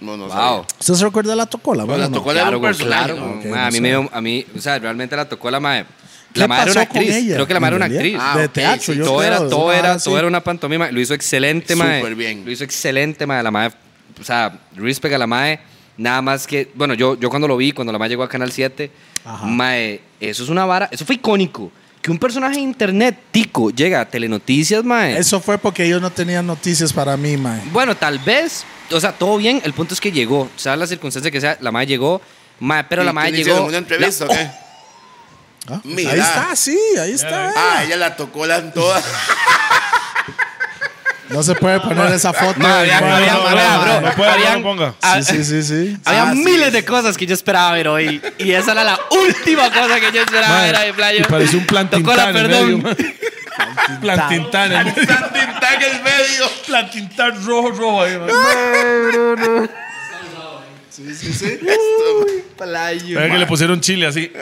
S2: No, no,
S3: Wow.
S4: ¿Usted se recuerda de la tocola?
S2: sabía. La
S4: Bueno, no.
S2: tocó, era
S3: Claro,
S2: un
S3: güey,
S2: personaje.
S3: claro.
S2: ¿no?
S3: güey.
S4: Ok,
S3: Ma, a, mí
S4: no
S3: me
S4: sé.
S3: dio- a mí, o sea, realmente la tocó la madre.
S4: ¿Qué
S3: La madre era una
S4: pasó con
S3: actriz.
S4: ella,
S3: Creo que la madre
S4: en
S3: era una
S4: realidad?
S3: actriz.
S2: Ah,
S4: de
S2: ok,
S4: teatro,
S2: sí,
S4: yo
S3: todo
S4: creo,
S3: era,
S4: es
S3: todo
S4: una
S3: era,
S4: vara
S3: todo
S4: así.
S3: era una pantomima. Lo hizo excelente, mae.
S2: Súper bien.
S3: Lo hizo excelente, mae. La mae, o sea, respect a la mae. Nada más que, bueno, yo, yo cuando lo vi, cuando la mae llegó a Canal 7,
S4: Ajá.
S3: mae, eso es una vara, eso fue icónico. Que un personaje de internet, tico, llega a Telenoticias, mae.
S4: Eso fue porque ellos no tenían noticias para mí, mae.
S3: Bueno, tal vez, o sea, todo bien, el punto es que llegó. O sea, la circunstancia que sea, la mae llegó, mae, pero
S2: ¿Y
S3: la Oh,
S2: qué
S3: mae
S2: le hicieron?
S3: llegó...
S2: ¿Una entrevista o
S3: la-
S2: qué?
S4: Ah, pues
S2: Mira.
S4: Ahí está, sí, ahí está.
S2: Ah, ella la tocó la toda.
S4: No se puede poner esa foto.
S3: Ma, había-
S4: mae.
S3: había-
S1: no,
S3: había,
S1: no,
S3: bro,
S1: no, no puede, no
S3: habían-
S1: lo ponga.
S3: a-
S4: Sí, sí, sí, sí.
S3: Había
S4: Ah, sí.
S3: miles de cosas que yo esperaba ver hoy. Y esa era la última cosa que yo esperaba
S1: Madre,
S3: ver ahí, playo.
S1: y parece un plantintán
S3: Tocó la
S1: en
S3: perdón.
S1: medio, Plantintán. en medio.
S2: Está en el medio.
S1: Plantintán rojo, rojo ahí, man.
S3: Playo.
S1: Era que le pusieron chile así.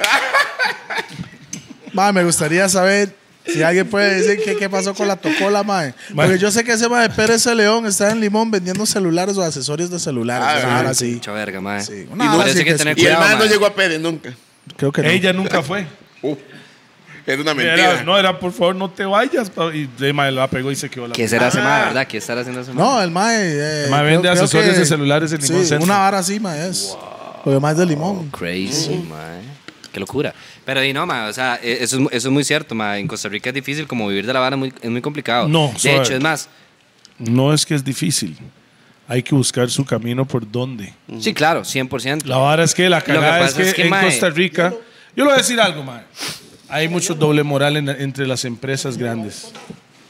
S4: Mae, me gustaría saber si alguien puede decir qué, qué pasó con la tocola, mae.
S1: Mae.
S4: Porque yo sé que ese mae Pérez de León está en Limón vendiendo celulares o accesorios de celulares.
S2: Ah,
S4: Ahora
S2: sí.
S4: sí.
S3: Mucha verga, madre.
S4: Sí.
S3: Y
S4: Una
S3: no,
S4: hora
S3: parece
S4: sí
S3: que
S4: que
S3: tener
S4: sí.
S2: Y el
S3: cuidado,
S2: man no
S3: mae.
S2: llegó a Pérez nunca.
S4: Creo que no.
S1: Ella nunca fue.
S2: Uh, es una
S1: Era,
S2: mentira.
S1: no, era por favor, no te vayas. pa- Y de madre la pegó y se quedó la.
S3: ¿Qué será ese mae, verdad? ¿Qué estará haciendo ese mae?
S4: No, el mae. eh,
S1: El mae vende accesorios de celulares en Limón
S4: Sí,
S1: Centro.
S4: una vara así, mae. Es. Porque mae es de Limón.
S3: Crazy, mae. Qué locura. Pero y no, ma, o sea, e- eso es, mu- eso es muy cierto, ma. En Costa Rica es difícil, como vivir de la vara es muy, es muy complicado.
S1: No,
S3: De
S1: suave.
S3: hecho, es más,
S1: No es que es difícil. Hay que buscar su camino por dónde.
S3: sí, claro, 100%.
S1: La vara es que la
S3: que
S1: cagada es
S3: pasa
S1: que,
S3: es que,
S1: en
S3: mae,
S1: Costa Rica. Yo le voy a decir algo, mae. Hay mucho doble moral en- entre las empresas grandes.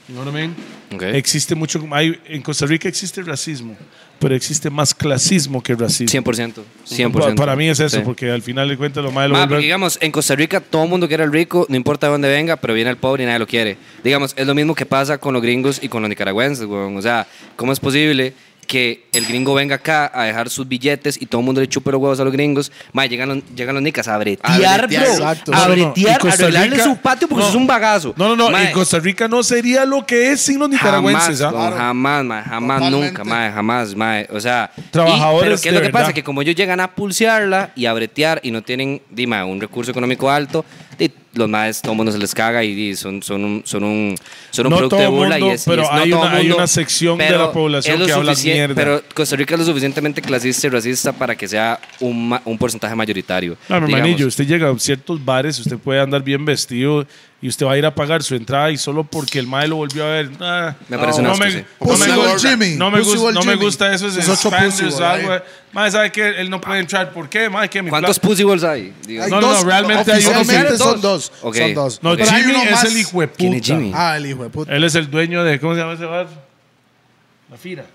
S1: You know what I mean?
S3: Ok.
S1: Existe mucho. hay- en Costa Rica existe racismo, pero existe más clasismo que racismo.
S3: 100%. 100%.
S1: Pa- Para mí es eso,
S3: Sí.
S1: porque al final de cuentas lo más de lo
S3: Ma,
S1: vuelve-
S3: porque digamos, en Costa Rica todo el mundo quiere al rico, no importa de dónde venga, pero viene el pobre y nadie lo quiere. Digamos, es lo mismo que pasa con los gringos y con los nicaragüenses, weón. O sea, ¿cómo es posible que el gringo venga acá a dejar sus billetes y todo el mundo le chupe los huevos a los gringos? Ma, llegan los, llegan los nicas a bretear, bro.
S2: bretear,
S4: exacto.
S3: A
S1: No, no, no.
S3: bretear,
S1: Y Costa
S3: a arreglarle
S1: Rica-
S3: su patio porque
S1: no.
S3: eso es un bagazo.
S1: No, no, no.
S3: Ma,
S1: En Costa Rica no sería lo que es sin los nicaragüenses. ¿ah?
S3: Jamás, weón, jamás, mae, jamás,
S5: Totalmente.
S3: nunca, mae, jamás, mae. O sea,
S1: Trabajadores
S3: y- pero ¿qué es
S1: de
S3: lo que pasa?
S1: verdad.
S3: Que como ellos llegan a pulsearla y a bretear y no tienen, dime, un recurso económico alto, di, los maes, todo el mundo se les caga y di, son, son un, son un, son un
S1: No
S3: producto
S1: todo
S3: de burla.
S1: mundo,
S3: y es, y
S1: pero
S3: es- no
S1: hay
S3: todo
S1: una- hay
S3: mundo,
S1: una sección de
S3: pero
S1: la población
S3: es lo
S1: que habla
S3: suficien-
S1: mierda.
S3: Pero Costa Rica es lo suficientemente clasista y racista para que sea un, ma- un porcentaje mayoritario.
S1: No, mi
S3: digamos.
S1: hermanillo, usted llega a ciertos bares, usted puede andar bien vestido y usted va a ir a pagar su entrada y solo porque el mae lo volvió a ver. nah,
S3: Me parece un
S1: no,
S3: asco,
S1: me,
S3: sí.
S1: no,
S5: Pussy
S1: me,
S5: Wall
S1: gusta-
S5: Jimmy,
S1: no, me
S5: Pussy
S1: gus-
S5: Wall
S1: no me
S5: Jimmy.
S1: gusta eso. Es
S5: Es otro
S1: standards,
S5: Pussy Wall, eh.
S1: algo. eh. Mae, ¿sabe que Él no puede entrar. ¿Por qué? Mae, que mi
S3: ¿Cuántos
S1: plata-
S3: pussy balls hay? Digo,
S1: Ay, No, no, no, realmente hay uno
S4: oficialmente
S1: que-
S4: son dos.
S3: Ok.
S4: Son dos.
S1: No,
S5: Pero hay
S1: Jimmy
S5: uno
S1: es
S5: más.
S1: el hijo de
S3: ¿Quién es
S1: puta.
S3: Jimmy?
S4: Ah, el hijo de puta.
S1: Él es el dueño de. ¿Cómo se llama ese bar? La Fira.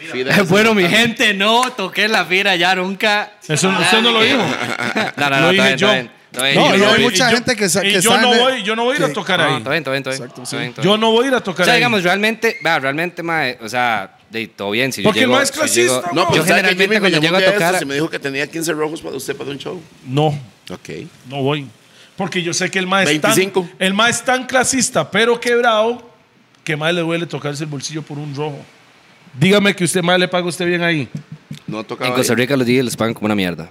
S3: Bueno, mi gente, no toqué la fira ya nunca.
S1: Eso no- usted no lo dijo.
S3: Ah, No, no,
S1: Lo
S3: no, está
S1: dije
S3: bien,
S1: yo.
S3: está bien. Está bien,
S4: No,
S3: yo
S4: y
S3: no
S4: hay
S3: voy.
S4: mucha
S1: yo-
S4: gente que sa-
S1: y
S4: que
S1: yo no
S4: sabe-
S1: voy, yo no voy a ir a
S4: que-
S1: tocar
S3: No,
S1: ahí.
S3: está bien, está bien, está bien.
S4: Exacto,
S3: Está bien, está
S1: Yo
S3: bien.
S1: no voy a ir a tocar
S3: O sea,
S1: ahí.
S3: digamos, realmente, vea, realmente, mae, o sea, de, todo bien. Si yo
S1: Porque
S3: llego,
S1: no es
S3: si yo llego-
S1: clasista,
S2: No,
S1: güey.
S2: pero
S3: yo
S2: ¿sabe que Jimmy
S3: generalmente
S2: me
S3: cuando
S2: llamó
S3: llego
S2: un
S3: a
S2: día de estos
S3: tocar.
S2: y me dijo que tenía 15 rojos para usted para un show.
S1: No,
S2: Ok.
S1: no voy. Porque yo sé que el mae es tan,
S2: 25.
S1: el mae es tan clasista, pero quebrado, que más le duele tocarse el bolsillo por un rojo. Dígame que usted más le paga usted bien ahí.
S2: No tocaba.
S3: En
S2: ahí.
S3: Costa Rica los DJs les pagan como una mierda.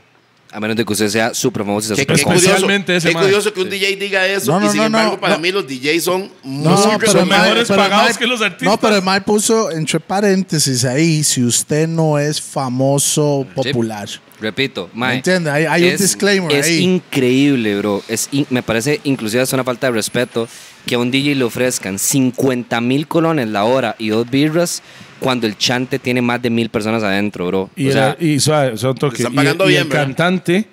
S3: A menos de que usted sea súper famoso y
S2: Qué,
S3: sea
S2: qué
S3: súper famoso.
S2: curioso,
S1: Especialmente ese
S2: qué
S1: man.
S2: curioso que un DJ diga eso.
S4: No, no,
S2: y sin
S4: no, no,
S2: embargo, para
S4: no.
S2: mí los DJs son muy
S4: No, pero el
S1: son
S4: mae-
S1: mejores
S4: pero el
S1: pagados
S4: mae-
S1: que los artistas.
S4: No, pero el Mae puso entre paréntesis ahí, si usted no es famoso popular.
S3: Repito, mae.
S4: Entiende, hay- hay un disclaimer
S3: es
S4: ahí.
S3: increíble, bro. Es in- me parece inclusive es una falta de respeto que a un DJ le ofrezcan 50 mil colones la hora y dos birras cuando el chante tiene más de mil personas adentro, bro.
S1: Y,
S3: o sea,
S1: el, y, suave, suave un toque.
S2: están
S1: Y-
S2: pagando
S1: y
S2: bien,
S1: el
S2: ¿verdad?
S1: cantante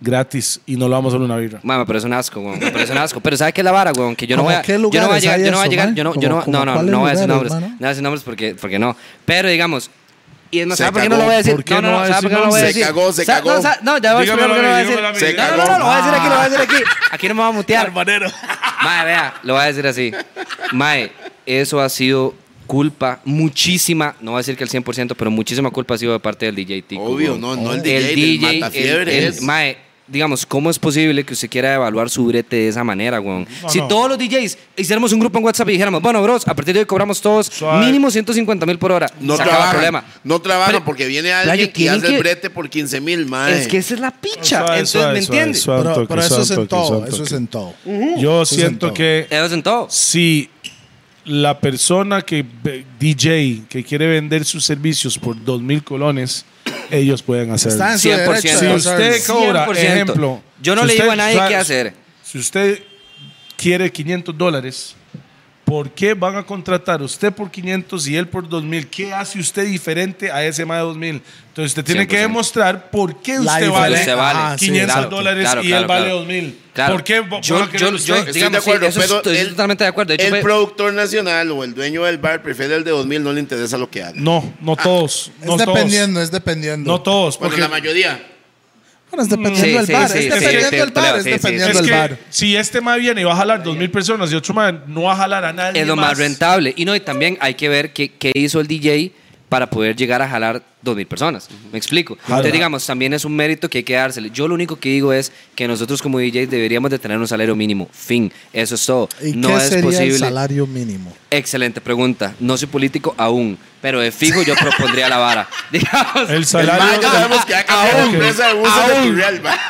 S1: gratis y no lo vamos a dar una birra.
S3: Ma, me parece un asco, weón. Me parece un asco. Pero ¿sabes qué es la vara, weón? Que yo no
S4: ¿Cómo
S3: voy a,
S4: qué
S3: yo no voy a
S4: lugares
S3: llegar,
S4: hay
S3: yo no voy a
S4: eso,
S3: llegar,
S4: man?
S3: yo no,
S4: ¿Cómo-
S3: yo no,
S4: cómo
S3: no, no,
S4: cuáles
S3: no voy a decir nombres.
S4: lugares,
S3: No
S4: mano?
S3: voy a decir nombres porque, porque no. Pero digamos, y es más,
S2: Se
S3: ¿sabes por qué no
S2: cagó.
S3: lo voy a decir?
S1: ¿Por qué
S3: no,
S1: no
S3: no,
S1: va a
S3: no, ¿sabes
S1: decir
S3: por qué no lo voy a
S1: nombres?
S2: Se
S3: decir?
S2: cagó, se
S3: Sa-
S2: cagó.
S3: No, sa- no, ya voy a explicar
S1: Dígamelo
S3: por qué no lo voy a
S1: a mí,
S3: decir.
S1: dígamelo a mí.
S2: Se
S3: No, no, no, no, lo voy a decir aquí, lo voy a decir aquí. Aquí no me voy a mutear. Mae, vea, lo voy a decir así. Mae, eso ha sido culpa muchísima, no voy a decir que el 100%, pero muchísima culpa ha sido de parte del DJ Tico.
S2: Obvio,
S3: weón.
S2: no, no el DJ, del matafiebre
S3: el- el-
S2: es-
S3: mae, digamos, ¿cómo es posible que usted quiera evaluar su brete de esa manera, weón?
S1: No,
S3: si
S1: no.
S3: todos los DJs hiciéramos un grupo en WhatsApp y dijéramos, bueno, bros, a partir de hoy cobramos todos
S1: Suave.
S3: mínimo 150 mil por hora.
S2: No
S3: se acaba el
S2: trabajan,
S3: problema.
S2: no trabajan
S3: Pero-
S2: porque viene
S3: Playo,
S2: alguien que
S3: tienen
S2: hace el
S3: que-
S2: brete por 15 mil, mae.
S3: Es que esa es la picha.
S1: Suave,
S3: Entonces,
S1: suave,
S3: ¿me
S1: suave,
S3: entiendes?
S1: suave.
S4: Pero,
S1: toque,
S4: pero eso
S1: son
S4: es en
S1: toque, son
S4: todo, eso
S1: toque.
S4: es en todo.
S3: Mm.
S1: Yo
S4: Sí,
S1: siento
S4: sentado.
S1: que
S3: Eso es en todo.
S1: si la persona que ve- DJ que quiere vender sus servicios por dos mil colones, ellos pueden hacerlo.
S4: Está en su
S3: 100%.
S4: derecho.
S1: Si
S4: de
S1: usted
S4: hacer-
S1: cobra,
S3: 100%.
S1: ejemplo.
S3: Yo no
S1: si
S3: le digo
S1: usted-
S3: a nadie
S1: sa-
S3: qué hacer.
S1: Si usted quiere 500 dólares, ¿por qué van a contratar usted por 500 y él por 2000? ¿Qué hace usted diferente a ese más de 2000? Entonces usted tiene que
S3: 100%.
S1: demostrar por qué
S4: La
S1: usted
S4: diferencia.
S1: vale
S3: Usted vale.
S4: Ah, sí,
S1: 500
S3: claro,
S1: dólares
S3: claro,
S1: y
S3: claro,
S1: él vale
S3: claro.
S1: 2000.
S3: Claro.
S1: ¿Por qué va-
S3: Yo-
S1: van a querer
S3: yo-
S1: usted?
S3: yo-
S2: Estoy
S3: digamos,
S2: de acuerdo,
S3: sí, eso es-
S2: pero
S3: estoy
S2: el-
S3: totalmente de acuerdo. De hecho,
S2: el
S3: fue-
S2: productor nacional o el dueño del bar prefiere el de 2000, no le interesa lo que haga.
S1: No, no
S3: Ah,
S1: todos. no
S4: Es
S1: todos.
S4: dependiendo, es dependiendo.
S1: No todos.
S2: Bueno,
S1: Porque
S2: la mayoría.
S4: Bueno, es dependiendo
S3: Sí,
S4: del
S3: sí,
S4: bar,
S3: sí,
S4: es
S1: sí,
S4: dependiendo
S1: sí,
S4: del
S3: te leo,
S4: bar, es
S3: sí, sí,
S4: dependiendo
S1: es
S4: del
S1: que
S4: bar.
S1: si este ma viene y va a jalar dos mil personas y otro ma no va a jalar a nadie.
S3: es lo más rentable. Y no, y también hay que ver qué, qué hizo el DJ para poder llegar a jalar 2.000 personas. Me explico. Entonces, digamos, también es un mérito que hay que dársele. Yo lo único que digo es que nosotros como DJs deberíamos de tener un salario mínimo. Fin. Eso es todo.
S4: ¿Y
S3: no
S4: qué
S3: es
S4: sería el
S3: posible.
S4: salario mínimo?
S3: Excelente pregunta. No soy político aún, pero de fijo yo propondría la vara. Digamos,
S1: El
S2: El
S1: salario.
S2: mae ya sabemos que ha cambiado la
S1: aún,
S2: empresa de buses de Turrialba.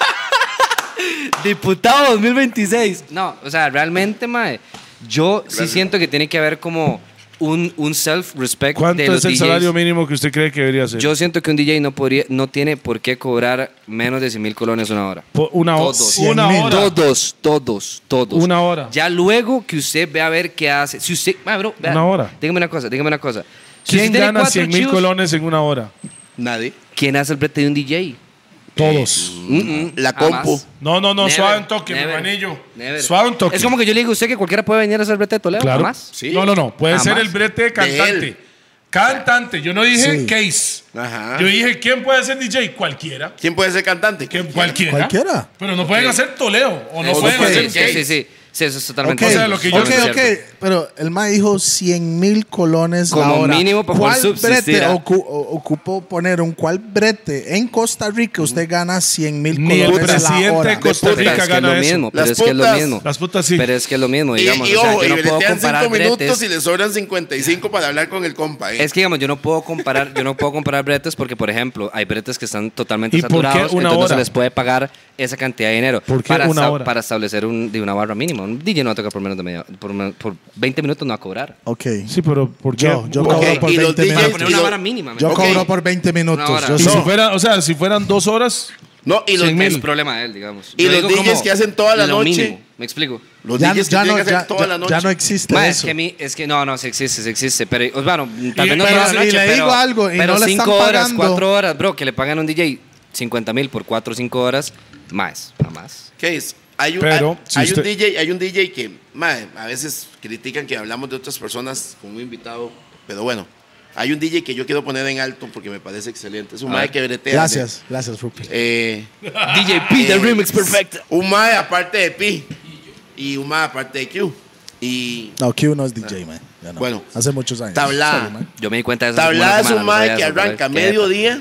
S3: diputado 2026. No, o sea, realmente, mae, yo sí siento que tiene que haber como un, un self-respect
S1: ¿Cuánto
S3: de los
S1: es el
S3: DJs.
S1: salario mínimo que usted cree que debería ser?
S3: Yo siento que un DJ no, podría, no tiene por qué cobrar menos de 100 mil colones una hora.
S1: Po- una, ho-
S3: Todos.
S1: una
S4: 100.000.
S1: hora.
S3: Todos, todos, todos.
S1: Una hora.
S3: Ya luego que usted ve a ver qué hace. Si usted. Ah, bro, vea,
S1: Una hora.
S3: Dígame una cosa, dígame una cosa. Si
S1: ¿Quién
S3: usted tiene
S1: gana
S3: cuatro
S1: 100 mil
S3: chivos,
S1: colones en una hora?
S2: Nadie.
S3: ¿Quién hace el brete de un DJ?
S1: Todos.
S3: Mm-mm,
S2: La
S3: jamás.
S2: compu.
S1: No, no, no,
S3: Never,
S1: suave un toque, mi
S3: never,
S1: hermanillo.
S3: never.
S1: Suave un toque.
S3: Es como que yo le digo a usted que cualquiera puede venir a hacer brete de Toledo.
S1: Claro.
S3: Jamás.
S2: Sí.
S1: No, no, no. Puede
S3: Jamás.
S1: ser el brete de cantante.
S2: De él.
S1: Cantante. Yo no dije
S4: Sí.
S1: case.
S2: Ajá.
S1: Yo dije, ¿quién puede ser DJ? Cualquiera.
S2: ¿Quién puede ser cantante?
S1: Que- cualquiera.
S4: Cualquiera.
S1: Pero no pueden hacer toleo. O no
S3: Eso
S1: pueden
S3: sí,
S1: hacer
S3: sí,
S1: case.
S3: sí, sí. Sí, eso es totalmente
S4: Ok,
S1: O sea, lo que yo-
S4: ok,
S3: totalmente
S4: ok,
S3: cierto.
S4: pero el ma dijo 100 mil colones la
S3: Como
S4: hora.
S3: mínimo para
S4: ¿Cuál
S3: poder subsistir,
S4: brete
S3: ah?
S4: ocu- o- ocupó poner un cuál brete en Costa Rica usted gana 100 mil
S1: Ni el
S4: colones la
S1: presidente
S4: hora?
S1: de Costa
S3: Pero
S1: Rica
S3: es que es
S1: gana
S3: lo
S1: eso.
S3: mismo,
S2: Las
S3: pero es que es lo
S2: putas-
S3: mismo.
S1: Las putas sí.
S3: Pero es que es lo mismo,
S2: Y-
S3: digamos.
S2: y
S3: o sea,
S2: ojo,
S3: yo
S2: y
S3: no puedo
S2: bretean
S3: comparar
S2: cinco minutos
S3: bretes.
S2: y les sobran 55 para hablar con el compa. ¿eh?
S3: Es que digamos, yo no puedo comparar, yo no puedo comparar bretes porque, por ejemplo, hay bretes que están totalmente
S1: ¿Y por qué
S3: saturados,
S1: una
S3: entonces no
S1: hora?
S3: se les puede pagar esa cantidad de dinero.
S1: ¿Por qué
S3: para
S1: una
S3: esta-
S1: hora?
S3: Para establecer un, de una barra mínima. Un DJ no va a tocar por menos de media, por, men- por 20 minutos no va a cobrar.
S4: Ok.
S1: Sí, pero ¿por qué?
S4: Yo, yo
S1: Ok,
S4: cobro por
S2: y los
S4: 20
S2: DJs
S3: Para poner
S2: Pero
S4: minutos.
S2: y
S3: una
S2: lo-
S3: barra mínima.
S4: Yo
S2: Ok.
S4: cobro por 20 minutos.
S3: hora.
S4: Yo
S1: Y
S4: soy-
S1: si fuera, o sea, si fueran dos horas,
S2: no, y los,
S1: Cien
S3: Es
S1: mil.
S3: problema de él, digamos.
S2: Y
S3: Yo
S2: los
S3: digo
S2: DJs
S3: como
S2: que hacen toda la
S3: lo
S2: noche.
S3: mínimo, Me explico.
S2: los
S4: ya,
S2: DJs que
S4: ya
S2: tienen
S4: no,
S2: que hacer
S4: ya-
S2: toda
S4: ya-
S2: la noche.
S4: ya no existe
S3: Ma, es
S4: eso.
S3: que a mí, es que no, no, sí existe, sí existe. Pero, o- bueno, tal
S1: Y-
S3: vez no
S1: pero-
S3: toda la
S4: y
S3: noche,
S4: le
S3: pero-
S4: digo algo, y
S3: pero
S4: no le están
S3: cinco horas,
S4: pagando.
S3: cuatro horas, bro, que le pagan a un DJ 50 mil por cuatro o cinco horas, más, nada más.
S2: ¿Qué es? Hay un,
S1: Pero,
S2: hay,
S1: si
S2: hay
S1: usted-
S2: un DJ, hay un DJ que mae, a veces critican que hablamos de otras personas con un invitado, pero bueno, hay un DJ que yo quiero poner en alto porque me parece excelente. Es un
S3: A
S2: mae
S3: ver.
S2: que bretea.
S4: Gracias, gracias, Rupi.
S2: Eh,
S3: DJ P,
S2: eh,
S3: the remix perfecto.
S2: Un mae aparte de Pi y un mae aparte de Q. Y
S4: No, Q no es DJ, man. Ya no.
S2: Bueno.
S4: hace muchos años.
S2: Tablada.
S4: Sorry, man.
S3: Yo me di cuenta de eso. hace como una
S2: tablada es un
S3: semana, no
S2: mae
S3: sabía
S2: que
S3: eso, bro,
S2: arranca a
S3: qué
S2: mediodía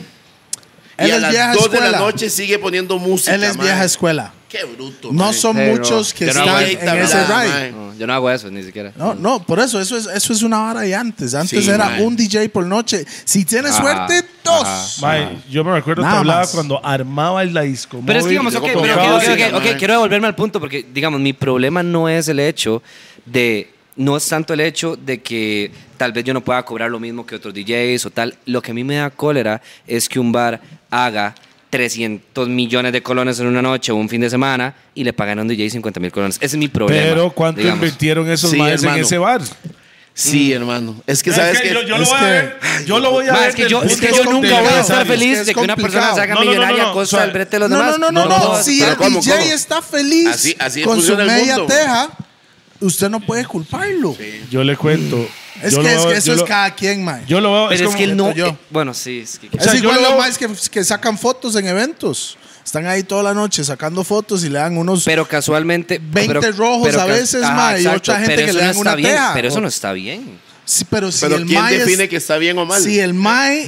S4: Él
S2: y a
S4: es
S2: las 2
S4: vieja
S2: de la
S4: escuela.
S2: noche sigue poniendo música.
S4: Él es
S2: mae.
S4: vieja escuela.
S2: Qué bruto.
S4: No
S2: mae.
S4: son
S3: Pero-
S4: muchos que
S3: Yo no
S4: están
S3: voy a
S4: en
S2: tablada,
S4: ese ride.
S2: mae.
S3: pedo. No, yo no hago eso, ni siquiera.
S4: No, no, por eso, eso es, eso es una hora de antes. Antes
S2: Sí,
S4: era
S2: mae.
S4: un DJ por noche. Si tienes
S3: Ajá,
S4: suerte,
S3: ajá.
S4: dos.
S1: mae, yo me recuerdo
S4: Nada
S1: tablada
S4: más.
S1: cuando armaba la disco.
S3: Pero es que
S1: móvil,
S3: digamos, ok, pero
S1: tocaba
S3: ok, ok,
S1: así.
S3: ok, ok, quiero devolverme al punto porque, digamos, mi problema no es el hecho de, no es tanto el hecho de que tal vez yo no pueda cobrar lo mismo que otros DJs o tal. Lo que a mí me da cólera es que un bar haga 300 millones de colones en una noche o un fin de semana y le pagan a un DJ 50 mil colones. Ese es mi problema.
S1: Pero ¿cuánto
S3: digamos.
S1: invirtieron esos
S2: Sí,
S1: maes en
S2: hermano.
S1: ese bar?
S2: Sí, hermano. Es que
S1: Es
S2: sabes
S1: que
S2: que.
S1: yo, yo lo
S4: es
S1: voy a
S4: que-
S1: ver. Yo lo voy a
S3: Ma,
S1: ver.
S3: es que
S1: del
S3: yo, es
S1: punto
S3: que yo
S1: de
S3: nunca voy a estar
S1: empresario.
S3: feliz
S4: Es
S3: de que una persona
S4: complicado.
S3: se haga
S1: No, no, no,
S3: millonaria
S1: no,
S3: a costa
S1: o sea,
S3: del brete de los
S4: no,
S3: demás.
S4: no, no, no, no.
S3: jodas.
S4: Si
S2: pero
S4: el
S2: ¿cómo,
S4: DJ
S2: cómo?
S4: está feliz
S2: Así- así
S4: con su
S2: funciona el
S4: media
S2: mundo.
S4: teja, usted no puede culparlo.
S1: Yo le cuento.
S4: Mm. Es, que,
S1: yo lo
S4: es
S1: veo-
S4: que eso
S1: yo
S4: es
S1: lo-
S4: cada quien, man.
S1: Yo lo veo.
S3: Pero es
S1: como-
S3: que él no.
S4: yo.
S3: eh, Bueno, sí, es que.
S4: es
S1: sea, yo
S4: igual
S1: lo-
S4: los más que, que sacan fotos en eventos. Están ahí toda la noche sacando fotos y le dan unos...
S3: Pero casualmente.
S4: 20
S3: pero-
S4: rojos
S3: pero
S4: a
S3: ca-
S4: veces,
S3: Ajá,
S4: ma, y
S3: exacto,
S4: otra gente
S3: pero
S4: que
S3: eso
S4: le
S3: no
S4: dan una
S3: está bien,
S4: teja.
S3: Pero eso
S4: O-
S3: no está bien.
S4: Sí, pero si
S2: Pero
S4: el
S2: ¿quién
S4: mae es-
S2: define que está bien o mal?
S4: Si el mae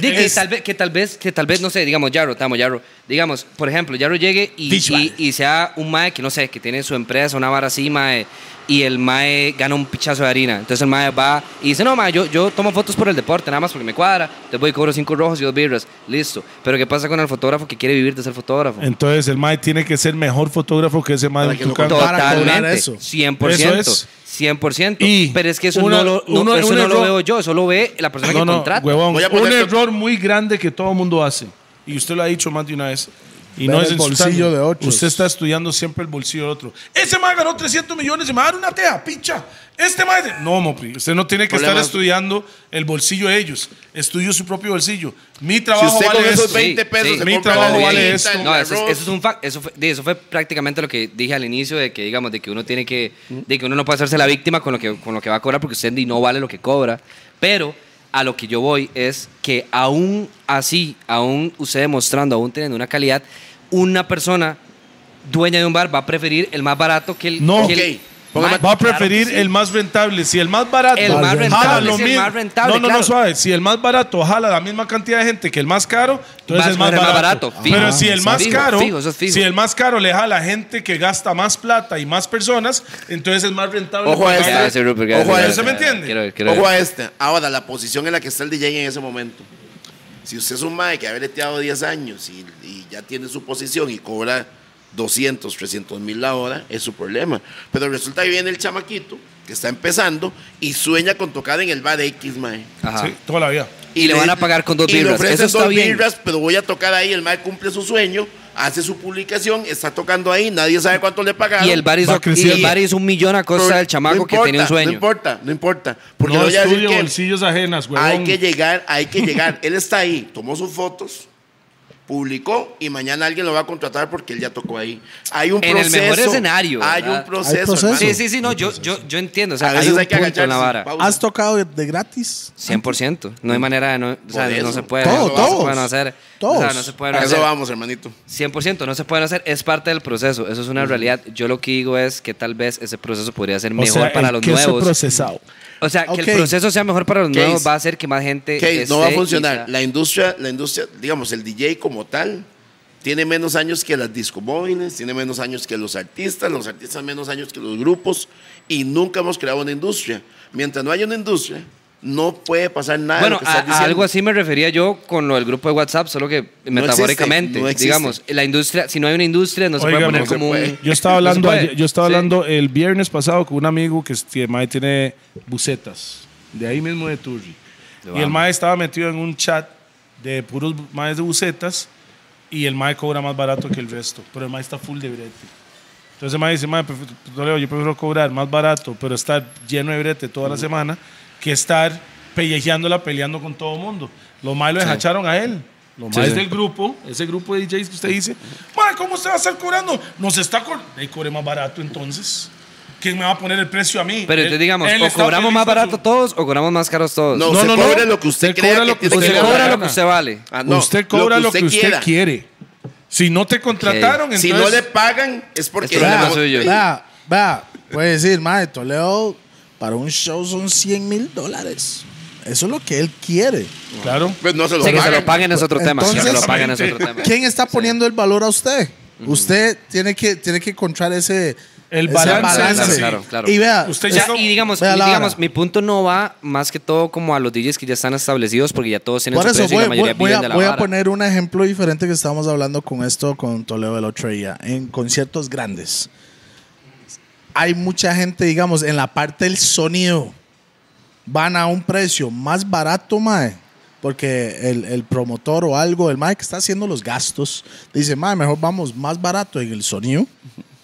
S3: Di que,
S4: es-
S3: tal vez, que tal vez, que tal vez, no sé, digamos, Yarro, estamos Yarro. Digamos, por ejemplo, Yarro llegue y, y, y sea un mae que no sé, que tiene su empresa, una vara así, mae, y el mae gana un pichazo de harina. Entonces el mae va y dice, no, mae, yo, yo tomo fotos por el deporte, nada más porque me cuadra, te voy y cobro cinco rojos y dos birras, listo. Pero ¿qué pasa con el fotógrafo que quiere vivir de ser fotógrafo?
S1: Entonces el mae tiene que ser mejor fotógrafo que ese mae
S2: Para
S1: en
S2: que
S1: tu
S2: lo
S1: campo.
S4: para cobrar
S3: Totalmente,
S4: eso.
S3: 100%.
S1: Eso es.
S3: 100%.
S1: Y
S3: pero es que eso
S1: una-
S3: no, lo, no-
S1: uno-
S3: eso
S1: un
S3: no lo
S1: error-
S3: veo yo, eso lo ve la persona
S1: No,
S3: que
S1: no,
S3: contrata.
S1: huevón.
S2: Voy a
S1: Un
S2: poner-
S1: error muy grande que todo mundo hace. Y usted lo ha dicho más de una vez. Y no
S4: Ver
S1: es
S4: el
S1: insultando.
S4: bolsillo de otros.
S1: Usted está estudiando siempre el bolsillo del otro. Ese mae ganó 300 millones y me va a dar una tea, picha. Este mae. de- No, Mopri. Usted no tiene que
S2: Problemas.
S1: estar estudiando el bolsillo de ellos. Estudio su propio bolsillo. Mi
S2: Si
S1: trabajo
S2: usted
S1: vale
S2: con esos
S1: esto.
S2: 20 pesos
S3: sí.
S2: se
S1: Mi
S2: compra
S1: trabajo
S2: la
S1: vale
S2: bebida,
S1: esto.
S2: el
S3: No, eso, es-
S2: arroz.
S3: eso es un fact. Eso fue, de- eso fue prácticamente lo que dije al inicio de que, digamos, de que uno tiene que. de que uno no puede hacerse la víctima con lo que, con lo que va a cobrar porque usted ni no vale lo que cobra. Pero a lo que yo voy es que aún así, aún usted demostrando, aún teniendo una calidad, una persona dueña de un bar va a preferir el más barato que el.
S1: No.
S3: que el-
S2: Ok.
S3: Ma-
S2: Ponga-
S1: Va a
S3: claro que
S1: preferir
S3: sí.
S1: el más rentable. Si el más barato.
S3: El
S4: más
S1: jala
S3: rentable,
S1: lo
S3: sí, el
S1: mismo-
S3: más rentable,
S1: No, no,
S3: claro.
S1: no, suave. Si el más barato jala la misma cantidad de gente que el más caro,
S3: Vas
S1: entonces el más
S3: con el
S1: barato.
S3: más barato, fijo. Ah,
S1: Pero si el más
S3: Fijo,
S1: caro.
S3: fijo, eso es fijo.
S1: Si el más caro le jala a gente que gasta más plata y más personas, entonces es más rentable.
S2: Ojo a
S1: pagar- este,
S2: esta.
S3: Ya, ese Rupert, ya,
S2: Ojo a
S3: ya,
S2: eso,
S3: ya, ya,
S1: ¿me entiende?
S3: quiero ver, quiero ver.
S2: Ojo a esta. Ahora, la posición en la que está el DJ en ese momento. Si usted es un mae que ha breteado 10 años y, y ya tiene su posición y cobra 200, 300 mil la hora, es su problema. Pero resulta que viene el chamaquito que está empezando y sueña con tocar en el bar X, mae.
S3: Ajá.
S1: Sí, toda la vida.
S3: Y le van a pagar con dos
S2: y le
S3: birras.
S2: ofrecen
S3: Eso está
S2: dos
S3: bien.
S2: birras, pero voy a tocar ahí. El mae cumple su sueño, hace su publicación, está tocando ahí, nadie sabe cuánto le pagaron.
S3: Y el bar
S1: Va
S3: hizo, y
S1: creciendo.
S3: el bar hizo un millón a
S2: Pero
S3: costa del chamaco
S2: no
S3: que
S2: importa,
S3: tenía un
S2: No
S3: sueño.
S2: importa, no importa. Porque
S1: no
S2: voy a decir
S1: estudio
S2: que
S1: bolsillos ajenas, huevón.
S2: hay que llegar, hay que llegar. él está ahí, tomó sus fotos, publicó y mañana alguien lo va a contratar porque él ya tocó ahí. Hay un
S3: En el
S2: proceso.
S3: mejor escenario,
S2: Hay
S3: ¿verdad?
S2: un proceso.
S4: Hay proceso.
S2: hermano.
S3: sí, sí, sí, no, yo, yo, yo entiendo. O sea,
S2: A
S3: hay
S2: veces
S3: un
S2: hay que
S3: punto en la
S2: agacharse.
S3: vara.
S2: Pausa.
S4: ¿Has tocado de- de gratis?
S3: 100%. No hay manera de no. O sea,
S2: Por
S3: no
S2: eso.
S3: se puede.
S4: Todo,
S3: no se
S4: todos,
S3: puede no hacer. O sea,
S4: todos.
S3: no se puede no
S2: A eso
S3: hacer.
S2: vamos, hermanito.
S3: 100%, no se pueden hacer, es parte del proceso, eso es una realidad. Yo lo que digo es que tal vez ese proceso podría ser mejor para los nuevos.
S1: procesado.
S3: O sea, que
S4: Ok.
S3: el proceso sea mejor para los
S2: Case.
S3: nuevos va a hacer que más gente...
S2: Ok, no
S3: esté
S2: va a
S3: y
S2: funcionar.
S3: sea-
S2: La industria, la industria, digamos, el DJ como tal, tiene menos años que las discomóviles, tiene menos años que los artistas, los artistas menos años que los grupos, y nunca hemos creado una industria. Mientras no haya una industria, no puede pasar nada. de
S3: Bueno,
S2: lo que
S3: a,
S2: estás
S3: a
S2: diciendo.
S3: algo así me refería yo con lo del grupo de WhatsApp, solo que metafóricamente,
S2: no existe.
S3: digamos, la industria, si no hay una industria, no se
S1: Oiga,
S3: puede poner
S1: no se
S3: como
S2: puede.
S3: un...
S1: Yo estaba
S3: No se
S1: hablando,
S3: puede.
S1: ayer- yo estaba
S3: Sí.
S1: hablando el viernes pasado con un amigo que, es- que el mae tiene bucetas, de ahí mismo de Turri. Y el
S3: amo.
S1: mae estaba metido en un chat de puros bu- maes de bucetas y el mae cobra más barato que el resto, pero el mae está full de brete. Entonces el mae dice, mae, prefi- yo le digo, yo prefiero cobrar más barato, pero estar lleno de brete toda la semana, que estar pellejeándola, peleando con todo el mundo. Los maes lo deshacharon a él. Los
S3: Sí,
S1: maes
S3: sí.
S1: del grupo, ese grupo de DJs que usted dice, mae, ¿cómo usted va a estar cobrando? Nos está cobrando. Ahí cobre más barato entonces. ¿Quién me va a poner el precio a mí?
S3: Pero
S1: Él-
S3: entonces digamos,
S1: él
S3: o
S1: está
S3: cobramos
S1: feliz
S3: más
S1: con su-
S3: barato todos o cobramos más caros todos.
S2: No,
S1: No,
S2: se
S1: no, no.
S2: cobra lo que usted,
S1: Usted
S2: crea
S1: cobra
S2: que
S1: lo que
S2: tiene
S3: Usted
S1: usted
S2: ganar.
S3: cobra
S1: gana.
S3: lo que usted vale.
S2: Ah, no,
S1: usted cobra lo que usted,
S2: quiera.
S1: quiere. Si no te contrataron,
S2: Si
S1: entonces...
S2: no le pagan, es porque...
S3: Es problema
S2: Ah,
S3: suyo.
S4: Vea, vea, puede decir, madre, Toledo para un show son 100 mil dólares. Eso es lo que él quiere.
S1: Claro.
S2: Pues no se lo
S3: Sí, que se
S2: pagan.
S3: lo paguen es otro tema. Que se lo
S4: Entonces-
S3: paguen es otro tema.
S4: ¿Quién está poniendo el valor a usted? Usted tiene que, tiene que encontrar ese,
S1: El
S4: ese
S1: balance,
S3: sí.
S4: balance.
S3: Claro, claro.
S4: Y vea,
S1: Usted
S3: O sea,
S1: llega-
S3: Pues, y digamos,
S4: Vea
S3: y
S4: la
S3: digamos
S4: vara.
S3: mi punto no va más que todo como a los DJs que ya están establecidos porque ya todos tienen
S4: Por
S3: su
S4: eso
S3: precio y
S4: voy,
S3: la mayoría
S4: voy- voy
S3: viven
S4: a,
S3: de la
S4: voy a
S3: vara.
S4: poner un ejemplo diferente que estábamos hablando con esto con Toledo el otro día. En conciertos grandes. Hay mucha gente, digamos, en la parte del sonido. Van a un precio más barato, mae. Porque el, el promotor o algo, el mae que está haciendo los gastos, dice, mae, mejor vamos más barato en el sonido.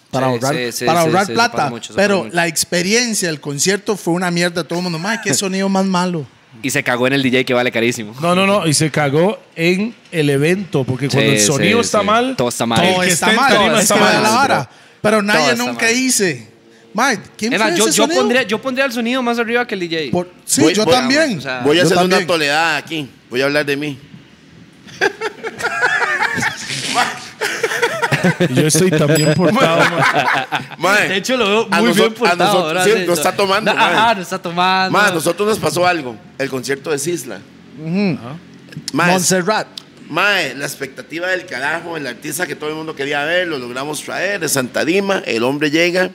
S4: Para
S3: Sí,
S4: ahorrar,
S3: sí, sí,
S4: para
S3: sí,
S4: ahorrar
S3: sí, se
S4: plata.
S3: paga mucho, se paga
S4: Pero
S3: mucho.
S4: la experiencia, el concierto fue una mierda. Todo el mundo, mae, qué sonido más malo.
S3: Y se cagó en el DJ que vale carísimo.
S1: No, no, no. Y se cagó en el evento. Porque cuando
S3: Sí,
S1: el sonido
S3: sí,
S1: está
S3: sí.
S1: mal.
S3: Todo está mal.
S1: el
S4: todo
S1: que
S4: está
S1: esté en
S4: mal.
S1: tarima
S4: es
S1: está
S4: que
S1: mal.
S4: vea la vara. Pero nadie
S3: está
S4: nunca
S3: mal.
S4: dice. Mike, ¿quién
S3: Es
S4: fue
S3: más, yo,
S4: ese
S3: yo,
S4: sonido?
S3: pondría, yo pondría el sonido más arriba que el DJ.
S4: Por- sí,
S2: Voy-
S4: yo
S2: voy-
S4: también.
S3: o sea,
S2: Voy a
S4: Yo
S2: hacer una
S4: también.
S2: toledada aquí. Voy a hablar de mí.
S1: Y yo estoy también portado. man.
S2: Mae,
S3: de hecho, lo veo
S2: a
S3: muy
S2: noso-
S3: bien
S2: a
S3: portado.
S2: nosotros-
S3: ¿verdad?
S2: sí, lo está tomando,
S3: Ajá,
S2: madre.
S3: lo está tomando.
S2: Mae, a nosotros nos pasó algo. El concierto de Sisla. Mae,
S4: Montserrat.
S2: Mae, la expectativa del carajo, el artista que todo el mundo quería ver, lo logramos traer de Santa Dima, el hombre llega,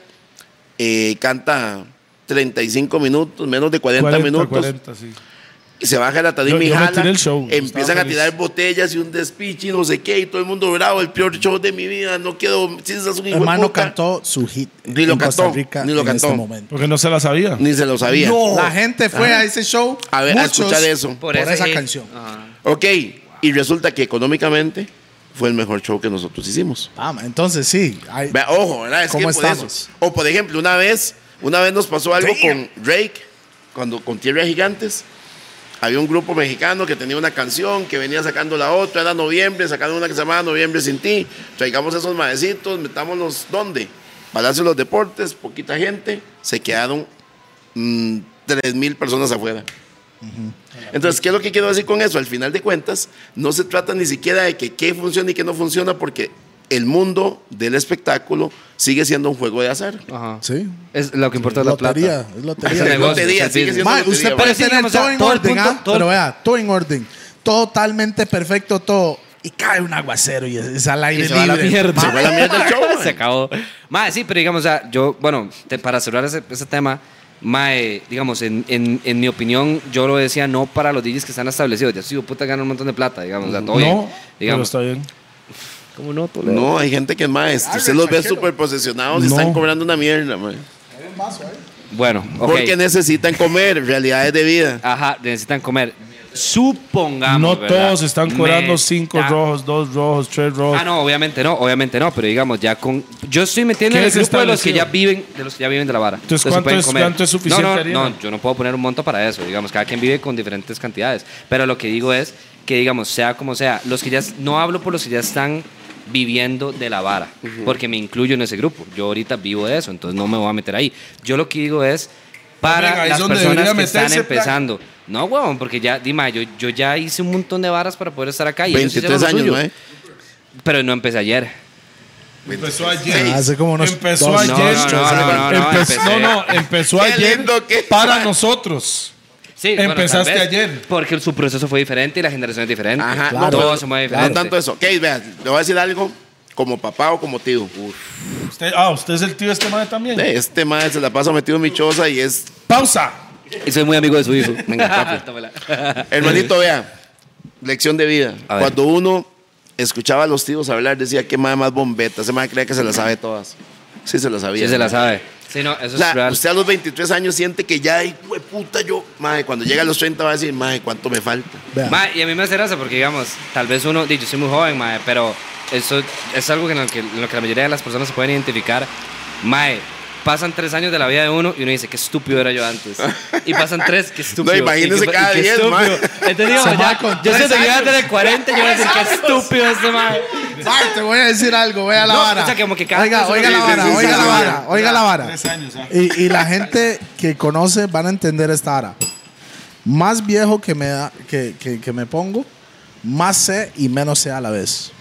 S2: eh, canta 35 minutos, menos de 40,
S1: 40,
S2: minutos,
S1: 40, sí.
S2: y se baja la
S1: Yo-
S2: tarima y
S1: yo me
S2: jala,
S1: tiré el show,
S2: empiezan
S1: estaba
S2: a tirar
S1: feliz.
S2: botellas y un despiche y no sé qué, y todo el mundo bravo, el peor show de mi vida, no quiero, si es un hijo de
S4: Hermano
S2: puta.
S4: cantó su hit
S2: Ni lo
S4: en Costa
S2: cantó,
S4: Rica
S2: ni lo
S4: en
S2: cantó.
S4: este momento.
S1: Porque no se la sabía.
S2: Ni se lo sabía.
S4: La gente fue a ese show
S2: A ver, a
S4: muchos,
S2: escuchar eso.
S4: por,
S3: ese
S4: esa
S3: hit.
S4: canción.
S3: Ajá.
S2: Ok, y resulta que económicamente fue el mejor show que nosotros hicimos.
S4: Vamos, entonces sí. hay-
S2: Vea, ojo, ¿verdad? Es
S4: ¿Cómo
S2: que por eso.
S4: estamos?
S2: O por ejemplo, una vez, una vez nos pasó algo con Drake, cuando con Tierra de Gigantes. Había un grupo mexicano que tenía una canción, que venía sacando la otra, era noviembre, sacando una que se llamaba Noviembre sin ti. Traigamos esos maecitos, metámonos ¿dónde? Palacio de los Deportes, poquita gente, se quedaron mm, tres mil personas afuera. Entonces, ¿qué es lo que quiero decir con eso? Al final de cuentas, no se trata ni siquiera de que qué funciona y qué no funciona, porque el mundo del espectáculo sigue siendo un juego de azar.
S3: Ajá.
S4: sí.
S3: Es lo que importa es la plata.
S4: lotería, es
S3: Es
S4: lotería.
S3: el negocio, es
S2: Lotería,
S3: el
S2: sigue
S3: business.
S2: siendo-
S4: Mae,
S2: lotería,
S4: usted
S2: mae.
S4: puede
S3: Sí,
S4: tener
S3: digamos,
S4: todo
S3: a-
S4: en
S3: todo el
S4: orden,
S3: punto,
S4: ¿ah?
S3: todo el-
S4: pero vea, todo en orden, totalmente perfecto todo. Y cae un aguacero y es, es al aire
S3: Y se va a
S4: libre.
S3: la mierda.
S2: Se fue a la mierda el show, mae.
S3: Se acabó. Mae, sí, pero digamos, o sea, yo, bueno, te- para cerrar ese, ese tema, mae, digamos, en, en, en mi opinión, yo lo decía no para los DJs que están establecidos. Ya sigo puta ganan un montón de plata, digamos. O sea, todo bien,
S1: No, pero
S3: digamos.
S1: está bien.
S3: ¿Cómo no, Toledo?
S2: este, No, hay gente que es maestra. Usted los ve súper posesionados y
S1: No.
S2: están cobrando una mierda, man.
S3: Bueno, ok.
S2: Porque necesitan comer, realidades de vida.
S3: Ajá, necesitan comer. Supongamos.
S1: no
S3: ¿verdad?
S1: todos están cobrando
S3: Me-
S1: cinco
S3: Ah,
S1: rojos, dos rojos, tres rojos.
S3: Ah, no, obviamente no, obviamente no, pero digamos, ya con. Yo estoy metiendo
S1: ¿Qué
S3: en el
S1: es
S3: grupo de los que
S1: establecido?
S3: ya viven, de los que ya viven de la vara.
S1: Entonces,
S3: se
S1: ¿cuánto
S3: pueden
S1: es-
S3: comer.
S1: cuánto es suficiente
S3: No, no,
S1: harina?
S3: no, yo no puedo poner un monto para eso, digamos, cada quien vive con diferentes cantidades. Pero lo que digo es que, digamos, sea como sea, los que ya. No hablo por los que ya están viviendo de la vara, porque me incluyo en ese grupo. Yo ahorita vivo de eso, entonces no me voy a meter ahí. Yo lo que digo es para
S1: Venga, ahí es
S3: las
S1: donde
S3: personas que
S1: debería
S3: están
S1: meterse, plan.
S3: empezando. No, huevón, porque ya, Dima, yo, yo ya hice un montón de varas para poder estar acá. Ah, Y ellos hicieron
S2: 23
S3: lo
S2: años,
S3: suyo.
S2: ¿no? eh?
S3: Pero no empecé ayer.
S1: Empezó ayer.
S4: Hace como unos
S1: empezó
S4: dos,
S1: ayer.
S3: no, no, no, no, no,
S1: Empezó-
S3: empecé.
S1: no, no, empezó
S2: Qué
S1: ayer
S2: lindo que-
S1: para nosotros.
S3: Sí, bueno,
S1: Empezaste
S3: tal vez,
S1: ayer.
S3: Porque su proceso fue diferente y la generación es diferente.
S2: Ajá,
S3: Todo
S2: no, pero-
S3: se mueve
S2: No
S3: diferente.
S2: tanto eso. Ok, vean, le voy a decir algo como papá o como tío.
S1: Usted, ah, usted es el tío de este madre también.
S2: Eh, Este madre se la pasa metido en mi choza y es.
S1: Pausa.
S3: Y soy muy amigo de su hijo.
S2: Venga, papi.
S3: Tómala.
S2: Hermanito, vea, lección de vida.
S3: Eh. A ver.
S2: Cuando uno escuchaba a los tíos hablar, decía que madre más bombeta. Ese madre cree que se la sabe todas. Sí, se la sabía.
S3: Sí, se la sabe. Sí, no, eso
S2: O sea,
S3: es real.
S2: usted a los 23 años siente que ya, ay, hue puta, yo, madre, cuando llega a los 30 va a decir, madre, ¿cuánto me falta?
S4: Vea,
S3: Ma, y a mí me hace gracia porque, digamos, tal vez uno, di, yo soy muy joven, mae, pero eso es algo en lo, que, en lo que la mayoría de las personas se pueden identificar. Mae, pasan tres años de la vida de uno y uno dice, qué estúpido era yo antes. Y pasan tres, qué estúpido.
S2: No, imagínese
S3: Y qué-
S2: cada
S3: y qué
S2: diez,
S3: estúpido.
S2: mae.
S3: Entonces, digamos,
S4: Se va
S3: ya,
S4: con
S3: yo
S4: tres
S3: siento que yo antes de 40, yo voy a decir, qué estúpido este mae.
S4: Mar, te voy a decir algo, vea la
S3: No,
S4: vara.
S3: o sea, como que cada
S4: oiga,
S3: persona
S4: oiga la
S3: dice
S4: vara,
S2: su
S4: oiga la
S2: historia.
S4: vara, oiga la vara.
S1: Tres años, ah.
S4: Y, y la gente que conoce van a entender esta vara. Más viejo que me, da- que, que- que me pongo, más sé y menos sé a la vez.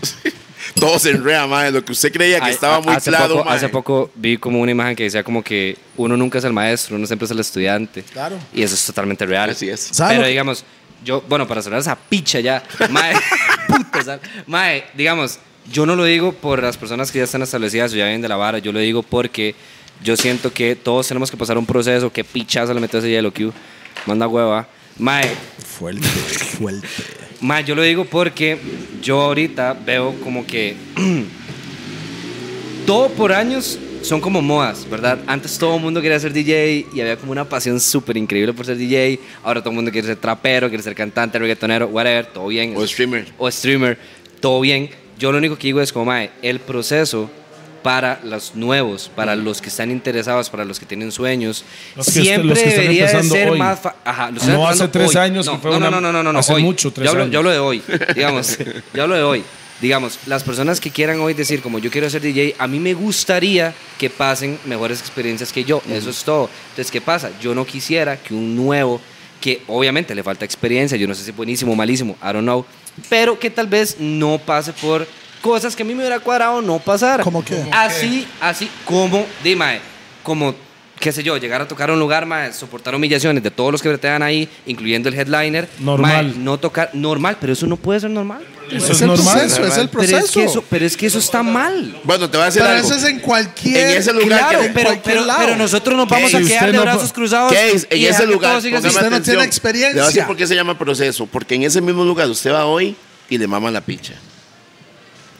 S2: Todo se enrea, madre. Lo que usted creía que
S3: Ay,
S2: estaba
S3: a-
S2: muy
S3: hace
S2: claro,
S3: poco,
S2: mae.
S3: hace poco vi como una imagen que decía como que uno nunca es el maestro, uno siempre es el estudiante.
S4: Claro.
S3: Y eso es totalmente real.
S2: Así es.
S4: ¿Sabe lo
S3: Pero
S4: que-
S3: digamos, yo, bueno, para cerrar esa picha ya, mae, puta, sal- mae, digamos, yo no lo digo por las personas que ya están establecidas o ya vienen de la vara, yo lo digo porque yo siento que todos tenemos que pasar un proceso, que pichazo le metes a ese hielo, Q, manda hueva. Mae,
S4: Fuerte, fuerte.
S3: Ma, yo lo digo porque yo ahorita veo como que todo por años son como modas, ¿verdad? Antes todo el mundo quería ser DJ y había como una pasión súper increíble por ser DJ. Ahora todo el mundo quiere ser trapero, quiere ser cantante, reggaetonero, whatever, todo bien.
S2: O streamer.
S3: O streamer, todo bien. Yo lo único que digo es como, mae, el proceso para los nuevos, para los que están interesados, para los que tienen sueños,
S1: Los que est-
S3: siempre
S1: los que están
S3: debería de
S1: empezando
S3: ser
S1: hoy.
S3: más... fa- Ajá, los que
S1: No
S3: están
S1: hace
S3: empezando
S1: tres
S3: hoy.
S1: años,
S3: no,
S1: que fue
S3: no,
S1: una-
S3: no, no, no, no, no,
S1: hace
S3: hoy.
S1: mucho, tres
S3: yo hablo,
S1: años.
S3: Yo hablo de hoy, digamos. yo hablo de hoy. Digamos, las personas que quieran hoy decir, como yo quiero ser DJ, a mí me gustaría que pasen mejores experiencias que yo. Eso es todo. Entonces, ¿qué pasa? Yo no quisiera que un nuevo, que obviamente le falta experiencia, yo no sé si buenísimo o malísimo, I don't know, pero que tal vez no pase por cosas que a mí me hubiera cuadrado no pasar.
S4: ¿Cómo qué?
S3: Así, así como, dime, como, qué sé yo, llegar a tocar un lugar, mae, soportar humillaciones de todos los que bretean ahí, incluyendo el headliner.
S1: Normal.
S3: mae, no tocar, normal, pero eso no puede ser normal.
S1: Eso es normal.
S4: proceso, es el
S3: Pero
S4: proceso.
S3: es que eso, pero es que eso está mal.
S2: Bueno, te voy a decir
S4: Pero
S2: algo.
S4: eso es en cualquier...
S2: En ese lugar
S3: Claro,
S2: que- en
S3: pero,
S4: cualquier
S3: pero,
S4: lado.
S3: pero nosotros nos vamos
S1: ¿Qué?
S3: a
S1: Si
S3: quedar
S1: usted
S3: de
S1: no
S3: brazos
S1: pu-
S3: cruzados.
S2: ¿Qué es?
S3: y dejar
S2: En ese
S3: que
S2: lugar,
S3: todo siga así.
S2: póngame
S4: Usted no tiene
S2: atención. Le voy a decir
S4: experiencia.
S2: por qué se llama proceso. Porque en ese mismo lugar usted va hoy y le maman la picha.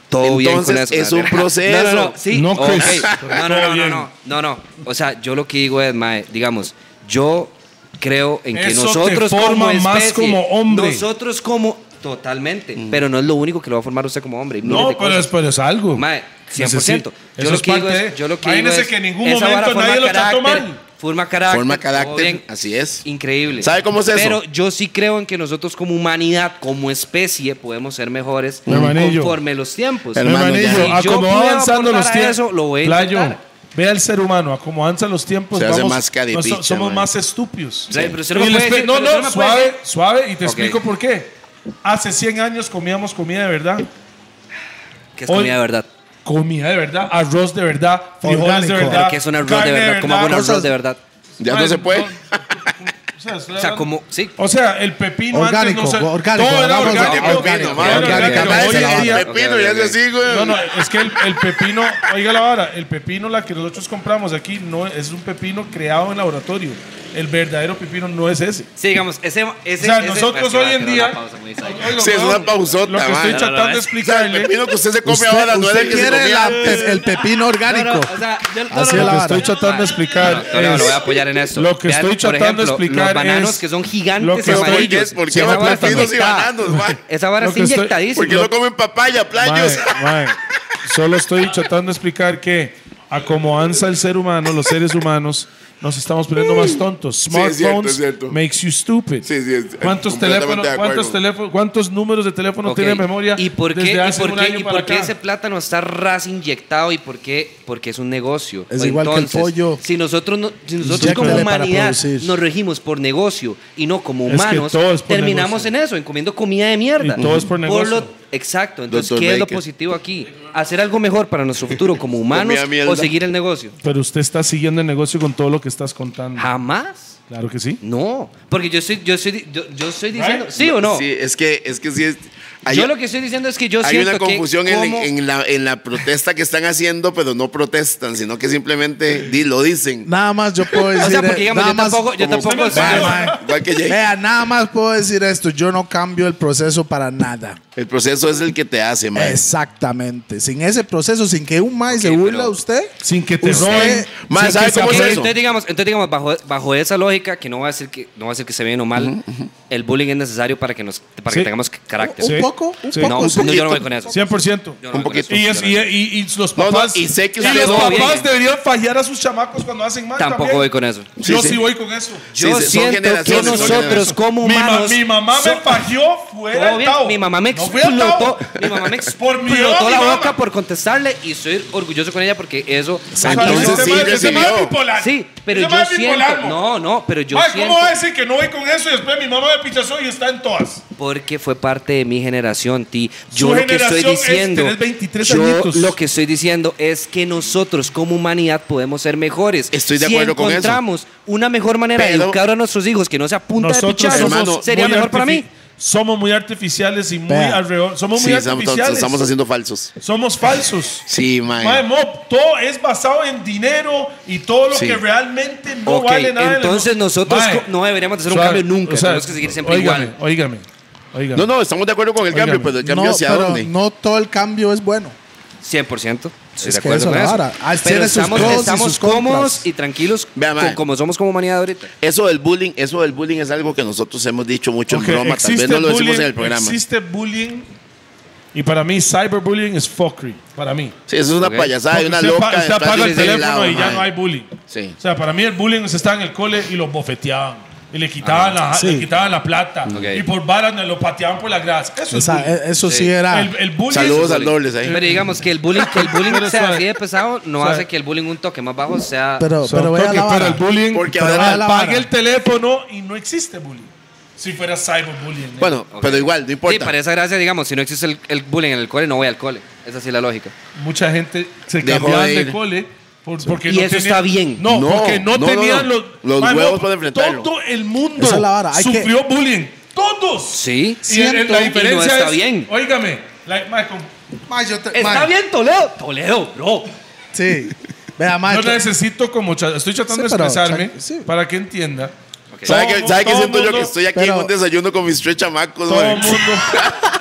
S3: Todo bien con
S2: Entonces,
S3: eso,
S2: es un
S3: madre.
S2: proceso.
S3: No, no, no. Sí.
S1: No, Chris.
S3: ok. No, no, no,
S1: Todo
S3: no,
S1: bien.
S3: no, no, no. O sea, yo lo que digo es, mae, digamos, yo creo en que
S1: Eso te
S3: nosotros como
S1: forma más
S3: especie,
S1: como hombre.
S3: Nosotros como totalmente, pero no es lo único que lo va a formar usted como hombre. hay miles
S1: No,
S3: de
S1: pero
S3: cosas.
S1: es, pero es algo.
S3: Mae, 100%.
S1: Necesito.
S3: Yo
S1: Eso
S3: lo
S1: es
S3: que digo
S1: parte
S3: es,
S1: de-
S3: yo lo que digo
S1: Imagínese
S3: es,
S1: que en ningún
S3: esa vara
S1: momento
S3: forma
S1: nadie lo trató
S3: carácter,
S1: mal.
S3: Forma carácter.
S2: Forma
S3: todo
S2: carácter,
S3: bien.
S2: así es.
S3: Increíble.
S2: ¿Sabe cómo es eso?
S3: Pero yo sí creo en que nosotros como humanidad, como especie, podemos ser mejores
S1: Hermanillo.
S3: conforme los tiempos.
S2: Hermano,
S1: Hermanillo,
S2: ya.
S1: a
S3: Si yo
S1: como
S3: puedo
S1: va avanzando
S3: aportar
S1: los
S3: a
S1: tiempos.
S3: eso, lo voy a
S1: Playo,
S3: intentar.
S1: ve al ser humano, a como avanzan los tiempos,
S2: Se hace
S1: vamos-
S2: más caripicha,
S1: no, so- somos
S2: man.
S1: más estúpidos.
S3: O sea, pero usted
S1: Y
S3: no me
S1: les
S3: puede
S1: pe-
S3: decir-
S1: no,
S3: pero usted
S1: no,
S3: me puede
S1: suave,
S3: decir-
S1: suave, y te
S3: Ok.
S1: explico por qué. Hace 100 años comíamos comida de verdad,
S3: Que es
S1: Hoy-
S3: comida de verdad.
S1: comida de verdad, arroz de verdad, frijoles
S4: Orgánico.
S1: de
S4: Pero
S1: verdad.
S3: Pero que es un arroz
S1: carne
S3: de verdad, como hago un
S1: cosas-
S3: arroz de verdad.
S2: Ya
S1: Mae,
S2: no se puede.
S1: O sea, estoy
S3: O sea,
S1: hablando-
S3: como, sí.
S1: O sea, el pepino
S4: Orgánico,
S1: antes no se-
S4: orgánico,
S1: todo era
S4: hablamos de
S1: orgánico,
S4: orgánico,
S1: todo era
S4: orgánico,
S1: orgánico.
S4: orgánico,
S1: Hoy en
S4: orgánico.
S1: día-
S2: Pepino, ya es así, güey.
S1: No, no, es que el, el pepino, oiga la vara, el pepino la que nosotros compramos aquí no es un pepino creado en laboratorio. el verdadero pepino no es ese.
S3: Sí, digamos, ese. ese
S1: O sea,
S3: ese-
S1: nosotros
S3: es que va a
S1: hoy en
S3: tener
S1: día-
S3: una pausa muy sádica.
S1: Oiga,
S2: Sí, es
S1: weón,
S2: una pausota,
S1: Lo que estoy
S2: man.
S1: tratando
S3: No, no,
S1: de
S3: es-
S1: ¿eh?
S2: O sea, el
S1: explicarle.
S2: pepino que usted se come
S4: Usted,
S2: ahora no es
S4: usted
S2: el que se
S4: quiere
S2: comía
S4: la
S2: antes.
S4: pe- el pepino orgánico.
S3: No, no, o sea, yo- no,
S4: Así
S3: no,
S4: es
S3: no,
S4: la
S3: no,
S4: vara.
S1: Estoy tratando de explicar
S3: No, no, no,
S1: es-
S3: lo voy a apoyar en esto.
S1: lo que
S3: Vean,
S1: estoy
S3: por
S1: tratando de
S3: ejemplo,
S1: explicar
S3: Los bananos
S1: es-
S3: que son
S1: lo
S3: gigantes
S1: que
S2: Pero ¿por qué-
S3: amarillos.
S2: ¿Por
S3: Sí,
S2: qué
S3: esa
S2: no
S3: vara está
S2: pepinos y
S3: conectada.
S2: bananos, man?
S3: Esa vara
S1: Lo
S3: está
S1: que estoy-
S3: inyectadísima.
S2: Porque no comen papaya, playos.
S1: Mae, mae, Solo estoy tratando de explicar que a como avanza el ser humano, los seres humanos, nos estamos poniendo más tontos.
S2: es cierto,
S1: Smartphones
S2: es cierto.
S1: makes you stupid.
S2: Sí, sí, es-
S1: ¿Cuántos,
S2: completamente
S1: teléfonos,
S2: de acuerdo.
S1: cuántos, teléfonos, ¿Cuántos números de teléfono
S3: Ok,
S1: Pues tiene memoria?
S3: ¿Y por qué,
S1: desde
S3: y
S1: hace
S3: por
S1: un
S3: qué-
S1: año
S3: y
S1: para
S3: por qué
S1: acá?
S3: ese plátano está ras inyectado y por qué? Porque es un negocio.
S4: Es igual que el pollo.
S3: Si nosotros, no- si nosotros
S4: Inyéctale
S3: como
S4: para
S3: humanidad
S4: producir.
S3: nos regimos por negocio y no como
S1: Es que
S3: humanos,
S1: todo es por
S3: terminamos
S1: negocio.
S3: en eso, en comiendo comida de mierda.
S1: Y todo es por negocio.
S3: lo- exacto. Entonces,
S2: Doctor
S3: ¿qué es lo
S2: Baker.
S3: positivo aquí? ¿Hacer algo mejor para nuestro futuro como humanos
S2: Comida mierda.
S3: o seguir el negocio?
S1: Pero usted está siguiendo el negocio con todo lo que estás contando.
S3: Jamás.
S1: Claro que sí.
S3: No, porque yo estoy, yo estoy, yo, yo estoy
S1: Right?
S3: diciendo, ¿sí o no?
S2: Sí, es que, es que sí es...
S3: yo lo que estoy diciendo es que yo
S2: hay
S3: siento
S2: una
S3: que
S2: confusión en,
S3: como-
S2: en la, en la protesta que están haciendo, pero no protestan, sino que simplemente di- lo dicen.
S4: Nada más yo puedo decir.
S3: O sea, porque
S4: eh,
S3: digamos,
S4: nada
S3: yo
S4: más-
S3: tampoco, yo
S2: como-
S3: tampoco
S2: Bye,
S3: soy-
S2: bye. Igual que Jake.
S4: Vea, nada más puedo decir esto. Yo no cambio el proceso para nada.
S2: El proceso es el que te hace, man.
S4: Exactamente. Sin ese proceso, sin que un maíz se
S3: Ok,
S4: burla a
S3: pero-
S4: usted.
S1: Sin que te
S4: Usted-
S1: roben.
S2: Mae,
S1: sin
S2: ¿sabe
S1: que se
S2: cómo es
S1: apeguen.
S2: eso?
S3: Entonces digamos, entonces digamos bajo, bajo esa lógica que no va a decir que no va a decir que se bien o mal, el bullying es necesario para que nos para
S1: Sí.
S3: que tengamos carácter.
S1: Sí.
S4: Un poco, un
S1: Sí.
S4: poco.
S3: No,
S4: un
S3: no, yo no voy
S2: poquito.
S3: con eso.
S1: 100%.
S3: Yo no voy
S2: Un
S3: con eso.
S2: poquito.
S1: Y, es- y- y- y los
S2: No, no,
S1: papás,
S2: y sé que
S1: y
S2: ustedes
S1: los
S3: no
S1: papás
S3: vienen.
S1: deberían fallar a sus chamacos cuando hacen mal.
S3: Tampoco
S1: también.
S3: voy con eso.
S2: Sí,
S1: Yo
S2: sí.
S1: sí, voy con eso.
S2: Sí,
S3: Yo
S2: sí, son
S3: siento que
S2: generaciones, son
S3: nosotros
S2: generaciones.
S3: como
S1: Mi, ma-
S3: humanos
S1: mi mamá me
S3: so-
S1: fagió fuera
S3: Todo
S1: del
S3: bien,
S1: tao.
S3: mi mamá me
S1: No fui al tao.
S3: explotó, mi mamá me
S1: Por miedo a
S3: explotó
S1: mi
S3: la
S1: mamá.
S3: boca por contestarle y estoy orgulloso con ella porque eso
S1: O sea,
S2: Entonces
S1: ese
S2: sí
S1: ma- ese ma es
S2: recibió.
S1: bipolar.
S3: Sí, pero
S1: Ese
S3: yo
S1: ma es bipolar,
S3: siento,
S1: mo.
S3: no, no, pero yo
S1: Ay,
S3: siento
S1: ¿cómo va a decir que no voy con eso y después mi mamá me pichazó y está en todas?
S3: Porque fue parte de mi generación, ti. Yo
S1: Su
S3: lo que estoy
S1: generación es
S3: diciendo.
S1: tener 23
S3: yo
S1: añitos.
S3: lo que estoy diciendo es que nosotros como humanidad podemos ser mejores.
S2: Estoy de acuerdo
S3: si
S2: con eso.
S3: encontramos una mejor manera
S2: Pero-
S3: de educar a nuestros hijos que no sea punta de
S1: Nosotros
S3: pichazos,
S2: somos
S3: sería
S1: muy
S3: mejor para
S1: artifi-
S3: mí.
S1: Somos muy artificiales y muy
S4: Vea.
S1: alrededor. Somos
S2: Sí,
S1: muy
S2: estamos,
S1: artificiales.
S2: estamos haciendo falsos.
S1: Somos falsos.
S2: Sí, man.
S1: Mae, mo, todo es basado en dinero y todo lo
S2: Sí.
S1: que realmente no
S3: Ok,
S1: vale nada. en el
S3: entonces
S1: mundo.
S3: nosotros
S1: Mae,
S3: co- no deberíamos hacer un
S1: suave,
S3: cambio nunca,
S1: o sea,
S3: tenemos que seguir siempre
S1: óigame,
S3: igual.
S1: Óigame, óigame.
S2: No, no, estamos de acuerdo con el cambio,
S1: Óigame,
S2: pero el
S4: No,
S2: cambio hacia
S4: pero
S2: dónde.
S4: no todo el cambio es bueno.
S3: 100%. Estoy
S4: Es
S3: de
S4: que
S3: acuerdo
S4: eso
S3: con
S4: es la
S3: eso.
S4: vara. Ah,
S3: Pero
S4: tiene sus
S3: estamos,
S4: pros y
S3: estamos
S4: sus contras.
S3: cómodos y tranquilos
S2: Vea,
S3: co-
S2: mae.
S3: como somos como humanidad ahorita.
S2: Eso del bullying, eso del bullying es algo que nosotros hemos dicho mucho
S1: Ok,
S2: en broma, tal vez
S1: existe
S2: no lo decimos
S1: bullying-
S2: en el programa.
S1: Existe bullying y para mí cyberbullying es fuckery, para mí.
S2: Sí, eso es una
S3: Ok.
S2: payasada y
S1: Porque
S2: una
S1: usted pa-
S2: loca.
S1: usted apaga el
S2: detrás de un
S1: teléfono
S2: lado,
S1: y ya
S2: man.
S1: no hay bullying.
S2: Sí.
S1: O sea, para mí el bullying se estaba en el cole y los bofeteaban. Y le quitaban,
S2: Ah,
S1: la,
S4: sí.
S1: le quitaban la plata.
S3: Ok.
S1: Y por balas me lo pateaban por la grasa. Eso
S4: Esa-
S1: es bullying.
S4: e- eso sí,
S3: Sí.
S4: era.
S1: el, el bullying
S2: Saludos al dobles Pues ahí.
S3: Pero digamos que el bullying, que el bullying
S1: Pero
S3: sea
S1: suave.
S3: así de pesado no
S1: Suave.
S3: hace que el bullying un toque más bajo sea
S4: pero
S1: Son
S4: pero vea
S1: toques,
S4: la
S1: pero
S4: vara.
S1: el bullying.
S2: Porque
S1: pero
S4: ahora-
S1: apague el teléfono y no existe bullying. Si fuera cyberbullying. ¿eh?
S2: Bueno,
S3: Ok.
S2: pero igual, no
S3: Sí,
S2: importa.
S3: para esa gracia, digamos, si no existe el, el bullying en el cole, no voy al cole. Esa sí es la lógica.
S1: mucha gente se
S2: Dejó
S1: cambiaba
S2: de
S1: de,
S2: ir.
S1: cole. por- porque
S3: Y
S1: no
S3: eso
S1: tenía-
S3: está bien.
S1: No,
S2: No,
S1: porque no,
S2: no, no,
S1: tenían
S2: no.
S1: los,
S2: Los
S1: Mae,
S2: huevos
S1: no,
S2: para enfrentarlo.
S1: Todo el mundo
S4: Esa es la vara, hay que-
S1: sufrió bullying. Todos.
S3: Sí.
S1: Y el- el-
S4: Siento-
S1: la
S4: y no
S1: diferencia
S3: está
S1: es,
S3: bien.
S1: Óigame, la- mae, con-
S4: Ma, yo te-
S3: Está
S4: ma,
S3: bien, Toledo. Toledo, bro.
S4: Sí. Vea, ma,
S1: yo
S4: Ah, que-
S1: necesito como cha- estoy tratando
S4: Sí,
S1: de
S4: pero,
S1: expresarme
S4: cha- sí.
S1: para que entienda.
S2: ¿Sabe
S1: Todo
S2: qué
S1: mu-
S2: sabe qué
S1: todo
S2: siento yo
S1: mundo-
S2: que estoy aquí en
S4: pero-
S2: un desayuno con mis tres chamacos?
S1: Todo
S2: man?
S1: el mundo,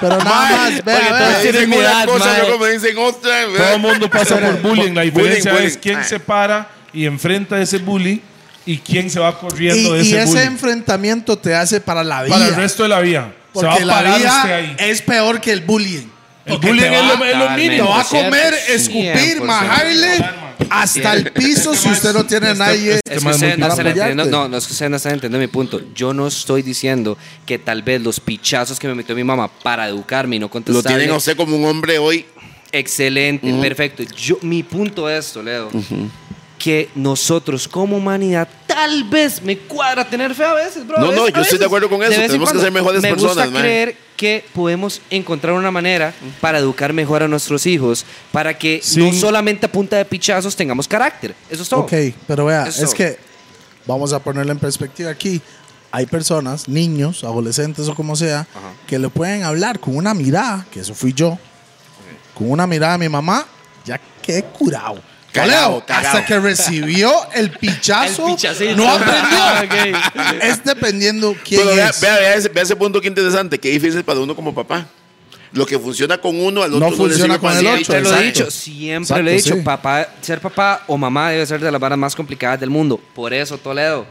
S4: pero nada más,
S2: Porque
S4: vea,
S2: todos
S4: vea.
S3: tienen
S2: dicen
S3: mi edad,
S2: una cosa,
S3: mae.
S2: luego me dicen otra.
S1: todo
S2: ¿verdad?
S1: el mundo pasa por bullying. La
S2: Bullying,
S1: diferencia es
S2: bullying.
S1: quién
S2: Ah.
S1: se para y enfrenta ese bullying y quién se va
S4: Y,
S1: corriendo de
S4: y
S1: ese
S4: ese
S1: bullying.
S4: enfrentamiento te hace para la vida.
S1: Para el resto de la vida. Se va
S4: porque
S1: a
S4: la
S1: parar usted
S4: vida
S1: ahí.
S4: es peor que el bullying.
S1: El
S4: Porque
S1: bullying
S4: te
S1: es
S4: va-
S1: lo, es lo
S3: Totalmente.
S4: Te
S1: mínimo.
S4: va a comer,
S3: 100%.
S4: escupir, majarle hasta el piso si usted no tiene a nadie.
S1: Este
S3: Es que
S1: man es
S3: ustedes
S1: muy
S3: no
S4: para
S3: están
S4: apoyarte.
S3: entendiendo, no, no es que ustedes no están entendiendo mi punto. Yo no estoy diciendo que tal vez los pichazos que me metió mi mamá para educarme y no
S2: Lo
S3: contestar.
S2: tienen a usted como un hombre hoy.
S3: Excelente, perfecto. Yo, mi punto es, Toledo, que nosotros como humanidad tal vez me cuadra tener fe a veces, bro. a
S2: No, no,
S3: veces-
S2: yo
S3: a
S2: estoy de
S3: veces,
S2: acuerdo con
S3: de
S2: eso.
S3: vez en
S2: Tenemos que
S3: cuando.
S2: ser mejores
S3: me
S2: personas,
S3: gusta
S2: man.
S3: creer que podemos encontrar una manera para educar mejor a nuestros hijos para que
S1: Sí.
S3: no solamente a punta de pichazos tengamos carácter. Eso es todo.
S4: Ok, pero vea,
S3: Eso.
S4: es que vamos a ponerlo en perspectiva aquí. Hay personas, niños, adolescentes o como sea, que le pueden hablar con una mirada, que eso fui yo, con una mirada a mi mamá, ya quedé curado.
S2: Cagao,
S5: Toledo,
S2: cagao.
S5: Hasta que recibió el pichazo,
S3: El pichacito.
S5: no aprendió.
S3: Ah, ok.
S5: Es dependiendo quién
S2: Pero vea,
S5: es.
S2: vea, vea ese, vea ese punto que interesante, qué difícil para uno como papá. Lo que funciona con uno, al otro
S5: funciona
S2: le sirve
S5: con
S3: Pues
S2: para
S5: el
S2: nada.
S5: otro,
S3: Siempre lo he
S5: exacto.
S3: dicho, siempre
S5: Exacto,
S3: lo he dicho.
S5: sí.
S3: Papá, ser papá o mamá debe ser de las varas más complicadas del mundo. Por eso, Toledo,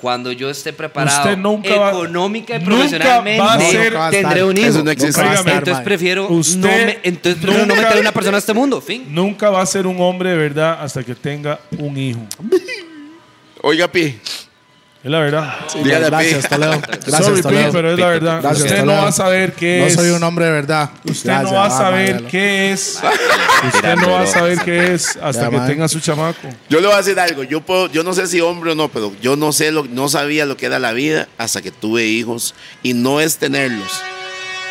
S3: cuando yo esté preparado
S1: Usted nunca va-
S3: económica y
S1: nunca
S3: profesionalmente,
S1: va a
S3: no,
S1: ser-
S3: nunca tendré un hijo.
S2: Eso no existe.
S1: Nunca va a estar,
S3: entonces
S5: mae.
S3: prefiero
S1: Usted
S3: no me- entonces prefiero no
S1: nunca-
S3: meter a una persona a este mundo. Fin.
S1: Nunca va a ser un hombre de verdad hasta que tenga un hijo.
S2: Oiga, Pi,
S1: Es la verdad.
S2: dígale a Pi.
S4: Gracias, Toledo.
S1: Sorry,
S4: Gracias,
S1: Pi,
S4: Toledo.
S1: pero es la verdad.
S4: Gracias,
S1: usted no
S4: Toledo.
S1: va a saber qué
S4: No
S1: es.
S4: soy un hombre de verdad. Ah,
S1: Usted no
S3: Ah,
S1: va a saber qué es. Usted no va a saber qué es hasta
S4: Ya,
S1: que
S4: mae.
S1: tenga su chamaco.
S2: Yo le voy a decir algo. Yo, puedo, yo no sé si hombre o no, pero yo no, sé lo, no sabía lo que era la vida hasta que tuve hijos. Y no es tenerlos.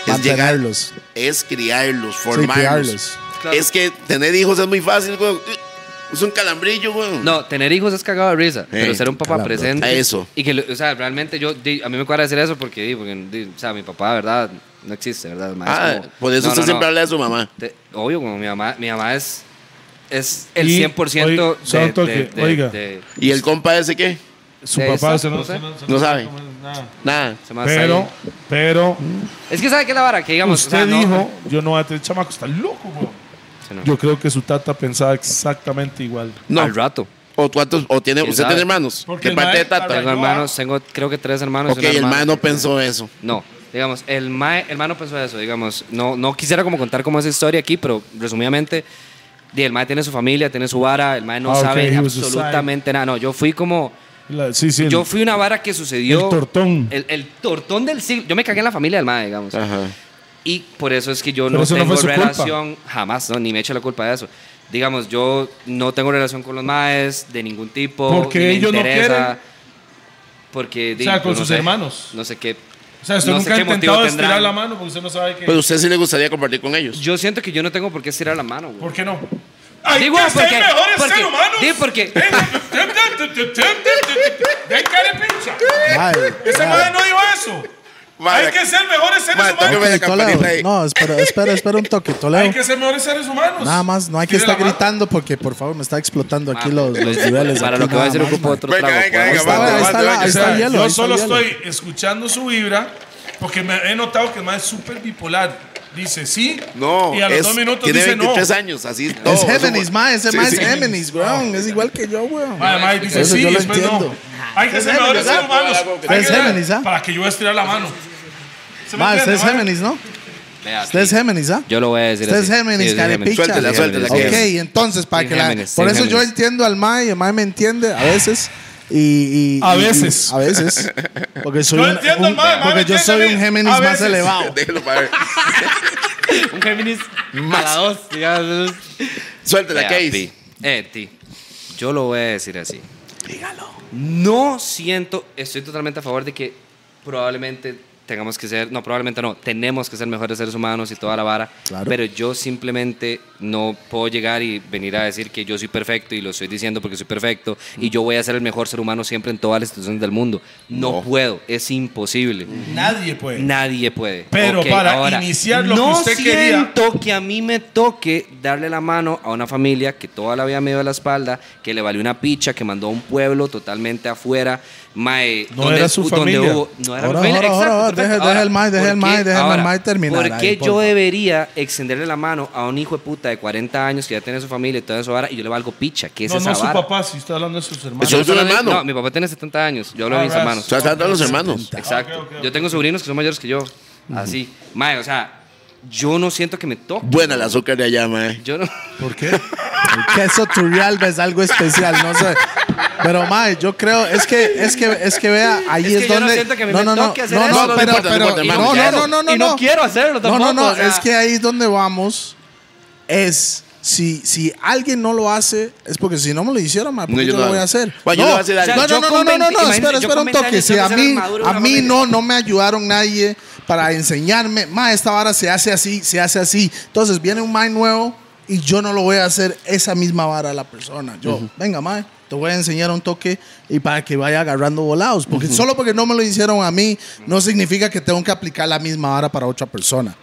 S2: Es llegar,
S4: Mantenerlos.
S2: es criarlos, formarlos.
S4: criarlos.
S3: Claro.
S2: Es que tener hijos es muy fácil, güey. Es un calambrillo, güey.
S3: No, tener hijos es cagado de risa, pero ser un papá
S4: claro,
S3: presente.
S2: eso.
S3: Y que, lo- o sea, realmente yo, di- a mí me cuadra decir eso porque, di, porque, di, o sea, mi papá, ¿verdad? No existe, ¿verdad? Mae? Es
S2: Ah,
S3: como-
S2: por eso
S3: no,
S2: usted
S3: no,
S2: siempre
S3: no.
S2: habla de su mamá.
S3: Te- obvio, como mi mamá, mi mamá es, es el
S1: Y,
S3: 100%
S1: oiga,
S3: de-
S1: solo un toque,
S3: de, de-
S1: oiga.
S3: de-
S2: ¿Y el compa ese qué?
S3: Sí,
S1: Su papá
S3: exacto,
S1: se
S3: no
S1: no,
S3: sé.
S1: se no, se
S2: No sabe.
S1: cómo es nada.
S2: Nada.
S3: se me hace
S1: Pero,
S3: ahí.
S1: pero,
S3: Es que sabe que la vara, que digamos. o
S1: usted
S3: sea, no-
S1: dijo, yo no voy a tener chamaco. Está loco, bro.
S3: Sí, no.
S1: Yo creo que su tata pensaba exactamente igual.
S2: No.
S3: Al rato.
S2: ¿O, cuántos, o tiene,
S3: ¿Quién
S2: usted
S3: sabe?
S2: tiene hermanos? De
S1: Porque el
S2: parte de
S1: maestro-
S2: Tata.
S1: Pero
S3: Tengo
S1: no,
S3: hermanos, tengo creo que tres hermanos. y
S2: Ok,
S3: una
S2: el
S3: hermana.
S2: hermano pensó eso.
S3: No, digamos, el mae, el mae no pensó eso, digamos. No, no quisiera como contar como esa historia aquí, pero resumidamente, di, el mae tiene su familia, tiene su vara, el mae no
S1: Ah, ok,
S3: sabe
S1: he was a
S3: absolutamente nada. No, yo fui como...
S1: La- sí, sí. el-
S3: Yo fui una vara que sucedió...
S1: El tortón.
S3: El, el tortón del siglo. Yo me cagué en la familia del mae, digamos.
S2: Ajá.
S3: Y por eso es que yo
S1: Pero
S3: no
S1: eso no
S3: tengo
S1: fue su culpa.
S3: relación, jamás, no, ni me echo la culpa de eso. Digamos, yo no tengo relación con los maes de ningún tipo.
S1: Porque
S3: ni me
S1: ellos no
S3: interesa,
S1: quieren.
S3: Porque,
S1: O sea,
S3: digo,
S1: con
S3: no
S1: sus
S3: sé,
S1: hermanos.
S3: No sé qué.
S1: o sea, usted
S3: no sé
S1: nunca ha
S3: qué motivo Pues
S1: intentado estirar
S3: tendrán.
S1: la mano porque usted no sabe qué.
S2: Pero a usted sí le gustaría compartir con ellos.
S3: Yo siento que yo no tengo por qué estirar la mano, güey.
S1: ¿Por qué no? ¡Hay
S3: Digo,
S1: que
S3: porque-
S1: ser mejores
S3: porque-
S1: seres humanos!
S3: di, porque-
S1: ¡Ven, cara de pincha!
S4: Mae,
S1: ¡Ese
S4: mae.
S1: madre no dijo eso!
S2: Vale.
S1: ¡Hay que ser mejores seres
S3: Ah,
S2: Vale,
S1: humanos!
S2: tóqueme la
S4: Ok,
S2: campanita
S4: Toledo.
S2: ahí.
S4: No, espera, espera, espera un toque,
S1: ¡Hay
S4: Toledo.
S1: que ser mejores seres humanos!
S4: Nada más, no hay que
S1: Tire la
S4: estar
S1: mano.
S4: gritando porque, por favor, me está explotando
S3: Ah,
S4: aquí los, los niveles.
S3: Para
S4: aquí
S3: lo que voy a
S4: nada
S3: decir,
S4: más,
S3: ocupo
S4: mae.
S3: otro
S2: Venga,
S3: trago. pues.
S2: venga,
S3: ¿podemos?
S2: venga,
S4: Ahí
S2: vamos.
S4: está, ahí está la- ahí
S1: O
S4: está
S1: sea,
S4: el hielo,
S1: yo
S4: ahí está el
S1: solo
S4: hielo.
S1: estoy escuchando su vibra porque me he notado que el mae es súper bipolar. Dice sí
S2: No,
S1: y a los
S2: es,
S1: dos minutos
S2: tiene
S1: dice no.
S2: 23 años, así todo.
S4: Es Géminis, mae, ese
S2: Sí,
S4: mae es
S2: sí.
S4: Géminis, weón. Es igual que yo, weón.
S1: Mae, mae, dice
S4: Eso
S1: sí
S4: yo
S1: y
S4: lo
S1: después no.
S4: entiendo.
S1: Hay que
S4: Es
S1: ser mejores
S4: Géminis,
S1: seres
S4: ¿ah?
S1: humanos.
S2: Es
S1: Hay que ser-
S4: Géminis, ¿ah?
S1: Para que yo voy a estirar la mano. ¿Se me
S4: Mae, usted
S1: entiende,
S4: es
S1: mae?
S4: Géminis, ¿no?
S3: Vea,
S4: Usted es Géminis, ¿ah?
S3: Yo lo voy a decir
S4: Usted es
S3: así.
S4: Géminis,
S3: Sí, yo soy Géminis.
S4: carepicha.
S2: Suéltela, suéltela,
S4: Ok,
S2: que-
S4: entonces, para
S3: Sí,
S4: que la.
S3: Géminis,
S4: por
S3: sí,
S4: eso yo
S3: Géminis.
S4: entiendo al Mae, el Mae me entiende a veces. Y, y-
S1: A
S4: y- y-
S1: veces.
S4: a veces. Porque soy
S1: Yo
S4: un,
S1: entiendo al
S4: un-
S1: mae, mae me
S4: porque yo
S1: entiende a
S4: soy
S1: mí.
S4: un
S1: A
S4: Géminis más
S1: veces.
S4: elevado.
S2: Déjelo para ver.
S3: Un Géminis más a la dos, digamos.
S2: Suéltela,
S3: Vea,
S2: Case.
S3: Pi. Eh, ti. Yo lo voy a decir así. No siento, estoy totalmente a favor de que probablemente tengamos que ser, no, probablemente no, tenemos que ser mejores seres humanos y toda la vara.
S4: Claro.
S3: Pero yo simplemente no puedo llegar y venir a decir que yo soy perfecto y lo estoy diciendo porque soy perfecto y yo voy a ser el mejor ser humano siempre en todas las instituciones del mundo. No,
S2: No.
S3: puedo, es imposible.
S1: Nadie puede.
S3: Nadie pues. puede.
S1: Pero
S3: Ok,
S1: para
S3: ahora,
S1: iniciar lo que usted quería-
S3: No siento que a mí me toque darle la mano a una familia que toda la vida me dio la espalda, que le valió una picha, que mandó a un pueblo totalmente afuera. Mae,
S1: No era su familia.
S3: no era
S4: Ahora,
S3: mi familia.
S4: ahora,
S3: Exacto,
S4: ahora,
S3: perfecto.
S4: deja- deja el mae, deja
S3: ¿por
S4: el
S3: qué-
S4: mae, deja el
S3: ahora,
S4: mae terminar
S3: ¿Por qué
S4: ahí,
S3: yo
S4: porfa?
S3: debería extenderle la mano a un hijo de puta de 40 años que ya tiene su familia y toda su vara y yo le valgo picha? ¿Qué es
S1: No,
S3: esa
S1: no su
S3: vara?
S1: papá, si está hablando de sus hermanos.
S2: Eso-
S3: Yo
S2: es un
S3: solo-
S2: hermano.
S3: No, mi papá tiene 70 años. Yo hablo
S1: Ah,
S3: de mis
S1: right.
S2: O
S3: hermanos.
S2: sea, están todos los hermanos.
S3: Exacto.
S1: ok, ok,
S3: Yo tengo sobrinos que son mayores que yo. Así. Mae, o sea, yo no siento que me toque.
S2: Buena el azúcar de allá, mae.
S3: Yo no.
S1: ¿Por qué?
S4: El queso Turrialba es algo especial, no sé. Pero mae, yo creo, es que, es que, es que vea, ahí
S3: Es
S4: es,
S3: que yo no
S4: donde.
S3: siento que a mí me
S4: no, no,
S3: toque hacer
S4: no,
S3: eso.
S4: no,
S2: No, no
S4: pero,
S2: importa, no
S4: pero,
S2: importa,
S4: no,
S2: hermano.
S4: no,
S2: Y no
S4: no, no, no,
S3: y no quiero hacerlo tampoco,
S4: No, no, no,
S3: o sea.
S4: es que ahí es donde vamos es si, si alguien no lo hace es porque si no me lo hicieron, ma, ¿por
S2: No,
S4: qué
S2: yo
S4: yo,
S2: lo
S4: lo voy
S2: hago.
S4: a hacer.
S2: Bueno, yo
S4: no,
S2: lo voy a hacer a
S3: alguien.
S4: no, no,
S3: Yo
S4: no,
S3: con
S4: no, no,
S3: 20,
S4: no, espera,
S3: imagínate, yo
S4: espera
S3: con
S4: un
S3: 20
S4: toque.
S3: años
S4: Si
S3: tengo
S4: a
S3: que ser
S4: mí,
S3: maduro,
S4: a
S3: una
S4: mí
S3: familia.
S4: no, no me ayudaron nadie para enseñarme, ma, esta vara se hace así, se hace así. Entonces viene un ma nuevo y yo no lo voy a hacer esa misma vara a la persona. Yo, venga, ma, te voy a enseñar un toque y para que vaya agarrando volados. Porque solo porque no me lo hicieron a mí, no significa que tengo que aplicar la misma vara para otra persona.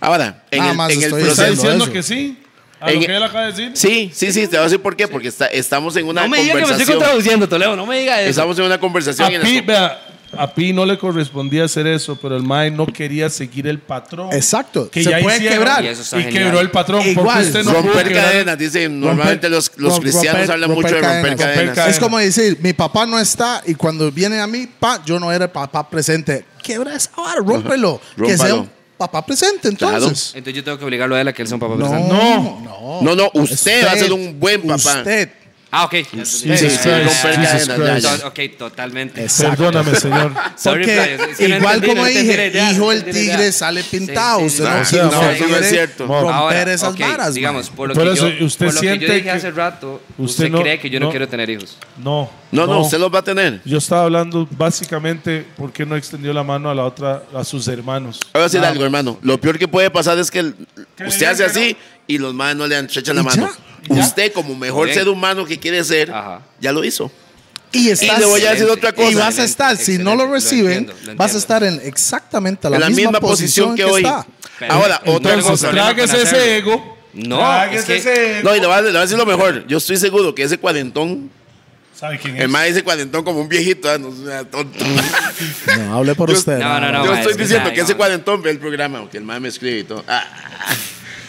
S2: Ahora, en
S4: Nada
S2: el,
S4: más
S2: en el
S4: estoy
S1: ¿Está
S2: proceso.
S4: diciendo
S1: diciendo
S4: eso.
S1: que sí? ¿A lo
S2: en-
S1: que él acaba de decir?
S2: Sí, sí, sí, te voy a decir por qué, porque está- estamos en una
S3: No me diga que me estoy
S2: conversación.
S3: contradiciendo, Toledo. No me diga eso.
S2: estamos en una
S1: A
S2: conversación y en las-
S1: Pi, vea, a Pi no le correspondía hacer eso, pero el Mae no quería seguir el patrón.
S4: Exacto.
S1: Que
S4: se
S1: ya
S4: puede
S1: hicieron,
S4: quebrar.
S3: Y eso está
S1: Y
S3: genial.
S1: quebró el patrón. porque
S4: Igual,
S1: usted no pudo
S2: romper
S1: quebrar-
S2: cadenas, dicen normalmente los, los
S4: romper-
S2: cristianos hablan
S4: romper
S2: mucho de romper
S4: cadenas.
S2: cadenas.
S1: Romper cadenas.
S4: Es como decir, mi papá no está y cuando viene a mí, pa, yo no era el papá presente. Quebra esa vara, rómpelo. Que sea
S2: Rómpalo.
S4: un papá presente, entonces.
S3: Entonces yo tengo que obligarlo a él a que él sea un papá
S4: No,
S3: presente.
S1: No.
S4: Pues, no.
S2: No, no, usted va a ser un buen papá.
S4: Usted.
S3: Ah, ok. Ya
S1: Sí,
S3: entendí.
S2: Sí,
S1: sí,
S2: sí,
S1: sí,
S2: romper
S1: Jesus
S2: cadenas, ya,
S1: Christ.
S2: ya.
S3: To- Ok, totalmente.
S4: Exacto.
S1: Perdóname, señor.
S3: Sorry,
S4: Porque
S3: Flavio, es que no entendí,
S4: igual como
S3: no entendí la
S4: dije,
S3: idea, no
S4: hijo del
S3: entendí la idea.
S4: tigre sale pintado.
S3: Sí, sí,
S4: Usted
S3: sí,
S4: no
S3: sí,
S4: quiere
S3: no, eso
S4: usted
S3: no
S4: quiere
S2: es cierto.
S4: romper
S3: Ahora,
S4: esas
S3: ok,
S4: varas. man.
S3: Digamos, por lo,
S1: Por
S3: que,
S1: eso,
S3: yo,
S1: ¿usted
S3: por lo que yo
S1: siente
S3: dije
S1: que-
S3: hace rato, usted,
S1: usted no-
S3: cree que yo no,
S1: no.
S3: quiero tener hijos.
S1: No.
S2: No, no, usted los va a tener.
S1: Yo estaba hablando básicamente por qué no extendió la mano a la otra, a sus hermanos.
S2: Voy a decir algo, hermano. Lo peor que puede pasar es que el- usted
S1: digan
S2: hace
S1: que
S2: así y los más no le han echan la
S4: ¿Y ya?
S2: mano. Usted, como mejor
S3: Bien.
S2: ser humano que quiere ser,
S3: Ajá.
S2: ya lo hizo.
S3: eh,
S4: Y,
S2: Y
S4: estás,
S2: le voy a decir otra cosa.
S4: y vas a estar, si no lo
S3: Excelente,
S4: reciben,
S3: entiendo, lo
S4: vas
S3: entiendo.
S4: a estar en exactamente la,
S2: en la misma, posición que, hoy.
S4: está.
S3: Pero-
S2: Ahora, otra
S3: Entonces,
S2: cosa.
S3: problema con
S1: Tráguese ese
S3: hacerlo.
S1: ego.
S3: No,
S1: Tráguese
S3: es que-
S1: ese ego.
S2: No, y le voy, a, le voy a decir lo mejor. Yo estoy seguro que ese cuarentón,
S1: ¿Sabe quién
S2: el
S1: es?
S2: más dice cuarentón como un viejito, ah, no sea tonto.
S4: No, hable por
S2: Yo-
S4: usted.
S3: No, no, no.
S2: Yo
S3: ma,
S2: estoy
S3: es que
S2: diciendo
S3: sabe,
S2: que ese
S3: no.
S2: cuarentón ve el programa, que el más me escribe y todo. Ah,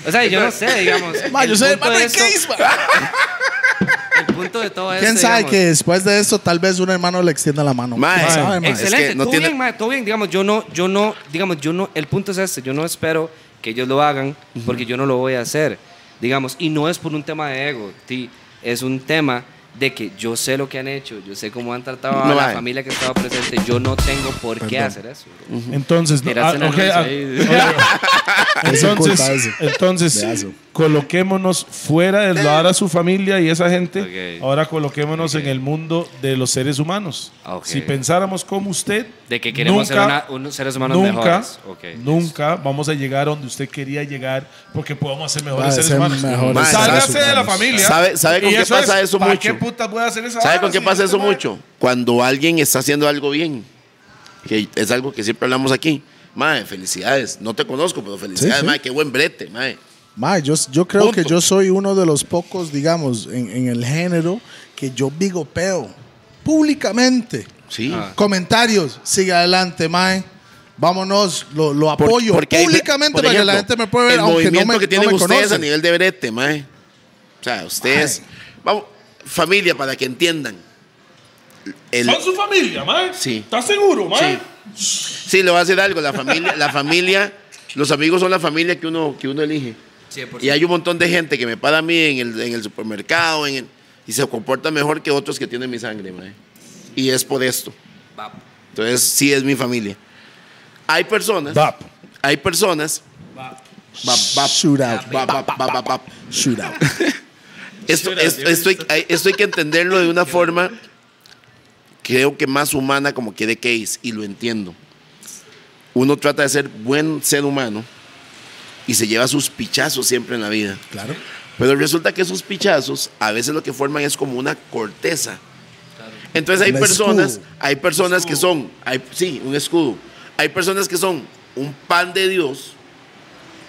S3: O sea, yo no sé, digamos.
S4: Ma, yo
S3: el
S4: soy el
S3: punto de
S4: Patrick
S3: esto-
S4: Case, man.
S3: El punto de todo
S4: ¿Quién
S3: esto,
S4: sabe
S3: digamos,
S4: que después de esto tal vez un hermano le extienda la mano?
S2: Mae.
S4: ¿Quién sabe, mae?
S2: eh, Ex-
S3: Excelente,
S2: Es que no
S3: todo
S2: tiene-
S3: bien, ma, todo bien. Digamos, yo no, yo no, digamos, yo no, el punto es este, yo no espero que ellos lo hagan porque yo no lo voy a hacer. Digamos, y no es por un tema de ego, ti, es un tema de que yo sé lo que han hecho, yo sé cómo han tratado a
S2: No,
S3: la
S2: ma.
S3: familia que estaba presente, yo no tengo por qué hacer eso. bro.
S1: Entonces, no,
S3: Tiraste
S1: ah,
S3: la
S1: ok,
S3: risa
S1: ah,
S3: ahí.
S1: ok.
S4: Es
S1: entonces,
S4: culpa de eso.
S1: entonces eh,
S4: De eso.
S1: coloquémonos fuera de la a su familia y esa gente.
S3: Eh. Ok.
S1: Ahora coloquémonos en el mundo de los seres humanos.
S3: Ah, ok.
S1: Si pensáramos como usted,
S3: De que queremos ser
S1: nunca-
S3: una- unos seres humanos
S1: nunca,
S3: mejores. Ok,
S1: nunca vamos a llegar donde usted quería llegar porque podamos ser mejores
S4: Para
S1: seres
S4: ser
S1: humanos.
S4: mejores
S1: Mae,
S2: seres
S1: Sálgase de la
S4: humanos.
S1: familia.
S2: ¿Sabe- sabe con
S1: Y
S2: qué pasa
S1: es,
S2: eso
S1: ¿para
S2: mucho?
S1: qué puta voy a hacer esa
S2: ¿Sabe
S1: vara
S2: con qué
S1: si
S2: pasa
S1: este
S2: eso
S1: mae-
S2: mucho? Cuando alguien está haciendo algo bien, que es algo que siempre hablamos aquí. Mae, felicidades. No te conozco, pero felicidades,
S4: Sí, sí.
S2: mae. Qué buen brete, mae.
S4: Mae, yo, yo creo
S2: Punto.
S4: que yo soy uno de los pocos, digamos, en, en el género que yo bigopeo públicamente.
S2: Sí.
S4: Comentarios, sigue adelante, mae. Vámonos, lo, lo
S2: Por-
S4: apoyo
S2: hay-
S4: públicamente
S2: por
S4: para que
S2: ejemplo,
S4: la gente me pueda ver,
S2: El
S4: aunque no
S2: movimiento
S4: me,
S2: que
S4: no
S2: tienen
S4: me
S2: ustedes a
S4: conocen.
S2: nivel de brete, mae. O sea, ustedes. Vamos, familia, para que entiendan. El,
S1: Son su familia, mae.
S2: Sí.
S1: ¿Estás seguro, mae?
S2: Sí. sí, le voy a decir algo. La familia, la familia, los amigos son la familia que uno, que uno elige.
S3: 100%.
S2: Y hay un montón de gente que me para a mí en el, en el supermercado en el- y se comporta mejor que otros que tienen mi sangre, mae. Y es por esto.
S3: Va.
S2: Entonces, sí es mi familia. Hay personas.
S1: Vap.
S2: Hay personas. Vap, vap,
S4: Shoot out.
S2: vap, vap, vap, vap, vap.
S4: Shoot out.
S2: Esto, esto- esto hay- hay, esto hay que entenderlo de una forma, creo que más humana como quiere Case, y lo entiendo. Uno trata de ser buen ser humano y se lleva sus pichazos siempre en la vida.
S4: Claro.
S2: Pero resulta que esos pichazos a veces lo que forman es como una corteza. Entonces hay
S4: Un
S2: personas,
S4: escudo.
S2: hay personas que son, hay, sí, un escudo. Hay personas que son un pan de Dios,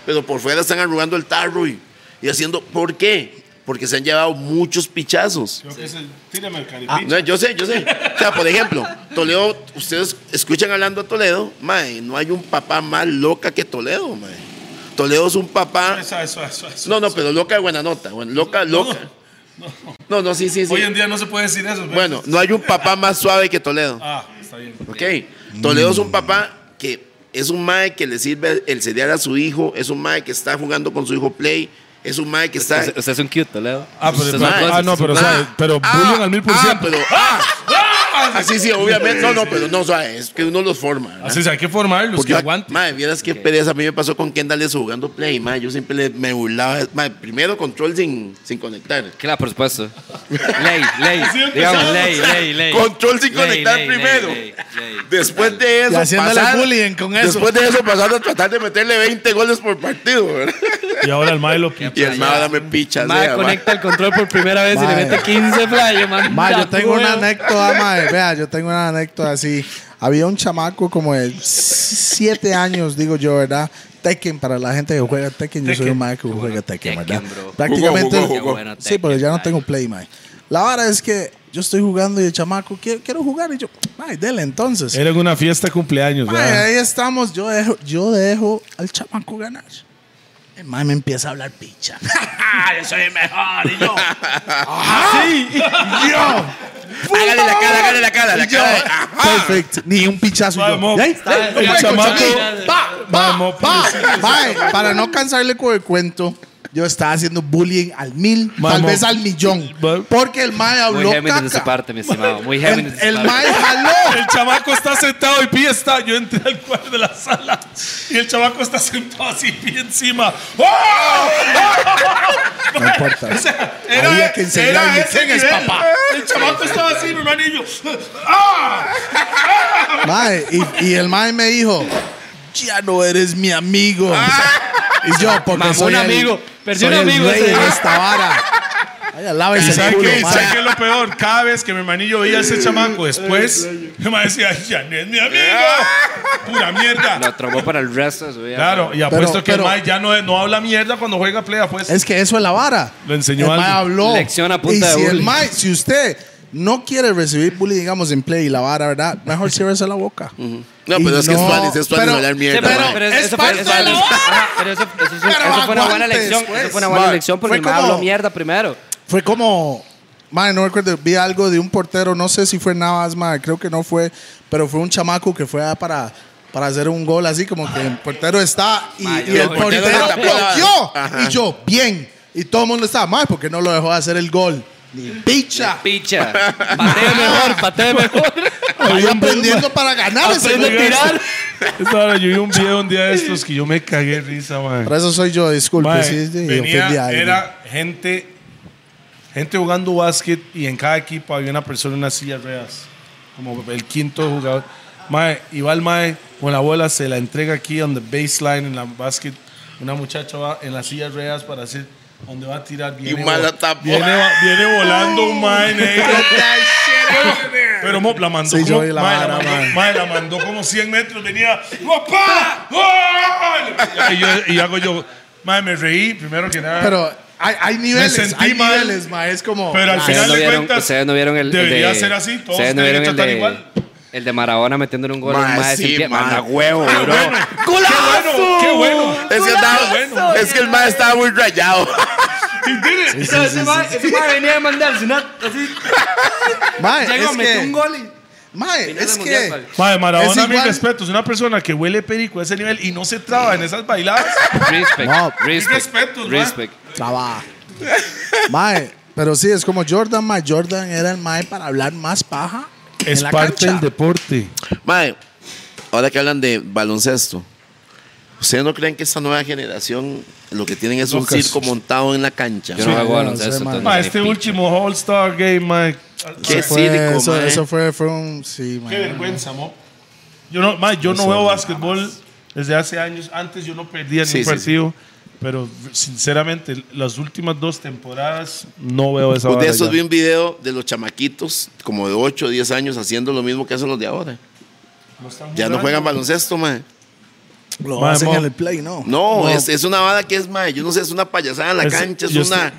S2: pero por fuera están arrugando el tarro y, y haciendo, ¿por qué? Porque se han llevado muchos pichazos.
S1: Creo que es el- Tírame el
S2: Ah,
S1: caripicho.
S2: no, yo sé, yo sé. O sea, por ejemplo, Toledo, ustedes escuchan hablando a Toledo, mae, no hay un papá más loca que Toledo, mae. Toledo es un papá
S1: Eso, eso, eso, eso.
S2: no, no, pero loca de buena nota. Bueno, loca, loca. No, no, sí, sí, sí.
S1: Hoy en día no se puede decir eso. ¿ves?
S2: Bueno, no hay un papá más suave que Toledo.
S1: Ah, está bien.
S2: Ok. Toledo
S3: Mm.
S2: es un papá que es un mae que le sirve el cereal a su hijo. Es un mae que está jugando con su hijo Play. Es un mae que está.
S3: Usted, usted es un cute, Leo.
S1: Ah, pero-
S3: Usted es
S1: pero-
S3: una cosa,
S1: ah,
S3: usted
S1: no,
S3: es
S1: pero-
S3: una-
S1: sabe, pero bullying al mil por
S2: ah,
S1: ciento.
S2: pero- ah, ah, sí, sí, obviamente. No, no, pero no, o sea, es que uno los forma. ¿verdad?
S1: ah, Así es, hay que formarlos,
S2: Porque
S1: que
S2: yo-
S1: aguanten.
S2: Madre, vieras qué pereza. A mí me pasó con Kendall eso jugando play, madre. Yo siempre le- me burlaba. Madre, primero control sin, sin conectar.
S3: Claro, por supuesto. Ley, ley. Digamos, ley, ley, ley.
S2: Control sin
S3: Ley,
S2: conectar
S3: ley,
S2: primero.
S3: ley, ley, ley.
S2: Después de eso.
S4: Y haciéndole
S2: pasar-
S4: bullying con eso.
S2: Después de eso pasar a tratar de meterle 20 goles por partido, ¿verdad?
S1: Y ahora el mae lo picha.
S2: Y el mae dame pichas.
S3: Mae,
S2: eh, mae.
S3: conecta el control por primera vez y
S4: Mae.
S3: le mete 15 flyers, man.
S4: Ma, yo tengo una
S3: Huevo.
S4: anécdota, mae. Vea, yo tengo una anécdota así. Había un chamaco como de 7 años, digo yo, ¿verdad? Tekken, para la gente que juega Tekken, yo soy un mae que juega Tekken, ¿verdad?
S3: Tekken, bro.
S4: Prácticamente.
S2: Jugó, jugó, jugó.
S3: Bueno,
S4: Sí, pero ya no
S3: Tekken,
S4: tengo Play, mae. La vara es que yo estoy jugando y el chamaco, quiero, quiero jugar. Y yo, mae, dele entonces.
S1: Era en una fiesta de cumpleaños,
S4: Mae,
S1: ¿verdad?
S4: ahí estamos, yo dejo, yo dejo al chamaco ganar. El mae me empieza a hablar picha. yo soy el mejor. Y yo,
S2: Hágale la cara, hágale la cara, la
S4: y yo,
S2: cara.
S4: perfect. Ni un pichazo.
S1: Mae,
S4: yo.
S1: mo-
S4: Y ahí,
S1: el
S4: un pichazo,
S1: chamaco-
S4: sí. Pa,
S1: Mae,
S4: pa,
S1: mo-
S2: pues,
S4: pa. Mae, para no cansarle con el cuento, yo estaba haciendo bullying al mil,
S1: Mae,
S4: tal
S1: mo-
S4: vez al millón.
S1: Mae.
S4: Porque el mae
S3: Muy
S4: habló
S3: Géminis de su
S4: caca.
S3: parte, mi estimado. Muy Géminis
S4: El,
S3: de su
S4: el
S3: parte.
S4: mae jaló.
S1: El chamaco está sentado y Pi está. Yo entré al cuarto de la sala y el chamaco está sentado así, Pi encima. ¡Oh!
S4: No importa.
S1: O sea, era, e-,
S4: Había que enseñarle
S1: era ese
S4: quién es
S1: nivel.
S4: papá.
S1: El chamaco estaba así, mi hermano, y yo, ¡Ah!
S4: Mae, y, y el mae me dijo, ya no eres mi amigo.
S1: Ah.
S4: Y yo, porque
S3: Mamó
S4: soy
S3: un
S4: el-
S3: amigo, perdí
S4: soy
S3: un
S4: el
S3: amigo
S4: rey
S3: ese
S4: de
S3: día.
S4: esta vara. Vaya, lávese
S1: ¿Y
S4: el
S1: sabe
S4: culo,
S1: qué?
S4: mae.
S1: ¿Sabe qué es lo peor? Cada vez que mi hermanillo veía a ese chamaco después, mi mamá decía, "Ay, Ah. ya no es mi amigo. Pura
S3: Lo
S1: mierda.
S3: tromó para el resto de su vida.
S1: Claro, y apuesto que
S4: pero-
S1: el Mike ya no, es- no habla mierda cuando juega play, pues.
S4: Es que eso es la vara.
S1: Lo enseñó
S4: El mae
S1: algo.
S4: habló.
S3: Lección a punta
S4: y
S3: de
S4: si el
S3: bullying.
S4: mae, si usted no quiere recibir bullying, digamos, en play y la vara, ¿verdad? Mejor ciérrese la boca.
S2: No,
S4: Y
S2: pero es que es
S4: no-
S2: Tuanis, es Tuanis
S4: pero-
S2: hablar mierda.
S3: pero,
S2: mae.
S3: pero
S4: Es
S3: eso
S4: parte
S3: fue, eso,
S4: de la hora.
S3: ajá, pero eso, eso, es un-
S4: Pero
S3: eso fue una buena
S4: aguantes,
S3: elección.
S4: pues.
S3: Eso fue una buena
S2: Va,
S3: elección porque
S4: fue
S3: el mae
S4: como-
S3: habló mierda primero.
S4: Fue como, madre, no recuerdo, vi algo de un portero, no sé si fue Navas, madre, creo que no fue, pero fue un chamaco que fue a para, para hacer un gol así, como que el portero está y,
S3: Ma,
S4: y
S3: yo
S4: el
S3: lo vi.
S4: portero,
S2: El portero tapó la-
S4: bloqueó.
S2: Ajá.
S4: Y yo, bien. Y todo el mundo estaba, madre, porque no lo dejó hacer el gol. Ni picha.
S3: Picha. Patee mejor, patee mejor.
S4: Ahí aprendiendo para ganar ese
S3: Aprende a
S4: gol.
S3: tirar.
S1: Esta hora, yo vi un video un día de estos que yo me cagué de risa, man.
S4: Por eso soy yo, disculpe.
S1: Mae,
S4: sí, sí,
S1: venía-
S4: ofendí a alguien.
S1: era gente, gente jugando básquet y en cada equipo había una persona en una silla de ruedas, como el quinto jugador. Mae, y va el Mae con la bola, se la entrega aquí on the baseline en la básquet. Una muchacha va en la silla de ruedas para hacer donde va a tirar. Viene,
S2: mae
S1: vo-
S2: la tapó.
S1: viene, va- viene volando un Mae negro. Pero mo, la mandó
S4: Sí, yo
S1: como,
S4: vi la
S1: mae,
S4: vara,
S1: mandó-
S4: mae.
S1: mae, la mandó como 100 metros. Venía ¡Papá! ¡Gol! Y, yo, y hago yo Mae, me reí primero que nada.
S4: Pero hay, hay niveles,
S1: Me sentí
S4: hay
S1: mal.
S4: niveles, mae. Es como.
S1: Pero al
S3: Ustedes
S1: final
S3: no
S1: de
S3: vieron,
S1: cuentas,
S3: ustedes no vieron el, el
S1: debería
S3: de,
S1: ser así, todos
S3: ustedes no vieron el
S1: deberían tratar
S3: de,
S1: igual.
S3: el de Maradona metiéndole un gol a
S2: Ma,
S3: un mae
S2: sí,
S3: sin pie.
S2: ma.
S3: Manda huevo,
S1: ¡Qué
S3: bro.
S1: bueno! ¡Qué bueno! "Ah, ¡Qué bueno!
S2: Es que, andaba- es que el mae estaba muy rayado.
S3: O sea, ese mae- ese mae venía a mandarse una así.
S4: Mae,
S3: Llegó,
S4: es
S3: metió
S4: que.
S3: un gol y
S4: Mae,
S3: Final
S4: es
S3: del Mundial,
S4: que.
S3: vale.
S1: Mae,
S4: Es
S1: Maradona,
S4: igual.
S1: mi respeto, es una persona que huele perico a ese nivel y no se traba en esas bailadas.
S3: Respect.
S4: No,
S3: respect.
S1: respeto, ma.
S3: Respect.
S4: Traba. Mae, pero sí, es como Jordan, mae. Jordan era el mae para hablar más paja. en la cancha.
S1: deporte.
S2: Mae, ahora que hablan de baloncesto, ¿ustedes no creen que esta nueva generación lo que tienen es un
S1: Lucas.
S2: circo montado en la cancha?
S3: Yo no
S4: Sí,
S3: hago
S4: no,
S3: baloncesto.
S4: soy
S3: entonces no
S4: ma.
S1: Mae,
S3: sé
S1: este
S3: ni
S1: último All-Star Game, mae.
S2: Qué
S4: Fue-
S2: cínico,
S4: eso,
S2: mae.
S4: eso fue, fue un. Sí, mae.
S1: Qué vergüenza, mo. Yo no, mae, yo no veo básquetbol desde hace años. Antes yo no perdía
S2: Sí,
S1: ni un
S2: sí,
S1: partido. Pero sinceramente, las últimas dos temporadas no veo esa
S2: Pues
S1: vara
S2: de esos
S1: ya.
S2: vi un video de los chamaquitos, como de 8 o 10 años, haciendo lo mismo que hacen los de ahora.
S1: están
S2: Ya no
S1: jugando.
S2: juegan baloncesto, mae.
S4: Lo
S1: Mae,
S4: hacen
S1: mo.
S4: en el play, ¿no?
S2: No, Es, es una bada que es, mae, yo no sé, es una payasada en la
S1: Es-
S2: cancha, es
S1: yo
S2: una...
S1: estoy-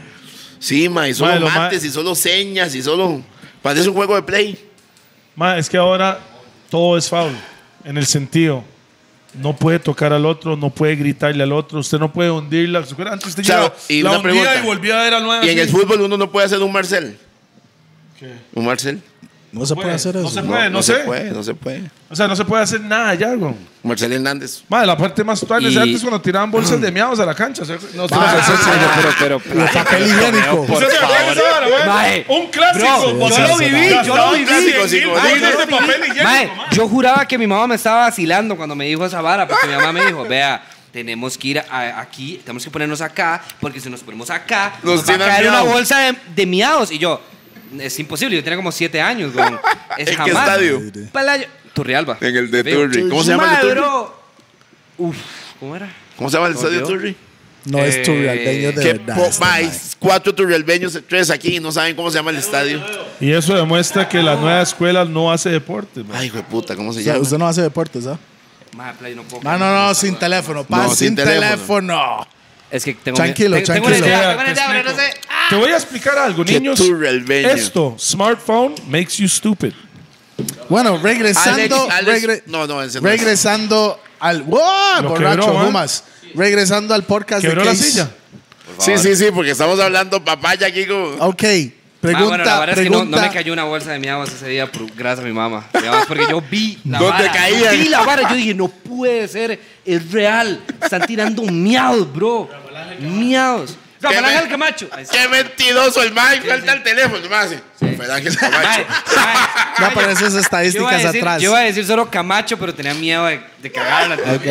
S2: Sí, mae, y solo
S1: Mae, lo ma-
S2: mates, y solo señas, y solo... Parece un juego de play.
S1: Ma, es que ahora todo es foul, en el sentido. No puede tocar al otro, no puede gritarle al otro, usted no puede hundirla. ¿Se acuerda? Antes usted
S2: Chao,
S1: llegaba,
S2: y
S1: la
S2: una
S1: hundía
S2: pregunta.
S1: y volvía a ver al nueve.
S2: Y en
S1: así.
S2: el fútbol uno no puede hacer un Marcel. ¿Un Marcel?
S4: No se puede
S1: Puede,
S4: hacer
S1: no
S4: eso.
S1: se puede. no
S2: se
S1: sé.
S2: puede, no se puede.
S1: O sea, no se puede hacer nada ya, güey.
S2: Marcel Hernández.
S1: Ma, la parte más actual es
S3: Y-
S1: antes cuando tiraban bolsas de miados a la cancha. ¿se acuerda? No,
S3: qué.
S1: ¿se- se-
S3: Pero,
S1: se-
S3: pero, pero, pero-
S4: El papel higiénico.
S3: por
S1: ¿Usted se acuerda de
S3: favor.
S1: esa vara, güey?
S3: Mae,
S1: Un clásico.
S3: bro,
S1: cuando
S4: yo lo
S1: se-
S4: viví,
S1: se-
S3: yo
S1: gastaba
S3: lo
S1: un
S3: viví.
S1: clásico en
S2: Sí,
S1: mil
S2: sí,
S1: bolsas
S2: sí.
S1: de papel higiénico,
S3: Mae,
S1: ma.
S3: yo juraba que mi mamá me estaba vacilando cuando me dijo esa vara, porque mi mamá me dijo, vea, tenemos que ir a- aquí, tenemos que ponernos acá, porque si nos ponemos acá,
S2: Nos
S3: nos, va a
S2: tiran
S3: caer una
S2: miados.
S3: bolsa de, de miados. Y yo, es imposible, yo tenía como siete años, güey. Es
S2: ¿En qué
S3: jamás.
S2: estadio?
S3: Palayo- Turrialba.
S2: En el de
S3: Veo.
S2: Turri. ¿Cómo se llama el de
S3: Mae,
S2: Turri?
S3: bro. Uf, ¿cómo era?
S2: ¿Cómo se llama el
S3: Se
S2: estadio
S3: olvidó.
S2: Turri?
S4: No es tu realbeño de
S2: Que
S4: verdad.
S2: Eh, po-
S4: este
S2: mae,
S4: mae.
S2: cuatro turrialbeños, tres aquí y no saben cómo se llama el estadio.
S1: Y eso demuestra que la nueva escuela no hace deporte. mae.
S2: Ay, hijo de puta, ¿cómo se
S4: O sea,
S2: llama?
S4: usted no hace deportes, ¿ah?
S3: Mae, play, no puedo.
S4: No, no, no, sin teléfono, pa,
S2: No, sin
S4: sin, teléfono.
S3: Es que tengo
S4: Tranquilo,
S3: miedo. Tengo-
S4: tranquilo.
S3: Tengo una idea,
S1: Mira,
S3: tengo una idea,
S1: te
S3: pero no sé.
S1: explico. Te voy a explicar algo,
S2: Qué
S1: niños.
S2: turrialbeño.
S1: Esto, smartphone makes you stupid.
S4: Bueno, regresando,
S2: Alex- Alex-
S4: regre-
S2: no, no, ese no es.
S4: regresando al ¡Wow!
S1: Lo
S4: borracho,
S1: quebró, ¿eh?
S4: Gumas. Regresando al podcast
S1: Quebró
S4: de
S1: la
S4: Case.
S1: silla.
S2: Sí, sí, sí, porque estamos hablando papaya aquí como...
S4: Ok,
S3: Ah, bueno, la
S4: pregunta,
S3: verdad es
S4: pregunta.
S3: que no, no me cayó una bolsa de miaguas ese día por- gracias a mi mamá. Digamos, Porque yo vi la
S2: ¿Dónde
S3: vara.
S2: caían?
S3: Yo vi la vara. Yo dije, no puede ser. Es real. Están tirando miados, bro. Miados. Rafael
S2: ¿Qué me-
S3: Ángel Camacho. Ahí está.
S2: Qué mentiroso el Mike, falta el teléfono. el mae hace, "Rafael Ángel Camacho".
S3: Mae, mae.
S4: No aparecen esas
S3: Yo iba a
S4: estadísticas
S3: decir-
S4: atrás.
S3: Yo iba a decir solo Camacho, pero tenía miedo de, de cagarla.
S4: Ok,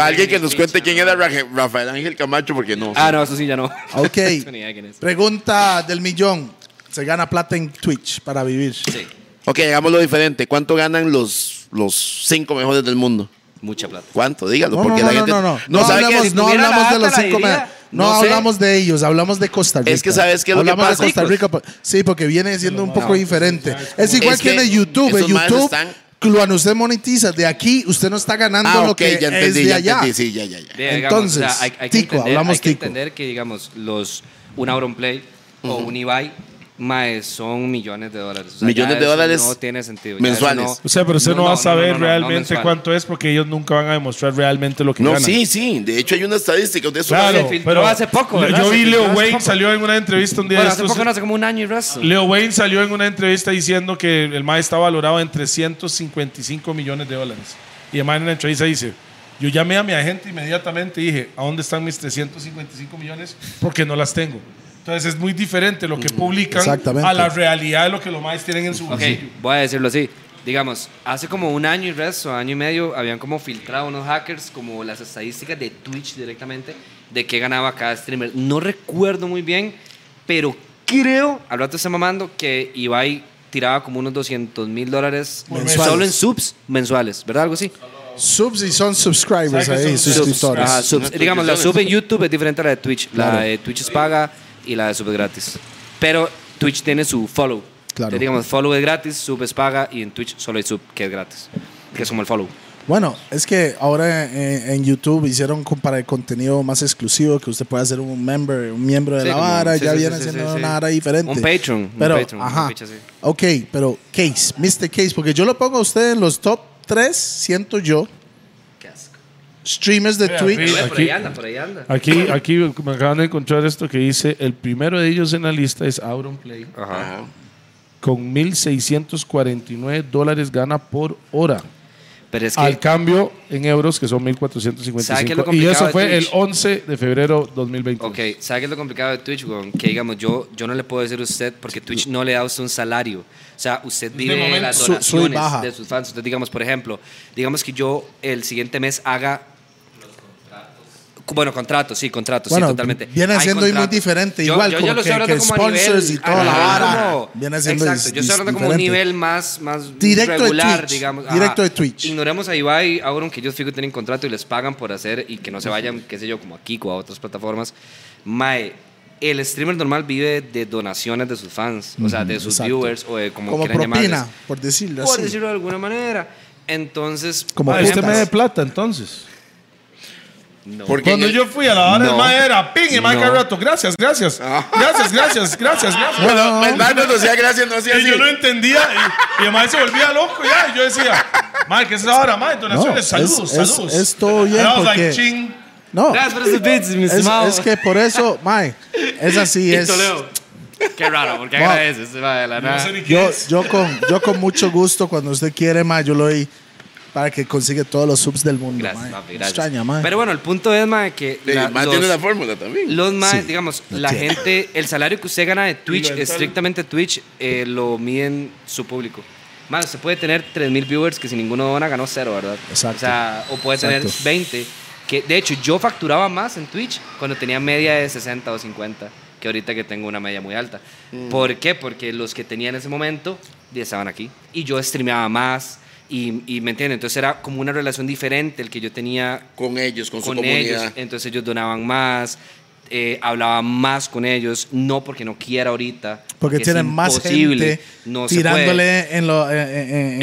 S2: Alguien que nos cuente quién era Ra- Rafael Ángel Camacho, porque no.
S3: Ah, no, eso sí ya no.
S4: ok.
S3: No tenía idea quién es.
S4: Pregunta del millón. Se gana plata en Twitch para vivir.
S3: Sí,
S2: Ok, hagámoslo diferente. ¿Cuánto ganan los, los cinco mejores del mundo?
S3: mucha plata.
S2: ¿Cuánto? Dígalo,
S4: No, no,
S2: porque
S4: no,
S2: la
S4: no,
S2: gente
S4: no, no.
S2: no
S4: No
S2: sabe qué
S4: hablamos,
S2: es.
S4: no
S3: tuviera la
S4: hablamos de
S3: alta,
S4: los
S3: la
S4: cinco.
S3: diría.
S4: ma- No,
S3: No sé.
S4: hablamos de ellos, hablamos de Costa Rica.
S2: Es que sabes qué es lo que
S4: hablamos
S2: pasa.
S4: de Costa Rica. pa- Sí, porque viene siendo un poco diferente. Es igual
S2: Es
S4: que,
S2: que
S4: en el YouTube. En
S2: esos maes
S4: YouTube,
S2: están-
S4: cuando usted monetiza de aquí, usted no está ganando
S2: Ah,
S4: lo
S2: ok,
S4: que
S2: ya entendí,
S4: es de
S2: ya
S4: allá.
S2: entendí. Sí, ya, ya, ya.
S3: De- digamos,
S4: Entonces,
S3: o sea, hay, hay que
S4: tico,
S3: entender,
S4: hablamos
S3: hay que
S4: tico.
S3: entender que, digamos, los, un Auronplay o un Ibai, mae, son millones de dólares. O sea,
S2: Millones
S3: ya
S2: de
S3: eso
S2: dólares
S3: No tiene sentido. ya
S2: mensuales.
S3: eso
S1: O sea, pero usted no, va a saber
S3: no, no, no,
S1: realmente
S3: mensual.
S1: cuánto es porque ellos nunca van a demostrar realmente lo que
S2: No,
S1: ganan.
S2: sí, sí. De hecho, hay una estadística de eso.
S1: Claro,
S3: se filtró
S1: pero
S3: hace poco,
S1: Yo-
S3: ¿verdad?
S1: Yo
S3: Se
S1: vi
S3: filtró
S1: Leo
S3: hace
S1: Wayne
S3: poco.
S1: salió en una entrevista un día
S3: Bueno,
S1: de
S3: hace
S1: estos-
S3: poco, no, hace como un año y resto.
S1: Leo Wayne salió en una entrevista diciendo que el MAE está valorado en 355 millones de dólares. Y el MAE en la entrevista dice, yo llamé a mi agente inmediatamente y dije, ¿a dónde están mis 355 millones? Porque no las tengo. Entonces es muy diferente lo que publican
S4: Exactamente.
S1: a la realidad de lo que los MAES tienen en su
S3: Ok,
S1: bolsillo.
S3: voy a decirlo así. Digamos, hace como un año y resto, año y medio, habían como filtrado unos hackers como las estadísticas de Twitch directamente de qué ganaba cada streamer. No recuerdo muy bien, pero creo, al rato está mamando, que Ibai tiraba como unos 200 mil dólares
S1: Por
S4: mes.
S3: solo en subs mensuales, ¿verdad? Algo así.
S4: Subs y son subscribers
S1: ¿Sabe que
S4: ahí,
S1: son
S4: suscriptores.
S3: Ajá, subs.
S2: Unas
S3: Digamos, la sub
S2: suscripciones.
S3: en YouTube es diferente a la de Twitch.
S4: Claro.
S3: La de Twitch es paga y la de sub es gratis. Pero Twitch tiene su follow.
S4: Claro.
S3: Entonces, digamos, follow es gratis, sub es paga y en Twitch solo hay sub que es gratis. Que es como el follow.
S4: Bueno, es que ahora eh, en YouTube hicieron con- para el contenido más exclusivo que usted puede hacer un member, un miembro de
S3: Sí,
S4: la
S3: como-
S4: vara,
S3: sí,
S4: ya
S3: sí,
S4: viene
S3: sí, sí,
S4: siendo
S3: sí.
S4: una vara diferente.
S3: Un Patreon, un
S4: Pero,
S3: Patreon, una
S4: ajá.
S3: ficha así.
S4: Ok, pero Case, Mr. Case, porque yo lo pongo a usted en los top 3, siento yo,
S3: Qué asco.
S4: streamers de
S1: Vea,
S4: Twitch.
S1: vea.
S3: Por ahí
S1: Aquí-
S3: anda, por ahí anda.
S1: Aquí, aquí me acaban de encontrar esto que dice, el primero de ellos en la lista es Auron Play.
S3: Ajá.
S1: Con 1.649 dólares gana por hora.
S3: Pero es que.
S1: al cambio en euros, que son 1.455.
S3: ¿Sabe qué es lo
S1: y
S3: complicado
S1: eso
S3: de
S1: fue el
S3: Twitch?
S1: 11 de febrero 2020.
S3: Ok, ¿sabe qué es lo complicado de Twitch, weón? Que digamos, yo, yo no le puedo decir a usted porque Twitch no le da a usted un salario. O sea, usted vive de
S1: momento,
S3: las
S4: su- sube y
S3: donaciones
S4: baja.
S3: de sus fans. Entonces, digamos, por ejemplo, digamos que yo el siguiente mes haga. Bueno, contratos, sí, contratos,
S4: Bueno,
S3: sí, totalmente.
S4: viene siendo muy
S3: contratos.
S4: diferente, igual, como
S3: lo estoy
S4: que-
S3: hablando
S4: que
S3: como a nivel-
S4: sponsors y toda la
S3: ajá,
S4: vara.
S3: como-
S4: Viene siendo
S3: Exacto,
S4: dis-
S3: yo estoy hablando
S4: dis-
S3: como un
S4: diferente.
S3: nivel más, más
S4: Directo de
S3: regular,
S4: Twitch,
S3: digamos.
S4: directo de Twitch.
S3: Ignoremos a Ibai, ahora que ellos fijo tienen contrato y les pagan por hacer y que no se vayan, qué sé yo, como a Kiko a otras plataformas. Mae, el streamer normal vive de donaciones de sus fans, o sea, de sus
S4: exacto.
S3: viewers o de como,
S4: Como
S3: quieran
S4: propina,
S3: llamarles.
S4: por decirlo
S3: Por
S4: así.
S3: decirlo de alguna manera. Entonces,
S4: Como
S3: por
S4: putas.
S1: usted
S3: ejemplo-
S1: Ah, este me de plata entonces.
S3: No.
S2: Porque
S1: Cuando
S2: en el-
S1: yo fui a la barra
S3: No.
S1: del mae era ping y mae
S3: No. Ah.
S1: cada rato. Gracias, gracias. Gracias, gracias, gracias, gracias.
S2: Bueno, el mae no nos hacía gracia, no hacía
S1: y
S2: así. Eh,
S1: yo no entendía y, y el mae se volvía loco ya. Y yo decía, mae, ¿qué es ahora, mae? Donaciones,
S4: No, es-
S1: saludos,
S4: es-
S1: saludos.
S4: es todo bien,
S1: And I was like,
S4: porque-
S1: ching.
S4: No,
S3: Gracias por esos bits, mi
S4: es,
S3: estimado.
S4: es que por eso, mae, es así,
S3: Y
S4: es.
S3: Toledo. Qué raro, porque
S4: Wow.
S3: agradeces, mae, de la
S1: No
S3: nada.
S1: sé ni qué
S4: Yo,
S1: es.
S4: yo, con, yo con mucho gusto, cuando usted quiere, mae, yo lo doy para que consigue todos los subs del mundo.
S3: Gracias,
S4: mae.
S3: papi,
S4: Me
S3: gracias.
S4: Extraña, mae.
S3: Pero bueno, el punto es, mae, que
S2: Sí,
S3: la-
S2: el mae tiene
S3: los-
S2: la fórmula también.
S3: Los más,
S4: Sí,
S3: digamos,
S4: lo
S3: la
S4: tiene.
S3: gente, el salario que usted gana de Twitch,
S1: Lo del
S3: estrictamente Twitch, eh, lo miden su público. Más, usted puede tener 3.000 viewers que si ninguno dona ganó cero, ¿verdad?
S4: Exacto.
S3: O, sea, o puede tener
S4: Exacto.
S3: 20. Que, de hecho, yo facturaba más en Twitch cuando tenía media de 60 o 50, que ahorita que tengo una media muy alta.
S4: Mm.
S3: ¿Por qué? Porque los que tenía en ese momento ya estaban aquí. Y yo streameaba más. Y, y, me entienden, entonces era como una relación diferente el que yo tenía
S2: Con ellos, con, su
S3: con ellos.
S2: comunidad.
S3: Entonces ellos donaban más, eh, hablaba más con ellos, no porque no quiera ahorita.
S4: Porque
S3: es
S4: tienen más
S3: imposible,
S4: gente
S3: no se puede.
S4: tirándole en, lo- en- en-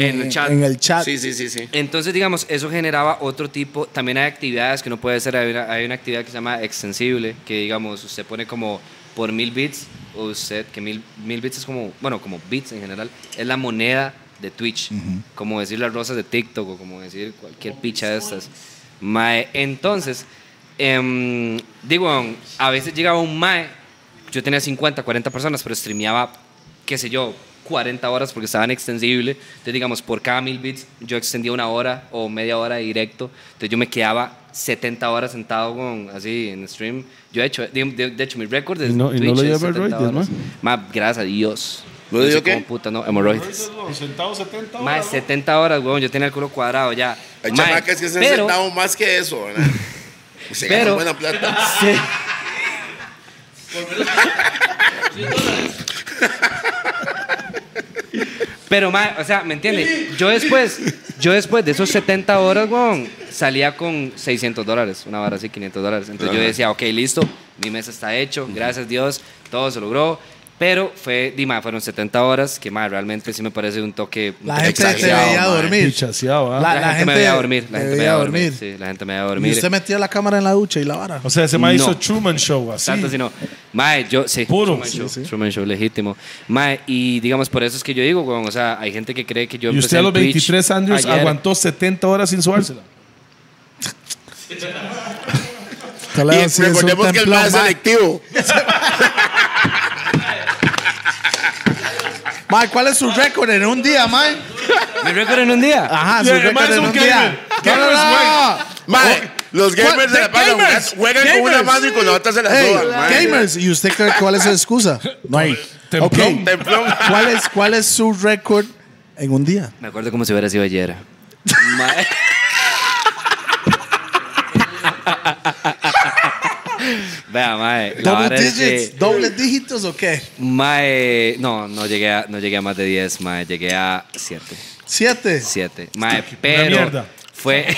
S3: En el
S4: en-
S3: chat.
S4: en el chat.
S2: Sí, sí, sí, sí.
S3: Entonces, digamos, eso generaba otro tipo. También hay actividades que no puede ser. Hay una, hay una actividad que se llama extensible, que digamos, usted pone como por mil bits, o usted, que mil, mil bits es como, bueno, como bits en general, es la moneda de Twitch. Como decir las rosas de TikTok o como decir cualquier picha de estas. Mae, entonces, em, digo, a veces llegaba un Mae, yo tenía 50, 40 personas, pero streameaba qué sé yo, 40 horas porque estaban extensible. Entonces, digamos, por cada mil bits yo extendía una hora o media hora de directo. Entonces yo me quedaba 70 horas sentado con, así en stream. Yo he hecho, de, de- de hecho, mi récord de
S1: Y no- y no
S3: Twitch
S1: lo
S3: es
S1: lleva
S3: 70
S1: hemorroides,
S3: horas. Ma, gracias a Dios.
S2: ¿No
S3: No
S2: dio
S3: sé
S2: qué?
S3: cómo puta, no, hemorroides.
S1: Sentado 70
S3: Más 70 horas, weón, yo tenía el culo cuadrado ya.
S2: Hay
S3: Ma,
S2: chamacas que se han
S3: pero-
S2: sentado más que eso, ¿verdad? Y se
S3: Pero-
S2: ganan buena plata.
S3: Sí. Pero, ma, o sea, ¿me entiendes? Yo después, yo después de esos 70 horas, weón, salía con 600 dólares, una barra así, 500 dólares. Entonces yo
S2: Ajá.
S3: decía, ok, listo, mi mesa está hecho, gracias Dios, todo se logró. Pero fue, Dima, fueron 70 horas, que, ma, realmente sí me parece un toque... un
S4: La
S3: toque
S4: gente te
S2: Exagerado,
S4: veía
S2: man.
S4: dormir.
S3: La,
S4: La-
S3: gente, me
S4: gente
S3: veía dormir, la
S4: te
S3: gente me
S4: veía
S3: veía dormir.
S4: dormir.
S3: Sí, la gente me veía dormir.
S4: Y usted metía la cámara en la ducha y la vara.
S1: O sea, ese mae hizo
S3: No.
S1: Truman Show así.
S3: Tanto sino, mae, yo sí.
S1: Puro.
S3: Truman
S1: Sí,
S3: Show,
S1: sí.
S3: Truman Show legítimo. Mae, y digamos, por eso es que yo digo, weón, o sea, hay gente que cree que yo
S1: Y
S3: empecé
S1: usted a
S3: en
S1: los
S3: Twitch
S1: 23 años
S3: ayer.
S1: aguantó 70 horas sin suársela.
S4: Toledo
S2: Y
S4: sí es un
S2: recordemos que el
S4: templón,
S2: más
S4: ma.
S2: selectivo.
S4: Ma, ¿cuál es su récord en un día, Mike?
S3: ¿Me recuerdo en un día?
S4: Ajá,
S1: Y
S4: su
S1: además
S4: récord
S1: es
S4: en
S1: un
S4: un
S1: gamer.
S4: día. No, no,
S1: Gamer es
S4: no.
S2: Madre, los gamers se la pasan
S1: gamers,
S2: jugando- juegan con una
S1: gamers.
S2: mano y con la otra se la
S4: Hey,
S2: sudan. madre.
S4: gamers, ¿y usted cree cuál es su excusa? No hay. Ok.
S1: Templón.
S2: Templón.
S4: ¿Cuál es, ¿Cuál es su récord en un día?
S3: Me acuerdo como si hubiera sido ayer. Mae. Vea, mae. la
S4: ¿Double
S3: vara es que-
S4: digits? ¿Doble dígitos o qué?
S3: Mae, no, no llegué a, no llegué a más de 10, mae, llegué a 7.
S4: ¿Siete?
S3: 7. Mae, pero
S1: mierda.
S3: fue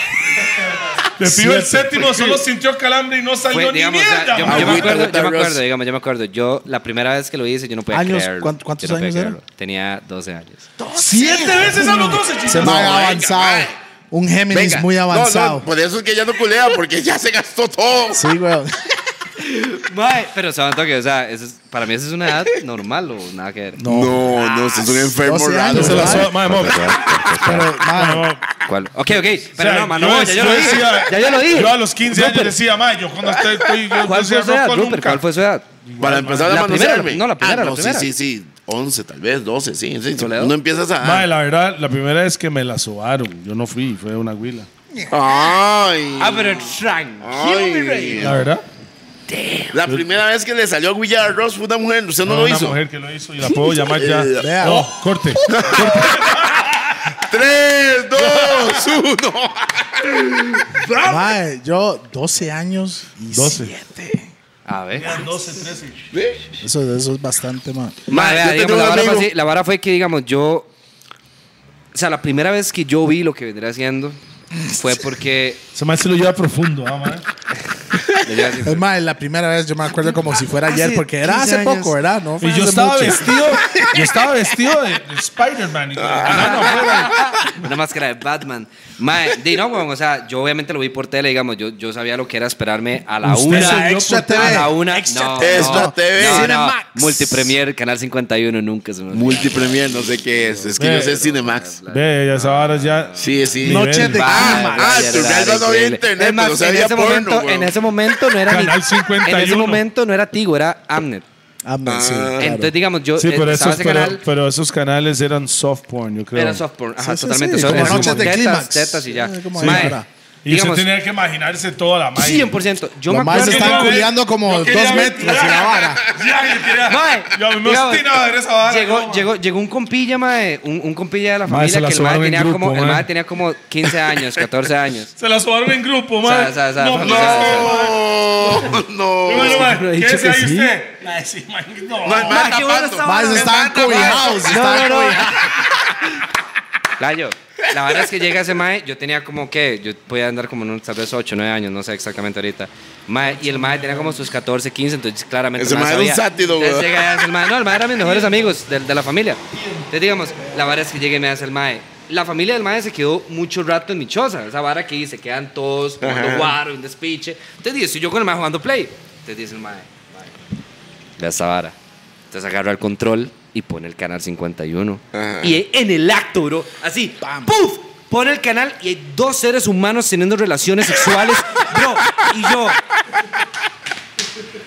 S1: Le pido el séptimo, solo sintió calambre y no salió
S3: Fue,
S1: ni
S3: digamos, o sea,
S1: mierda.
S3: yo,
S1: mae.
S3: yo me
S2: Agüita
S3: acuerdo,
S2: de
S3: yo me
S2: Tarros.
S3: acuerdo, digamos, yo me acuerdo. Yo, la primera vez que lo hice, yo no podía
S4: Años,
S3: creerlo.
S4: ¿cuánto- cuántos
S3: Yo no podía
S4: años era?
S3: creerlo. Tenía 12 años.
S1: Siete veces a los 12, chicos.
S4: Se
S2: No,
S4: va
S2: venga,
S4: avanzado.
S2: mae.
S4: Un Géminis
S2: Venga.
S4: muy
S2: No, no,
S4: avanzado.
S2: por eso es que ya no culea, porque ya se gastó todo.
S4: Sí, weón.
S3: Mae, pero o sea, un toque, o sea, eso es- para mí eso es una edad normal o nada que ver.
S2: No, no, usted es un enfermo
S4: 12
S2: raro.
S4: años
S1: Se la
S4: Mae.
S1: suda- mae, mo-
S4: Pero, mae,
S1: mae, mo-
S3: ¿Cuál? Ok, ok. Pero
S1: O sea,
S3: no, mano, no, ya yo lo dije.
S1: decía-
S3: Ya yo lo dije.
S1: Yo a los 15 años
S3: Rupert,
S1: decía, ma, yo cuando estoy, estoy yo
S3: ¿Cuál
S1: decía,
S3: fue su
S1: no,
S3: edad,
S1: ¿cuál
S3: Rupert?
S1: nunca?
S3: ¿Cuál fue su edad?
S2: Para empezar a
S3: La primera,
S2: manosearme.
S3: no, la primera,
S2: Ah, no,
S3: la primera.
S2: Sí, sí, sí. 11, tal vez, 12, sí. sí.
S3: Toledo.
S2: Uno empieza a...
S1: Ma, la verdad, la primera vez que me la sobaron, yo no fui, fue una huila.
S2: Ay.
S3: Ah, pero tranquilo, mi rey.
S2: Ay.
S1: La verdad,
S2: La primera vez que le salió a Guilla Ross fue una mujer. Usted no
S1: fue
S2: lo
S1: una
S2: hizo.
S1: mujer que lo hizo y la puedo llamar ya.
S4: Vea.
S1: No, corte.
S2: Tres, dos, uno.
S4: mae, yo 12 años y
S1: 12.
S4: 7.
S3: A ver.
S1: 12, 13.
S4: Eso, eso es bastante, mae.
S3: Mae, vea,
S2: yo tengo
S3: digamos,
S2: un
S3: la, vara fue
S2: amigo.
S3: así, la vara fue que, digamos, yo. O sea, la primera vez que yo vi lo que vendría haciendo fue porque.
S1: Ese mae se lo lleva profundo, ah, ma.
S4: Es más, la primera vez yo me acuerdo como si fuera ayer,
S3: Hace
S4: porque era
S3: 15
S4: hace
S3: años.
S4: poco, ¿verdad? No, fue
S1: Y yo
S4: hace
S1: estaba
S4: mucho.
S1: vestido, yo estaba vestido de, de Spider-Man. y-
S3: Ah, Una máscara de Batman. Mae, di no, weón. O sea, yo obviamente lo vi por tele, digamos. Yo, yo sabía lo que era esperarme a la
S1: Usted
S3: una.
S1: se vio
S4: Extra
S1: por-
S4: TV.
S3: A la una. no,
S2: TV.
S3: no,
S2: Extra TV.
S3: no, no.
S4: Cinemax.
S3: Multipremier, Canal 51, nunca se me olvida.
S2: Multipremier, no sé qué es. Es que
S1: Ve.
S2: yo sé Cinemax.
S1: Ve, ya esa vara ya.
S2: Sí, sí.
S1: No,
S4: Noche de
S3: Ah,
S4: cama.
S2: ah,
S3: ya
S2: tu
S3: era
S2: realidad no había
S3: increíble.
S2: internet,
S3: Es más,
S2: pero sí
S3: en
S2: había
S3: ese
S2: porno,
S3: momento,
S2: weón.
S3: en ese momento no era ni-
S1: Canal 51.
S3: En ese momento no era Tigo, era Amnet.
S4: Ah, mae, sí, claro.
S3: Entonces, digamos, yo
S1: Sí,
S3: eh,
S1: pero
S3: estaba
S1: esos,
S3: ese
S1: pero,
S3: canal,
S1: pero esos canales eran soft porn, yo creo.
S3: era soft porn. Ajá,
S4: Sí, sí,
S3: totalmente.
S4: sí,
S3: Eso
S4: como
S3: era
S4: noches de
S3: tetas,
S4: clímax.
S3: tetas y ya.
S4: Sí, como
S3: Mae,
S4: ahora.
S1: Y
S3: digamos,
S1: usted tenía que imaginarse toda la madre.
S3: 100%. Yo me
S4: Los maes
S3: acuerdo...
S4: están
S1: Yo quería
S4: culeando
S1: ver-
S4: como
S1: yo
S4: dos
S1: quería ver-
S4: metros y la vara.
S1: Ya, yo quería-
S3: Mae,
S1: yo me
S3: digamos,
S1: obstinaba a ver esa vara.
S3: llegó,
S1: ¿no?
S3: llegó, llegó un compilla, mae, un, un compilla de la
S1: Mae, se
S3: familia
S1: la
S3: que el mae,
S1: sudaron en
S3: tenía
S1: grupo,
S3: como, el
S1: mae.
S3: mae tenía como 15 años, 14 años.
S1: Se la subaron en grupo,
S3: O sea,
S1: man.
S3: o sea, o sea,
S1: no,
S3: o
S1: no.
S3: sea,
S2: No,
S1: Y bueno,
S2: no.
S1: man,
S3: Siempre he dicho
S1: quédese
S3: que
S1: ahí
S3: sí.
S1: usted. Ay, sí, man, no.
S2: No, el mae
S3: Mae, qué bueno
S2: tapando.
S3: esa
S4: Más
S3: vara.
S4: están cobijados.
S3: No, no,
S4: están
S3: no.
S4: cobijados.
S3: Layo, La verdad es que llega ese mae, yo tenía como que, yo podía andar como en unos, tal vez 8, 9 años, no sé exactamente ahorita. Mae, y el mae tenía como sus 14, 15, entonces claramente.
S2: Ese
S3: el
S2: mae era un
S3: sabía.
S2: sátiro,
S3: Entonces
S2: weón.
S3: llega y hace el mae, no, el mae era mis mejores amigos de, de la familia. Entonces digamos, la vara es que llega y me hace el mae. La familia del mae se quedó mucho rato en mi choza, esa vara que se quedan todos jugando guaro, un despiche. Entonces dice, yo con el mae jugando play. Entonces dice el mae, mae, de esa vara. Entonces agarra el control y pone el canal 51.
S2: Ajá.
S3: Y en el acto, bro, así, ¡puf! Pone el canal y hay dos seres humanos teniendo relaciones sexuales, bro. Y yo.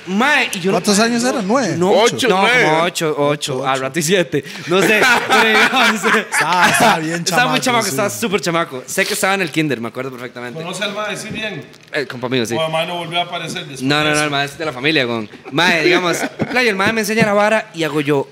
S3: Mae, y yo
S4: ¿Cuántos años eran? ¿Nueve?
S3: No,
S2: Ocho,
S3: no,
S2: nueve.
S3: como ocho, ocho, al rato y siete. No sé. pero digamos,
S4: Estaba- estaba bien
S3: Estaba muy
S4: chamaco,
S3: chamaco,
S4: sí.
S3: estaba súper chamaco. Sé que estaba en el kinder, me acuerdo perfectamente.
S1: Conoce al mae, sí, bien.
S3: Eh, compa mío, sí.
S1: O el mae no volvió a aparecer después.
S3: No, no,
S1: de
S3: no,
S1: eso.
S3: el maestro de la familia, con. Mae, digamos, play, el mae me enseña la vara y hago yo.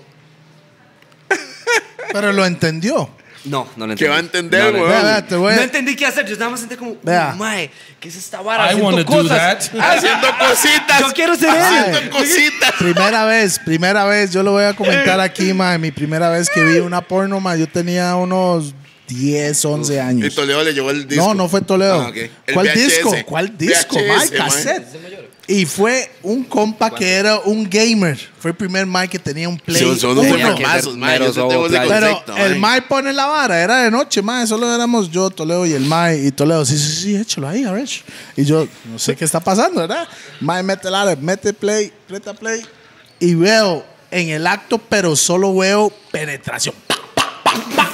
S4: Pero lo entendió.
S3: No, no lo entendí.
S2: ¿Qué va a entender,
S3: no, lo
S2: weón?
S4: Vea,
S3: entendí.
S4: vea, te voy
S3: No
S4: a-
S3: entendí qué hacer. Yo nada más sentí como,
S4: Vea.
S3: mae, ¿qué es esta vara?
S1: I wanna
S3: Haciendo
S1: do
S3: cosas.
S1: that.
S2: Haciendo cositas.
S3: Yo quiero ser
S4: Ay.
S3: él.
S2: Haciendo cositas.
S4: Primera vez, primera vez, yo lo voy a comentar aquí, ma, mi primera vez que vi una porno, ma, yo tenía unos 10, 11
S2: Y
S4: años.
S2: Toledo le llevó el disco.
S4: No, no fue Toledo.
S2: Ah, ok. El
S4: ¿Cuál
S2: VHS.
S4: disco? ¿Cuál disco?
S2: VHS,
S4: ma,
S2: man.
S4: el cassette. Y fue un compa que era un gamer. Fue el primer ma que tenía un play.
S2: Sí, son unos
S4: uno.
S3: formatos,
S2: formazos, man. Yo
S3: meros
S2: sí tengo ese
S3: overplay.
S4: Pero
S2: concepto,
S4: el
S2: man.
S4: Mae pone la vara, era de noche, Mae, solo éramos yo, Toledo y el Mae. Y Toledo, sí, sí, sí, échalo ahí, a ver. Y yo, no sé qué está pasando, ¿verdad? Mae mete la vara, mete play, aprieta play. Y veo en el acto, pero solo veo penetración. Pa, pa, pa, pa, pa.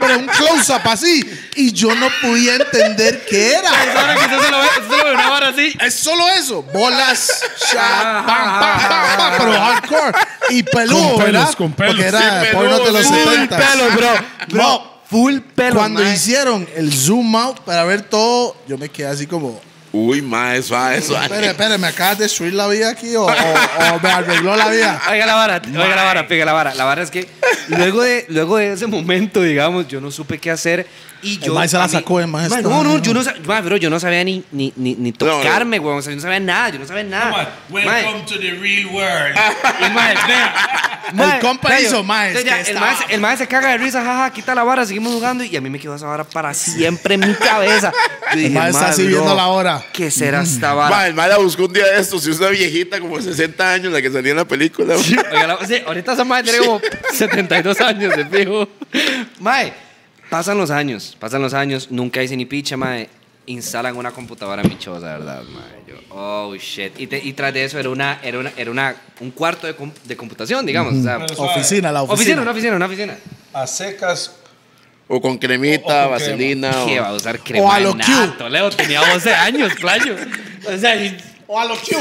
S4: Pero un close-up así. Y yo no podía entender qué era.
S3: Ahora que usted se lo ve, usted se lo ve una vara así.
S4: Es solo eso. Bolas,
S3: Ah,
S4: shot, pam, pam, pam, pam, pero hardcore. Y peludo,
S1: Con pelos,
S4: ¿verdad?
S1: con pelos.
S4: Porque era
S2: Sí,
S4: porno de los
S2: peludo, sí.
S4: 70.
S3: Pelo, bro.
S4: Ah, No,
S3: Full pelo.
S4: cuando
S3: mae.
S4: hicieron el zoom out para ver todo, yo me quedé así como,
S2: Uy, ma, eso, ah, eso. ah.
S4: espere, espere, me acabas de destruir la vida aquí o, o- o me arregló la vida.
S3: Oiga la vara, oiga la vara, pega la vara. La vara es que luego de, luego de ese momento, digamos, yo no supe qué hacer. Y yo.
S4: mae se la
S3: a mí-
S4: sacó de maestro.
S3: Mae, No, no, yo no sabía. Pero yo no sabía ni, ni, ni, ni
S2: No, no.
S3: tocarme, weón. O sea, yo no sabía nada, yo no sabía
S1: Come on,
S3: nada.
S1: Welcome to the real world.
S3: Mae, y mae, vea. Mae,
S4: compa
S3: claro,
S4: hizo, mae, es
S3: entonces ya,
S4: que
S3: El
S4: estaba-
S3: mae, se- el mae se caga de risa, jaja, quita la vara, seguimos jugando. Y a mí me quedó esa vara para siempre en mi cabeza. Yo dije,
S4: mae está así
S3: bro,
S4: viendo la hora.
S3: ¿Qué será esta vara?
S2: Ma, el ma la buscó un día de estos. Y es una viejita como de 60 años, la que salía en la película. ma.
S3: Oiga, la- sí, ahorita esa madre tiene como 72 años, de fijo. Mae, pasan los años, pasan los años, nunca hice ni picha, mae. Instalan una computadora en mi choza, ¿verdad, mae? Yo, oh, shit. Y, te- y tras de eso era, una, era, una, era una, un cuarto de, com- de computación, digamos. o sea,
S1: Pero
S3: oficina,
S1: suave.
S4: Oficina, la oficina.
S3: una oficina, una oficina.
S1: A secas.
S2: O con cremita,
S1: O- o con
S2: vaselina.
S3: ¿Qué
S2: o-
S3: va a usar crema
S4: a
S3: de
S4: lo Q.
S3: nada, Toledo tenía 12 años, playo. O sea, y-
S4: O a lo Q.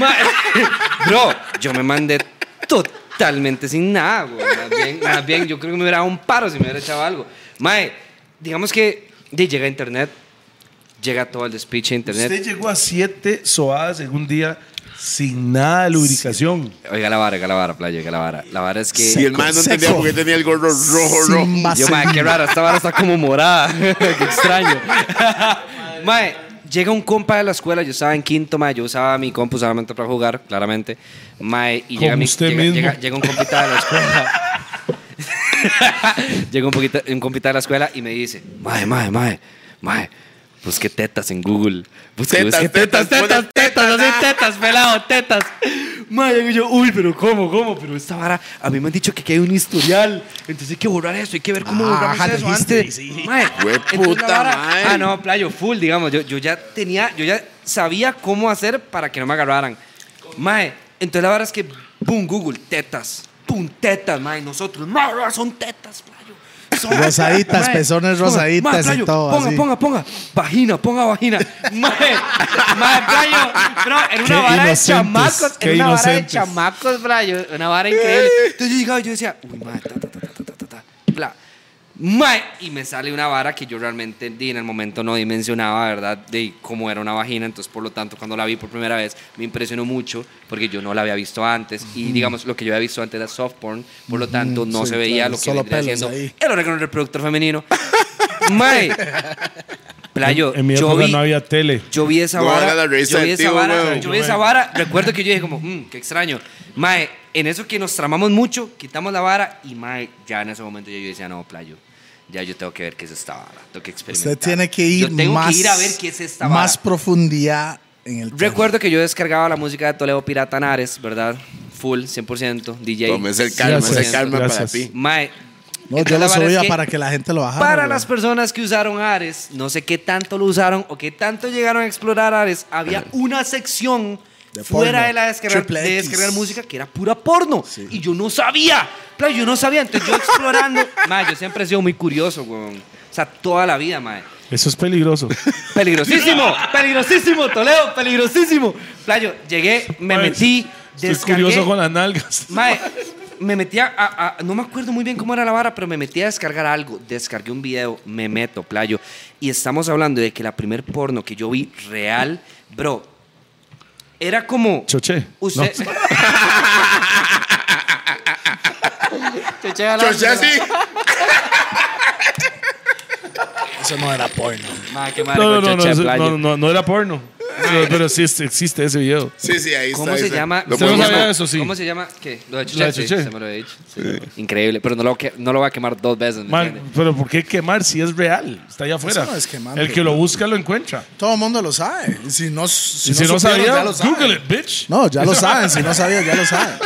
S3: Ma- Bro, yo me mandé totalmente sin nada, güey. Más bien, más bien, yo creo que me hubiera dado un paro si me hubiera echado algo. Mae, digamos que de, llega internet, llega todo el despiche de internet.
S1: Usted llegó a siete soadas en un día sin nada de lubricación.
S3: Oiga la vara, oiga la vara, playa, oiga la vara. La vara es que...
S2: Si el man no
S4: Seco.
S2: entendía por qué tenía el gorro rojo, rojo.
S4: Sin
S3: Yo, mae, qué raro, esta vara está como morada. qué extraño. mae, llega un compa de la escuela, yo estaba en quinto, mae, yo usaba mi compu solamente para jugar, claramente. Mae, y llega,
S1: Como
S3: mi-
S1: usted
S3: llega,
S1: mismo.
S3: llega- llega un compita de la escuela. llega un, poquito, un compita de la escuela y me dice, mae, mae, mae, mae. Busque tetas en Google. Busque,
S2: Tetas,
S3: busque tetas,
S2: tetas,
S3: tetas,
S2: pone
S3: tetas, así tetas, pelado, tetas. Mae, digo yo, uy, pero ¿cómo, cómo? Pero esta vara, a mí me han dicho que aquí hay un historial. Entonces hay que borrar eso, hay que ver cómo
S4: Ah,
S3: borramos
S4: ajá,
S3: eso
S4: dijiste,
S3: antes. Mae,
S2: Hue
S3: entonces la
S2: puta, mae.
S3: Ah, no, playo, full, digamos. Yo, yo ya tenía, yo ya sabía cómo hacer para que no me agarraran. Mae, entonces la vara es que, boom, Google, tetas. Pum, tetas, mae, nosotros. Mae, son tetas, playo. Son-
S4: Rosaditas,
S3: Mae,
S4: pezones
S3: ponga,
S4: rosaditas
S3: mae,
S4: y
S3: playo,
S4: todo,
S3: Ponga,
S4: así.
S3: ponga, ponga. Vagina, ponga vagina. Mae, mae, playo. Pero en
S1: Qué
S3: una vara de
S1: inocentes,
S3: chamacos,
S1: qué
S3: en una vara de
S1: inocentes.
S3: chamacos, playo. Una vara increíble. Entonces yo llegaba y yo decía, uy, mae, ta, ta, ta, ta, ta, ta, ta, ta, bla. Mae, y me sale una vara que yo realmente di, en el momento no dimensionaba, ¿verdad? De cómo era una vagina. Entonces, por lo tanto, cuando la vi por primera vez, me impresionó mucho porque yo no la había visto antes. Y digamos, lo que yo había visto antes era soft porn. Por lo tanto, no
S4: sí,
S3: se veía
S4: claro,
S3: lo que
S4: solo
S3: vendría
S4: pelos
S3: siendo
S4: ahí.
S3: el órgano reproductor femenino. Mae, playo,
S1: En mi
S3: yo
S1: época
S3: vi,
S1: no había tele.
S3: yo vi esa
S2: No
S3: vara.
S2: haga la revista
S3: yo vi
S2: de
S3: esa
S2: tío,
S3: vara.
S2: weón.
S3: Yo vi esa vara. Recuerdo que yo dije como, mmm, qué extraño. Mae, en eso que nos tramamos mucho, quitamos la vara y mae, ya en ese momento ya yo decía, no, playo. ya yo tengo que ver qué es esta vara, tengo que experimentar.
S4: Usted tiene que ir
S3: yo tengo
S4: más.
S3: que ir a ver qué es esta vara.
S4: Más profundidad en el tema.
S3: Recuerdo que yo descargaba la música de Toledo Pirata Nares, ¿verdad? Full, 100%, DJ.
S2: Tómese el calma,
S1: Gracias.
S2: ese el calma para
S1: Gracias.
S2: ti.
S3: Mae,
S4: No,
S3: entonces
S4: yo
S3: la
S4: lo
S3: vara es
S4: subía
S3: que
S4: para que la gente lo bajara.
S3: Para
S4: güey.
S3: las personas que usaron Ares, no sé qué tanto lo usaron o qué tanto llegaron a explorar Ares, había una sección
S4: De
S3: fuera
S4: porno.
S3: de la descargar,
S4: Triple
S3: de
S4: X.
S3: descargar música que era pura porno. Y yo no sabía. Claro, yo no sabía. Entonces yo explorando. mae, yo siempre he sido muy curioso, weón. O sea, toda la vida, mae.
S1: Eso es peligroso.
S3: Peligrosísimo, peligrosísimo, Toledo, peligrosísimo. Playo, llegué, me
S1: Mae,
S3: metí,
S1: Estoy
S3: descargué.
S1: curioso con las nalgas.
S3: Mae, me metí a, a- a- No me acuerdo muy bien cómo era la vara, pero me metí a descargar algo. Descargué un video, me meto, playo. Y estamos hablando de que la primer porno que yo vi real, bro, era como.
S1: Choché.
S3: Usted. Choché a la-
S2: Choché así.
S4: Eso no era porno.
S3: Mae, qué madre
S1: No,
S3: con
S1: no, no,
S3: choché, Ah, eh.
S1: no,
S3: playo.
S1: no, no, no era porno. Pero, pero sí este- existe ese video.
S2: Sí, sí, ahí está.
S3: ¿Cómo
S2: ahí
S3: se
S2: está.
S3: llama?
S2: Lo
S1: Usted no
S2: podemos-
S1: sabía
S3: llama-
S1: eso, sí.
S3: ¿Cómo se llama? ¿Qué? Lo de Chuché.
S1: Lo de
S3: sí,
S1: Chuché.
S3: se me lo he dicho. sí. Increíble, pero no lo, que- no lo va a quemar dos veces. ¿me
S1: Man,
S3: entiende?
S1: pero ¿por qué quemar si es real? Está allá afuera.
S4: Eso no es quemando.
S1: El que lo busca lo encuentra.
S4: Todo el mundo lo sabe. Y Si no, si
S1: Y si no,
S4: supieron,
S1: sabía,
S4: ya lo saben.
S1: Google it, bitch.
S4: No, ya lo saben. Si no sabía, ya lo saben.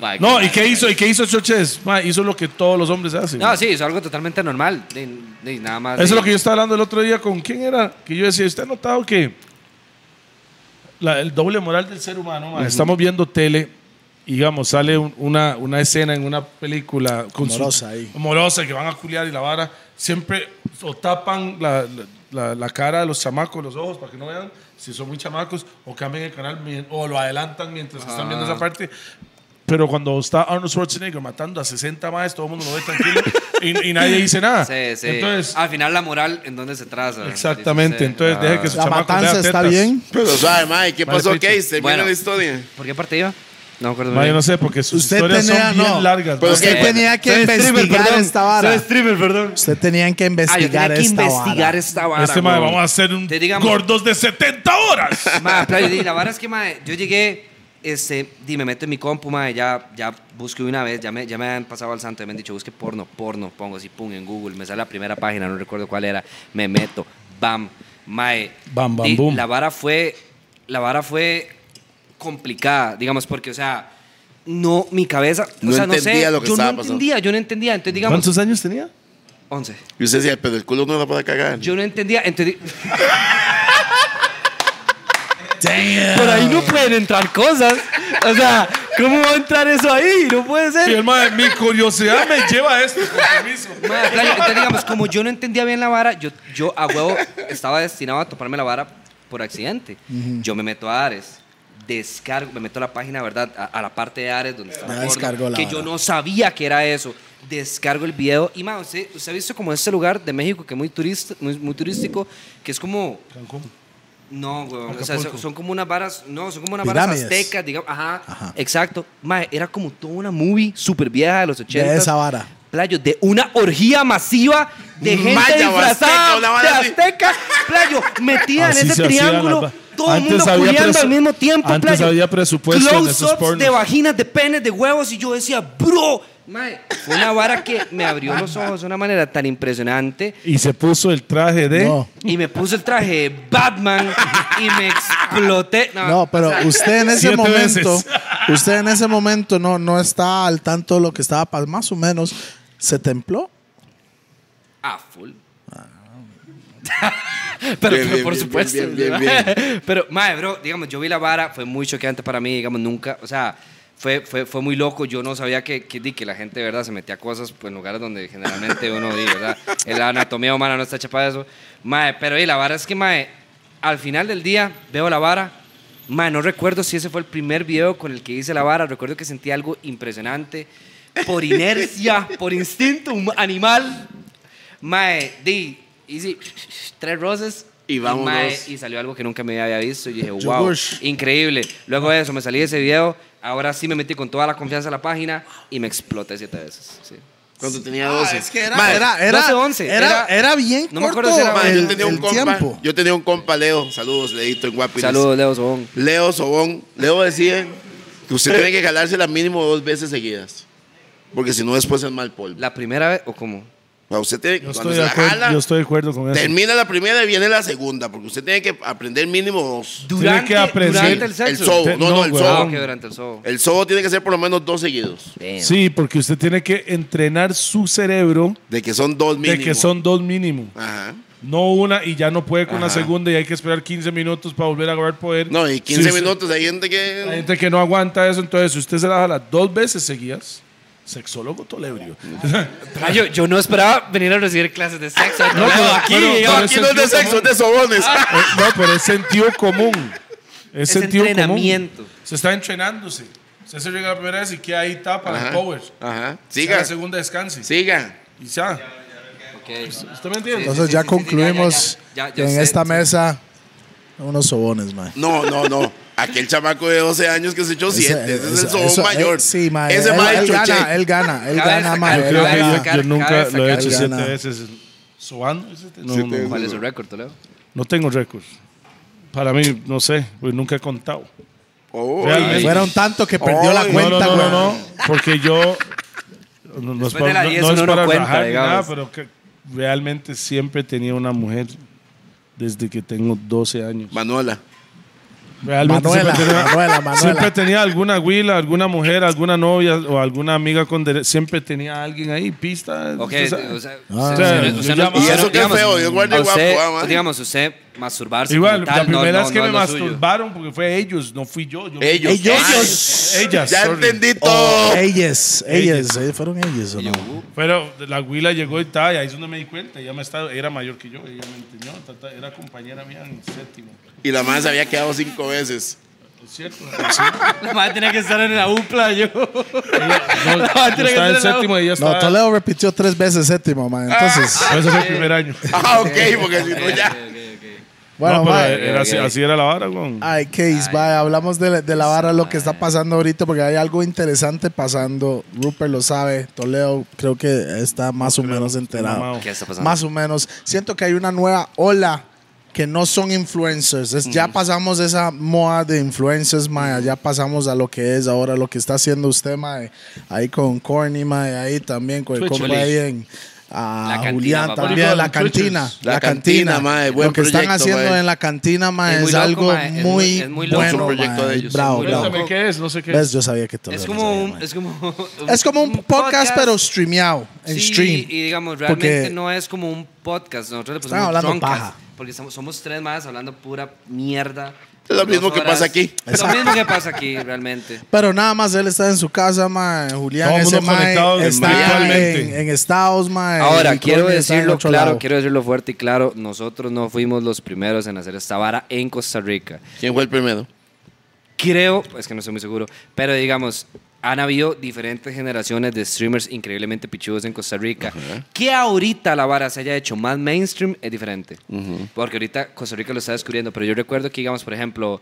S3: Mae,
S1: No,
S3: qué
S1: ¿y qué hizo? ¿Y qué hizo Choches? Ma, hizo lo que todos los hombres hacen.
S3: No, sí, es algo totalmente normal. Ni- ni nada más.
S1: Eso es
S3: ni-
S1: lo que yo estaba hablando el otro día con quién era. Que yo decía, ¿usted ha notado que la- el doble moral del ser humano, ma, estamos viendo tele, y, digamos, sale un- una, una escena en una película con su-
S4: Amorosa ahí.
S1: amorosa, que van a culiar y la vara, siempre o tapan la, la- la- la cara de los chamacos, los ojos, para que no vean si son muy chamacos, o cambian el canal mien- o lo adelantan mientras que están viendo
S3: Ah.
S1: esa parte. Pero cuando está Arnold Schwarzenegger matando a 60 más, todo el mundo lo ve tranquilo y, y nadie dice nada.
S3: Sí, sí.
S1: Entonces,
S3: Al final, la moral, ¿en dónde se traza?
S1: Exactamente,
S3: Dice,
S1: entonces
S3: ah.
S1: deje que su
S4: La
S1: chamaco
S4: matanza
S1: vea
S4: está
S1: tetas.
S4: bien.
S2: Pero sabe, Mike, ¿qué
S1: Vale,
S2: pasó,
S1: picha.
S2: Case? Termina
S3: Bueno.
S2: la historia.
S3: ¿Por qué parte iba? No me acuerdo
S1: Ma, yo no
S3: bien.
S1: sé, porque sus
S4: Usted
S1: historias
S4: tenía-
S1: son bien
S4: no.
S1: largas. Este
S2: Pero
S1: ma.
S2: es que-
S4: Usted tenía que investigar esta vara.
S3: streamer, perdón.
S4: Usted tenía que
S3: Ah, yo
S4: investigar
S3: tenía que
S4: esta
S3: investigar
S4: vara.
S3: esta vara.
S1: este ma,
S3: weón.
S1: vamos a hacer un
S3: Te digamos-
S1: gordos de 70 horas.
S3: Ma, playo, di, la verdad es que ma, yo llegué, este, di, me meto en mi compu, ma, ya, ya busqué una vez, ya me, ya me han pasado al santo, me han dicho, busque porno, porno, pongo así, pum, en Google, me sale la primera página, no recuerdo cuál era, me meto, bam, mae.
S1: Bam, bam,
S3: Di,
S1: boom.
S3: La vara fue, la vara fue complicada, digamos, porque, o sea, no, mi cabeza,
S2: No
S3: o sea, no
S2: entendía
S3: sé,
S2: lo que
S3: yo
S2: estaba
S3: no
S2: pasando.
S3: entendía, yo no entendía, entonces digamos,
S1: ¿Cuántos años tenía?
S3: 11.
S2: Y usted decía, pero el culo no la puede cagar.
S3: Yo no entendía, entendí. Por ahí no pueden entrar cosas. O sea, ¿cómo va a entrar eso ahí? No puede
S1: Y
S3: ser.
S1: el ma, mi curiosidad me lleva a esto, con permiso.
S3: Madre, claro, entonces, digamos, como yo no entendía bien la vara, yo, yo a huevo estaba destinado a toparme la vara por accidente. Yo me meto a Ares, descargo, me meto a la página, ¿verdad? A, a la parte de Ares donde está
S4: Ya
S3: la porno,
S4: descargó la
S3: que
S4: vara.
S3: yo no sabía que era eso. Descargo el video y, más, usted, usted ha visto como este lugar de México que es muy, turista, muy, muy turístico, que es como No, weón. O sea, son, son como unas varas. No, son como unas varas
S4: Pirámides.
S3: aztecas, digamos. Ajá,
S4: Ajá.
S3: Exacto. Mae, era como toda una movie súper vieja de los 80.
S4: De esa vara.
S3: Playo, de una orgía masiva de gente
S2: Maya o
S3: disfrazada
S2: azteca, una vara
S3: de
S2: así.
S3: azteca. Playo, metida
S1: Así
S3: en ese
S1: se hacían
S3: triángulo.
S1: las va-
S3: Todo el
S1: Antes
S3: mundo
S1: había
S3: culiando
S1: presu-
S3: al mismo tiempo,
S1: antes
S3: playo.
S1: había presupuesto en esos
S3: Close-ups
S1: pornos.
S3: de vaginas, de penes, de huevos. Y yo decía, bro. Mae, fue una vara que me abrió los ojos de una manera tan impresionante.
S1: Y se puso el traje de.
S4: No,
S3: Y me puse el traje de Batman y me exploté. No,
S4: no,
S3: o
S4: pero
S3: sea,
S4: usted en ese
S1: Siete
S4: momento,
S1: veces.
S4: usted en ese momento no, no está al tanto de lo que estaba pas- más o menos. ¿Se templó?
S3: Ah, full. pero,
S2: Bien,
S3: pero
S2: bien,
S3: por
S2: bien,
S3: supuesto.
S2: bien, bien, bien,
S3: pero, madre, bro, digamos, yo vi la vara, fue muy choqueante para mí, digamos, nunca, o sea, fue, fue, fue muy loco. Yo no sabía que, que, di, que la gente, ¿verdad? Se metía a cosas pues, en lugares donde generalmente uno, di, ¿verdad? La anatomía humana no está hecha para eso. Madre, pero y la vara es que, madre, al final del día veo la vara. Madre, no recuerdo si ese fue el primer video con el que hice la vara. Recuerdo que sentí algo impresionante. Por inercia, por instinto hum- animal, Mae, di, hice tres roces.
S2: Y vámonos.
S3: y salió algo que nunca me había visto. Y dije,
S4: Yo
S3: wow,
S4: gosh.
S3: increíble. Luego de eso, me salí de ese video. Ahora sí me metí con toda la confianza en la página y me exploté siete veces. sí.
S2: Cuando tenía
S3: Ah,
S2: 12.
S4: Ma,
S2: Mae,
S4: era, era,
S3: 12, 11,
S4: era,
S3: era-
S4: era bien
S3: no me
S4: corto
S3: acuerdo si era-
S2: mae,
S4: el,
S2: yo tenía un
S4: el
S2: compa.
S4: tiempo.
S2: Yo tenía un compa, Leo. Saludos, Leito, en Guapiris.
S3: Saludos, Leo Sobón.
S2: Leo Sobón. Leo decía que usted tiene que jalársela mínimo dos veces seguidas. Porque si no, después es mal polvo.
S3: ¿La primera vez o cómo?
S2: O sea, usted tiene,
S1: Yo
S2: cuando
S1: estoy,
S2: se
S1: de
S2: la
S1: acuerdo,
S2: jala,
S1: yo estoy de acuerdo con eso.
S2: termina la primera y viene la segunda, porque usted tiene que aprender mínimo dos.
S1: Tiene que aprender
S3: durante el sexo.
S2: El sobo,
S1: Te-
S2: no,
S1: no,
S2: no, el
S1: weón.
S3: Ah,
S2: sobo.
S3: ok, durante el sobo.
S2: El sobo tiene que ser por lo menos dos seguidos.
S3: Damn.
S1: Sí, porque usted tiene que entrenar su cerebro
S2: De que son dos mínimo.
S1: de que son dos mínimo.
S2: Ajá.
S1: No una y ya no puede con la
S2: Ajá.
S1: segunda y hay que esperar 15 minutos para volver a agarrar poder.
S2: No, y 15
S1: Sí, sí.
S2: minutos, hay gente que...
S1: Hay gente que no aguanta eso, entonces si usted se la jala dos veces seguidas, sexólogo tolebrio.
S3: Ah, yo, yo no esperaba venir a recibir clases de sexo. No,
S1: pero-
S3: aquí,
S1: pero-
S3: yo
S1: pero
S3: aquí.
S2: Aquí no es de sexo, es de sobones.
S1: Eh, no, pero es sentido común. Es,
S3: Es
S1: sentido común.
S3: entrenamiento.
S1: Se está entrenándose. Usted se llega la primera vez y queda ahí tapa el
S2: Ajá.
S1: power.
S2: Ajá.
S1: Ya La
S2: Siga,
S1: segunda descanse.
S2: siga.
S1: Y ya.
S3: Ok.
S1: ¿Usted me entiende?
S4: Entonces
S3: sí,
S4: ya
S3: sí, sí, sí,
S4: concluimos
S3: ya, ya, ya. Ya,
S4: que
S3: yo
S4: en
S3: sé,
S4: esta
S3: sí.
S4: mesa unos sobones, man.
S2: No, no, no. Aquel chamaco de 12 años que se echó 7. Ese es el sobón
S4: eso-
S2: mayor.
S4: eh, sí, mae.
S2: Ese
S4: él,
S2: mae
S4: él
S2: choché.
S4: gana, él gana, él
S3: Cabe
S4: gana,
S3: destacar-
S4: mae, él
S1: Creo que
S3: Cabe
S1: yo-
S4: gana.
S1: yo,
S3: sacar-
S1: nunca
S3: cabe
S1: lo he
S3: sacar
S1: hecho
S4: el
S1: siete
S4: ganado.
S1: veces. ¿Sobando? ¿Siete? No,
S2: Siete
S1: no,
S2: veces.
S3: ¿Cuál es el récord, Toledo?
S1: no tengo récord. Para mí, no sé, pues nunca he contado.
S2: Oh,
S1: Realmente.
S4: Fueron tanto que perdió la
S2: Ay,
S1: No, no,
S4: cuenta,
S1: no,
S4: güey.
S1: no, no, porque yo. No, no es
S3: Después de la
S1: para, no-
S3: 10
S1: no es
S3: uno no
S1: para
S3: cuenta,
S1: rajar ni nada,
S3: digamos.
S1: pero que realmente siempre tenía una mujer desde que tengo 12 años.
S2: Manuela.
S1: Realmente
S4: Manuela,
S1: siempre tenía-
S4: Manuela,
S1: Siempre
S4: Manuela.
S1: tenía alguna huila, alguna mujer, alguna novia o alguna amiga con dere- Siempre tenía alguien ahí, pista.
S3: Ok,
S1: usted sabe.
S3: o sea,
S4: Ah.
S3: usted-
S1: Sí,
S3: usted
S1: yo
S3: no-
S1: llamaba-
S2: Y eso
S3: usted-
S2: que es
S3: digamos,
S2: feo, yo guarde
S3: a usted,
S2: guapo, ah, man.
S3: Digamos, usted masturbarse. como
S1: Igual,
S3: tal,
S1: la
S3: no-
S1: primera
S3: no-
S1: vez que
S3: no
S1: me
S3: es lo suyo.
S1: masturbaron, porque fue ellos, no fui yo. yo-
S2: Ellos.
S4: Ellos.
S1: Ellas.
S2: Ya
S1: Ah, sorry.
S2: entendí
S4: Oh,
S2: todo.
S4: ellas, ellas, eh, fueron ellas o
S3: Y yo,
S4: no.
S3: uh,
S1: Pero la huila llegó y tal, y ahí es donde me di cuenta. Ella me estaba, era mayor que yo, ella me enseñó. ta, ta, Era compañera mía en séptimo.
S2: Y la madre se había quedado cinco veces.
S1: ¿Es cierto?
S3: La madre tenía que estar en la UPLA, yo.
S1: No,
S3: La
S1: yo
S3: madre tenía que estar
S1: estaba en
S3: en la
S1: séptimo y ella Ah. estaba.
S4: No, Toledo repitió tres veces séptimo, man. Entonces,
S1: Pero Ese fue el primer año.
S2: Ah, ok, porque si no ya.
S4: bueno,
S1: No, pero
S4: mae.
S1: era así,
S3: ok.
S1: así era la vara, weón.
S4: Ay, Case, bye. Hablamos de, la- de la vara, lo que está pasando ahorita, porque hay algo interesante pasando. Rupert lo sabe, Toledo creo que está más o menos enterado.
S1: mamado.
S3: ¿Qué está pasando?
S4: Más o menos. Siento que hay una nueva ola que no son influencers. Es- Ya pasamos esa moda de influencers, mae. Ya pasamos a lo que es ahora, lo que está haciendo usted, mae. Ahí con Corny, mae. Ahí también con el
S1: Twitch.
S4: compa ahí en... a
S3: La cantina,
S4: Julián
S3: papá.
S4: también, la
S1: Con Twitchers.
S4: cantina.
S2: La cantina,
S4: La cantina,
S2: mae,
S4: mae. Lo
S2: buen
S4: que están
S2: proyecto,
S4: haciendo
S2: mae.
S4: en la cantina, mae,
S3: Es
S4: Ah, es,
S3: muy loco,
S4: algo
S3: mae, es muy-
S4: muy,
S3: es muy loco.
S4: bueno,
S2: Es un proyecto
S4: mae,
S2: de ellos,
S4: bravo,
S3: es muy
S4: bravo.
S3: loco.
S1: Cuéntame qué es, no sé qué.
S4: ¿Ves? Yo sabía que todo
S3: Es
S4: lo
S3: como
S4: sabía,
S3: un,
S4: mae.
S3: es como un,
S4: Es como un podcast, pero streameado, en
S3: sí,
S4: stream.
S3: Y digamos, realmente
S4: Porque-
S3: no es como un podcast. Nosotros le
S4: Están
S3: pusimos
S4: hablando
S3: Drunkcast,
S4: paja.
S3: Porque somos, somos tres más hablando pura mierda.
S2: Es lo
S3: Dos
S2: mismo que
S3: horas.
S2: pasa aquí.
S3: Es lo mismo que pasa aquí, realmente.
S4: Pero nada más él está en su casa, mae. Julián
S1: Todo el
S4: ese
S1: mundo
S4: mae,
S1: conectado
S4: está
S1: virtualmente.
S4: en, en Estados, mae.
S3: Ahora,
S4: y
S3: quiero
S4: Corny está en
S3: decirlo
S4: otro
S3: claro,
S4: lado.
S3: quiero decirlo fuerte y claro. Nosotros no fuimos los primeros en hacer esta vara en Costa Rica.
S2: ¿Quién fue el primero?
S3: Creo, es que no estoy muy seguro, pero digamos, han habido diferentes generaciones de streamers increíblemente pichudos en Costa Rica. Que ahorita la vara se haya hecho más mainstream es diferente. Porque ahorita Costa Rica lo está descubriendo, pero yo recuerdo que, digamos, por ejemplo,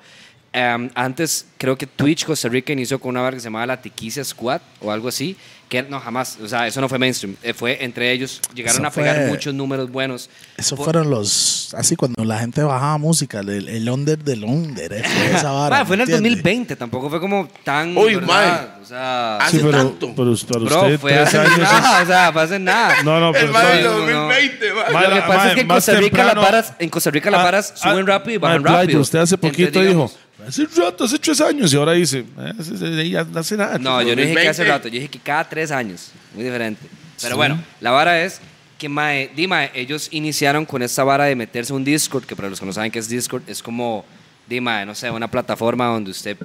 S3: em, antes creo que Twitch Costa Rica inició con una vara que se llamaba la Tiquicia Squad o algo así, que no, jamás, o sea, eso no fue mainstream, eh, fue entre ellos, llegaron
S4: Eso
S3: a pegar
S4: fue-
S3: muchos números buenos.
S4: Eso
S3: Fue-
S4: fueron los. Así cuando la gente bajaba música, el, el under del under. eh, fue esa vara,
S3: Mae, fue en el
S4: ¿me entiende?
S3: 2020, tampoco fue como tan...
S2: Uy,
S3: ¿verdad? O sea,
S2: Hace
S1: Sí, pero,
S2: tanto.
S1: pero para
S3: Bro,
S1: usted,
S3: fue
S1: tres
S3: hace
S1: años.
S3: nada, o sea, fue hace nada.
S1: es- No, pues, no, pero.
S2: El mae del
S3: no, no.
S2: 2020, mae.
S1: Mae,
S3: lo que
S1: la-
S3: pasa
S1: mae,
S3: es que en
S1: más
S3: Costa Rica
S1: temprano-
S3: las varas, en Costa Rica las
S1: Ah,
S3: varas
S1: ah,
S3: suben rápido y
S1: mae,
S3: bajan
S1: playo,
S3: rápido.
S1: Usted hace poquito
S3: Entonces,
S1: dijo,
S3: digamos,
S1: hace rato, hace tres años, y ahora dice, eh, hace, ya no hace nada.
S3: No, yo no dije que hace
S2: 2020.
S3: rato, yo dije que cada tres años. Muy diferente. Pero bueno, la vara es que mae, di, mae, ellos iniciaron con esta vara de meterse a un Discord, que para los que no saben qué es Discord, es como, Dima, no sé, una plataforma donde usted.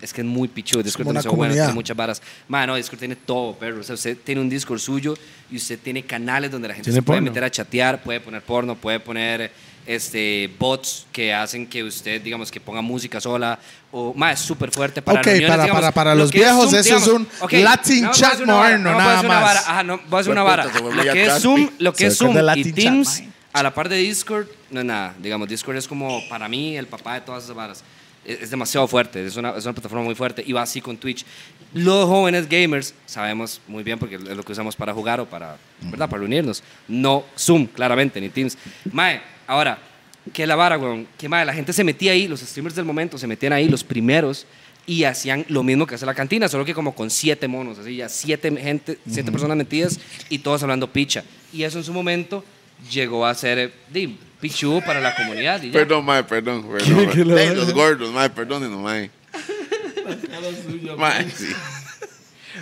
S3: Es que es muy pichudo. Discord
S4: como
S3: tiene
S4: una
S3: su bueno, tiene
S4: comunidad.
S3: muchas varas. Mae, no, Discord tiene todo, perro. O sea, usted tiene un Discord suyo y usted tiene canales donde la gente
S1: Tiene
S3: se puede
S1: porno.
S3: meter a chatear, puede poner porno, puede poner este bots que hacen que usted, digamos, que ponga música sola. O, mae, es súper fuerte para
S4: Ok,
S3: reuniones,
S4: para-
S3: digamos,
S4: para- para
S3: lo
S4: los
S3: que
S4: viejos,
S3: Zoom,
S4: eso es un
S3: ok,
S4: Latin
S3: nada más voy a
S4: chat
S3: hacer una vara,
S4: moderno,
S3: nada más voy a
S4: nada
S3: hacer una
S4: más.
S3: vara, Ajá, no, voy a hacer una
S2: Puta,
S3: vara.
S2: se volvió
S3: Lo
S2: ya
S3: que es
S2: atrás,
S3: Zoom,
S2: pi.
S3: lo que
S4: Se
S3: es Zoom
S4: recuerda
S3: y
S4: Latin chat,
S3: Teams,
S4: mae.
S3: a la par de Discord, no es nada. Digamos, Discord es como, para mí, el papá de todas esas varas. E, Es, es demasiado fuerte, es una, es una plataforma muy fuerte y va así con Twitch. Los jóvenes gamers sabemos muy bien porque es lo que usamos para jugar o para, ¿verdad? Para reunirnos. No Zoom, claramente, ni Teams. Mae, ahora, que la vara, weón. Que mae, la gente se metía ahí, los streamers del momento se metían ahí, los primeros, y hacían lo mismo que hace la cantina, solo que como con siete monos, así ya siete gente, siete personas metidas y todos hablando picha. y eso en su momento llegó a ser eh, di, pichudo para la comunidad. y ya.
S2: Perdón, mae, perdón. perdón mae.
S4: qué lo-
S2: Ey, los gordos, mae, perdónenos, mae. Mae, sí.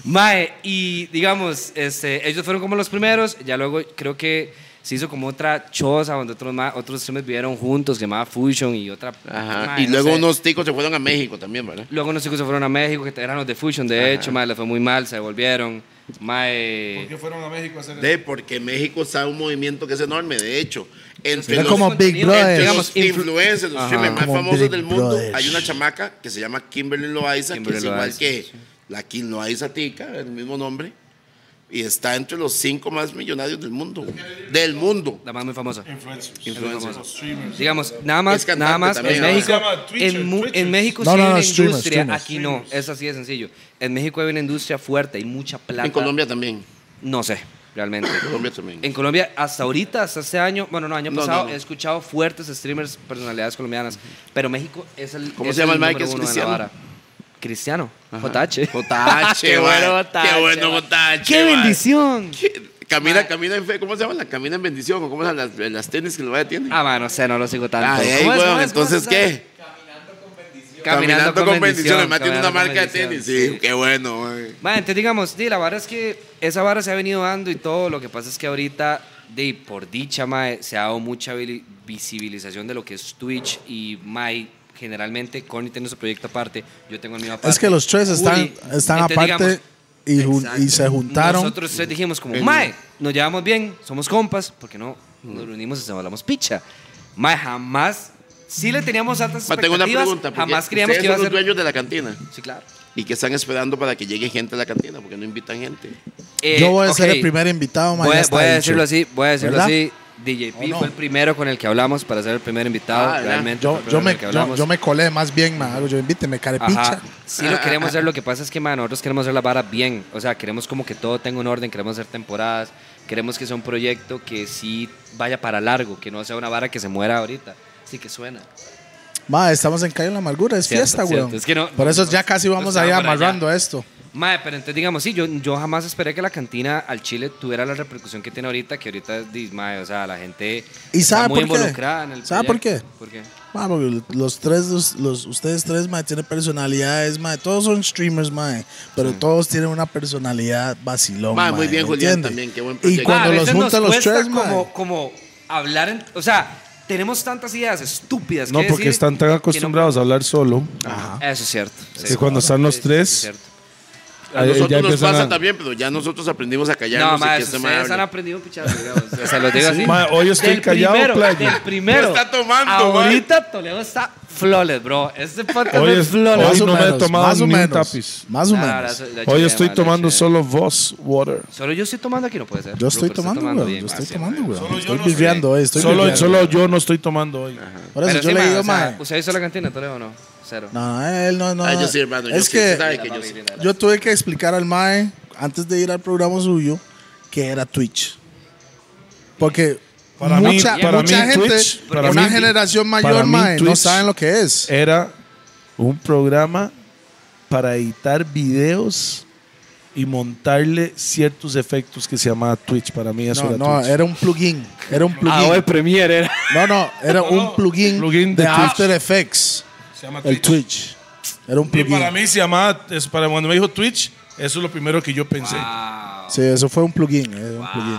S3: Mae, y digamos, este, ellos fueron como los primeros, ya luego creo que se hizo como otra choza donde otros ma- otros streamers vivieron juntos, que llamaba Fusion y otra.
S2: Ajá.
S3: mae,
S2: y
S3: no
S2: luego
S3: sé.
S2: unos ticos se fueron a México también, ¿verdad?
S3: Luego unos chicos se fueron a México, que eran los de Fusion, de hecho, mae, les fue muy mal, se devolvieron. Mae.
S1: ¿Por qué fueron a México a hacer eso?
S2: De porque México está un movimiento que es enorme. De hecho, entre
S4: Era
S2: los,
S4: como Big
S3: contenido,
S4: Brother.
S2: entre
S3: Digamos,
S2: los
S3: influ-
S2: influencers, los
S3: Ajá.
S2: streamers más
S4: Como
S2: famosos
S4: Big
S2: del mundo,
S4: Brother.
S2: hay una chamaca que se llama Kimberly Loaiza,
S3: Kimberly
S2: que es igual
S3: Loaiza,
S2: que
S3: sí.
S2: la Kim Loaiza Tica, el mismo nombre. Y está entre los cinco más millonarios del mundo. Del mundo.
S3: La más muy famosa.
S1: Influencers.
S2: Influencers.
S1: Los streamers.
S3: Digamos, nada más,
S2: Es cantante
S3: nada más
S2: también,
S3: en
S2: ¿no?
S3: México,
S1: Se llama Twitcher,
S3: en, mu- en
S1: Twitcher.
S3: México
S4: No,
S3: sí
S4: no,
S3: hay
S4: no,
S3: una
S4: streamers,
S3: industria,
S4: streamers.
S3: aquí no, es así de sencillo. En México hay una industria fuerte, hay mucha plata.
S2: En Colombia también.
S3: No sé, realmente.
S2: Colombia también.
S3: En Colombia, hasta ahorita, hasta este año, bueno, no, año
S2: No,
S3: pasado,
S2: no, no.
S3: he escuchado fuertes streamers, personalidades colombianas, pero México es el.
S2: ¿Cómo
S3: es
S2: se llama el mae
S3: número
S2: que es
S3: uno de la
S2: cristiano?
S3: vara. Cristiano,
S2: Ajá.
S3: JH.
S2: JH,
S3: Qué
S2: mae.
S3: bueno, JH.
S2: Qué bueno, JH.
S3: ¡Qué
S2: mae.
S3: bendición!
S2: Qué- Camina,
S3: Mae.
S2: camina en fe. ¿Cómo se llama la camina en bendición? ¿O ¿Cómo se llaman las, las tenis que lo vaya tiene?
S3: Ah, man, no sé, no lo sigo tanto.
S2: Ah,
S3: ¿Cómo
S2: eh,
S3: es, cómo es,
S2: weón,
S3: cómo es,
S2: entonces,
S3: cómo es?
S2: ¿qué? Caminando, con bendición. El mae tiene una marca de tenis. Sí, qué bueno, mae.
S3: Mae, entonces digamos, di, la vara es que esa vara se ha venido dando y todo. Lo que pasa es que ahorita, di, por dicha, mae, se ha dado mucha vili- visibilización de lo que es Twitch y mae, generalmente Connie tiene su proyecto aparte, yo tengo el mío aparte.
S4: Es que los tres están,
S3: Juli,
S4: están
S3: entonces,
S4: aparte y, jun-
S3: digamos,
S4: y se juntaron.
S3: Nosotros tres dijimos como,
S2: El-
S3: mae, nos llevamos bien, somos compas, ¿por qué no nos reunimos y se hablamos picha? Mae, jamás, sí le teníamos altas
S2: Ma, tengo
S3: expectativas,
S2: una pregunta. porque
S3: jamás creíamos que iba a
S2: ustedes son
S3: ser...
S2: los dueños de la cantina
S3: Sí, claro.
S2: y que están esperando para que llegue gente a la cantina porque no invitan gente.
S3: Eh,
S4: Yo voy a ser
S3: ok.
S4: el primer invitado, man,
S3: Voy,
S4: ya
S3: a-
S4: está
S3: voy a
S4: dicho.
S3: decirlo así, voy a decirlo
S4: ¿Verdad?
S3: así. DJP
S4: ¿O no?
S3: fue el primero con el que hablamos para ser el primer invitado.
S2: Ah, ¿verdad?
S3: realmente fue
S4: Yo,
S3: el
S4: yo
S3: primero
S4: me,
S3: con el que
S4: yo,
S3: hablamos.
S4: yo me colé más bien, man. algo Yo invíteme,
S3: Ajá.
S4: carepicha.
S3: Sí lo queremos hacer, lo que pasa es que man, nosotros queremos hacer la vara bien, o sea, queremos como que todo tenga un orden, queremos hacer temporadas, queremos que sea un proyecto que sí vaya para largo, que no sea una vara que se muera ahorita, sí que suena.
S4: Ma, estamos en Calle de la Amargura, es
S3: Cierto,
S4: fiesta,
S3: cierto.
S4: weón.
S3: Es que no-
S4: Por eso
S3: no-
S4: ya casi
S3: no
S4: vamos
S3: estaba
S4: ahí
S3: por allá.
S4: amarrando esto.
S3: Mae, pero entonces digamos, sí, yo, yo jamás esperé que la cantina al Chile tuviera la repercusión que tiene ahorita, que ahorita, di- mae, o sea, la gente
S4: ¿Y
S3: está
S4: sabe
S3: muy
S4: por qué?
S3: involucrada en el
S4: ¿Sabe por
S3: proyecto.
S4: qué?
S3: ¿Por qué?
S4: Ma, porque los tres, los, los- ustedes tres, ma, tienen personalidades, ma. Todos son streamers, ma. Pero todos tienen una personalidad vacilón,
S2: Ma,
S4: ma.
S2: muy bien,
S4: ¿me
S2: Julián,
S4: entiende?
S2: también, qué buen
S4: Y
S2: proyecto.
S4: cuando
S3: Ma, Ah, a
S4: los
S3: veces nos
S4: juntan los
S3: cuesta
S4: tres, ma.
S3: como, como hablar, en- o sea, tenemos tantas ideas estúpidas.
S1: No,
S3: que
S1: porque
S3: decir
S1: están tan
S3: que no-
S1: acostumbrados a hablar solo
S3: Eso es cierto. sí.
S1: que cuando están los
S3: Sí, sí,
S1: tres,
S3: es cierto.
S2: A
S1: eh,
S2: nosotros nos
S1: empiezan
S2: pasa
S1: a-
S2: también, pero ya nosotros aprendimos a callarnos
S3: No,
S2: y
S3: ma,
S2: que este mae
S3: ustedes han
S2: hable.
S3: aprendido un pichazo, digamos. O sea, lo digo así.
S1: Ma, hoy estoy
S3: Del
S1: callado,
S3: primero,
S1: playa.
S3: Del primero.
S2: No está tomando,
S3: Ahorita Toledo está flawless, bro. Este podcast
S1: Hoy
S3: es
S1: es-
S3: flawless.
S1: hoy
S4: Más o
S1: no me he
S4: menos,
S1: tomado
S4: más o
S1: ni un
S4: menos,
S1: tapiz.
S4: Más o
S3: No, no,
S4: menos.
S3: eso- la
S1: Hoy
S3: chiquea,
S1: estoy
S3: ma, la
S1: tomando
S3: chiquea.
S1: solo Voss Water.
S3: Solo yo estoy tomando aquí, no puede ser.
S4: Yo estoy
S3: Rupert, está
S4: tomando, weón.
S3: bien,
S4: Yo
S3: ma,
S4: estoy
S3: sí,
S4: tomando,
S3: ma.
S4: weón.
S1: Solo
S4: Estoy
S1: yo no sé.
S4: viviando hoy. Estoy
S1: Solo,
S4: viviando.
S1: solo yo no estoy tomando hoy.
S4: Por eso
S3: Pero
S4: yo
S3: sí,
S4: le
S3: ma,
S4: digo,
S3: o sea,
S4: ma.
S3: ¿Usted hizo la cantina, Toledo, no? Cero.
S4: No, él no, no.
S2: Ah, yo sí, hermano. yo
S4: Es
S2: sí,
S4: que
S2: sabe que yo sí.
S4: yo tuve que explicar al Mae, antes de ir al programa suyo, que era Twitch. Porque
S1: Para mí-
S4: mucha,
S1: para
S4: mucha
S1: mí
S4: gente,
S1: Twitch- para
S4: una
S1: mí-
S4: generación
S1: para
S4: mayor,
S1: mí
S4: Mae, no
S1: Twitch-
S4: saben lo que es.
S1: Era un programa para editar videos y montarle ciertos efectos que se llamaba Twitch. Para mí eso
S4: No,
S1: era
S4: no,
S1: Twitch. Ah,
S4: era un plugin. Era un plugin.
S3: Premiere era.
S4: No, no, era un plugin,
S1: plugin
S4: de,
S1: de Twitch.
S4: After Effects.
S1: Se llama
S4: El Twitch. Era un
S1: Y
S4: plugin.
S1: para mí se llamaba, es para cuando me dijo Twitch, eso es lo primero que yo pensé.
S4: Ah. Sí, eso fue un plugin. era un plugin.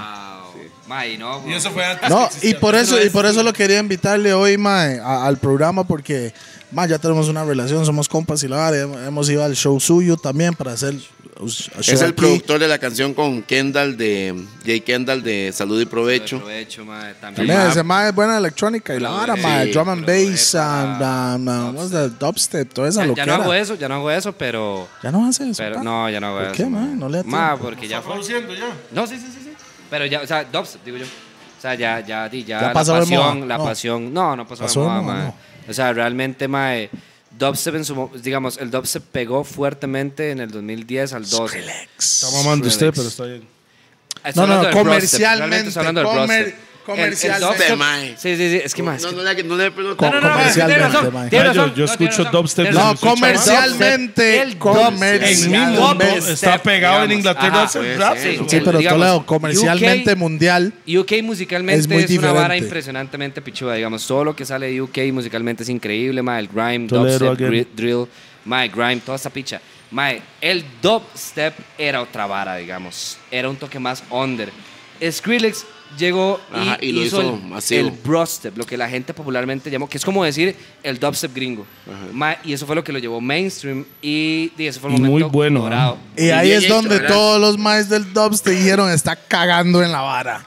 S3: Mae, no,
S1: Y
S3: weón.
S1: eso fue antes.
S4: No,
S1: que
S4: y
S1: existiera.
S4: por eso, y
S3: es-
S4: por eso lo quería invitarle hoy, mae, a- al programa porque, mae, ya tenemos una relación, somos compas y la vara, hem- hemos ido al show suyo también para hacer un sh- show
S2: Es el
S4: aquí.
S2: productor de la canción con Kendall de Jay Kendall de Salud y Provecho.
S3: Provecho, mae, también.
S4: También ese mae es buena electrónica y la vara,
S3: Sí,
S4: mae, drum and
S3: pero
S4: bass,
S3: para
S4: and, um, um, what's that, dubstep, toda esa
S3: Ya, ya no
S4: loquera.
S3: hago eso, ya no hago eso, pero...
S4: Ya no hace eso.
S3: Pero
S4: pa.
S3: no, ya no hago
S4: ¿Por
S3: eso.
S4: qué, mae? No le da
S3: Ma,
S4: tiempo.
S3: porque ya
S1: Está
S3: fue.
S1: produciendo ya.
S3: No, sí, sí, sí, sí. Pero ya, o sea, dubstep, digo yo. O sea, ya, ya, di, ya,
S4: Ya
S3: la
S4: pasó de moda,
S3: pasión, la
S4: no.
S3: pasión. No, no pasó,
S4: Pasó
S3: de
S4: de
S3: moda,
S4: moda,
S3: mae. O sea, realmente, mae, dubstep en su, mo- digamos, el dubstep pegó fuertemente en el 2010 al 12.
S4: Relax.
S1: Está mamando usted,
S3: Relax.
S1: pero está bien.
S3: Estoy
S4: No,
S3: hablando
S4: no,
S3: del brostep, realmente
S4: comercialmente,
S3: estoy hablando del
S4: comer-
S3: brostep.
S5: Comercial.
S3: el dubstep.
S2: Este, mae.
S3: Sí, sí, sí. Es que más.
S2: No,
S3: es que-
S2: no le, no le pregunto.
S3: No, no, no,
S4: Comercial.
S3: tiene
S4: comercialmente,
S3: razón,
S4: mae.
S3: tiene
S1: Mae, yo-
S3: razón,
S1: yo
S3: no, tiene
S1: escucho
S3: razón.
S1: dubstep,
S3: Tiene
S1: no,
S3: razón.
S4: No,
S1: escucha
S4: comercialmente.
S3: El
S1: En
S3: comercial.
S1: mismo
S4: Comercialmente.
S3: Dubstep,
S1: está pegado en
S3: digamos.
S1: Inglaterra
S3: Ajá,
S1: hace
S2: puede
S1: rato.
S2: ser,
S1: Sí,
S4: Sí, pero
S3: digamos,
S4: Toledo, comercialmente
S3: UK
S4: mundial.
S3: UK musicalmente
S4: Es
S3: es,
S4: muy
S3: una vara
S4: diferente.
S3: impresionantemente pichuda, digamos. Todo lo que sale de UK musicalmente es increíble, ma, el grime,
S1: Toledo
S3: dubstep,
S1: again.
S3: gri- drill, ma, el grime, toda esa picha. Ma, el dubstep era otra vara, digamos. Era un toque más under. Skrillex llegó y,
S2: Ajá, y lo
S3: hizo,
S2: hizo
S3: el,
S2: masivo.
S3: el brostep, lo que la gente popularmente llamó, que es como decir el dubstep gringo. Ma, y eso fue lo que lo llevó mainstream y, y eso fue el
S1: Y muy
S3: momento
S1: bueno,
S3: dorado.
S4: Y ahí
S2: bien
S4: es
S2: hecho,
S4: donde
S2: ¿verdad?
S4: todos los maes del dubs te dijeron, está cagando en la vara.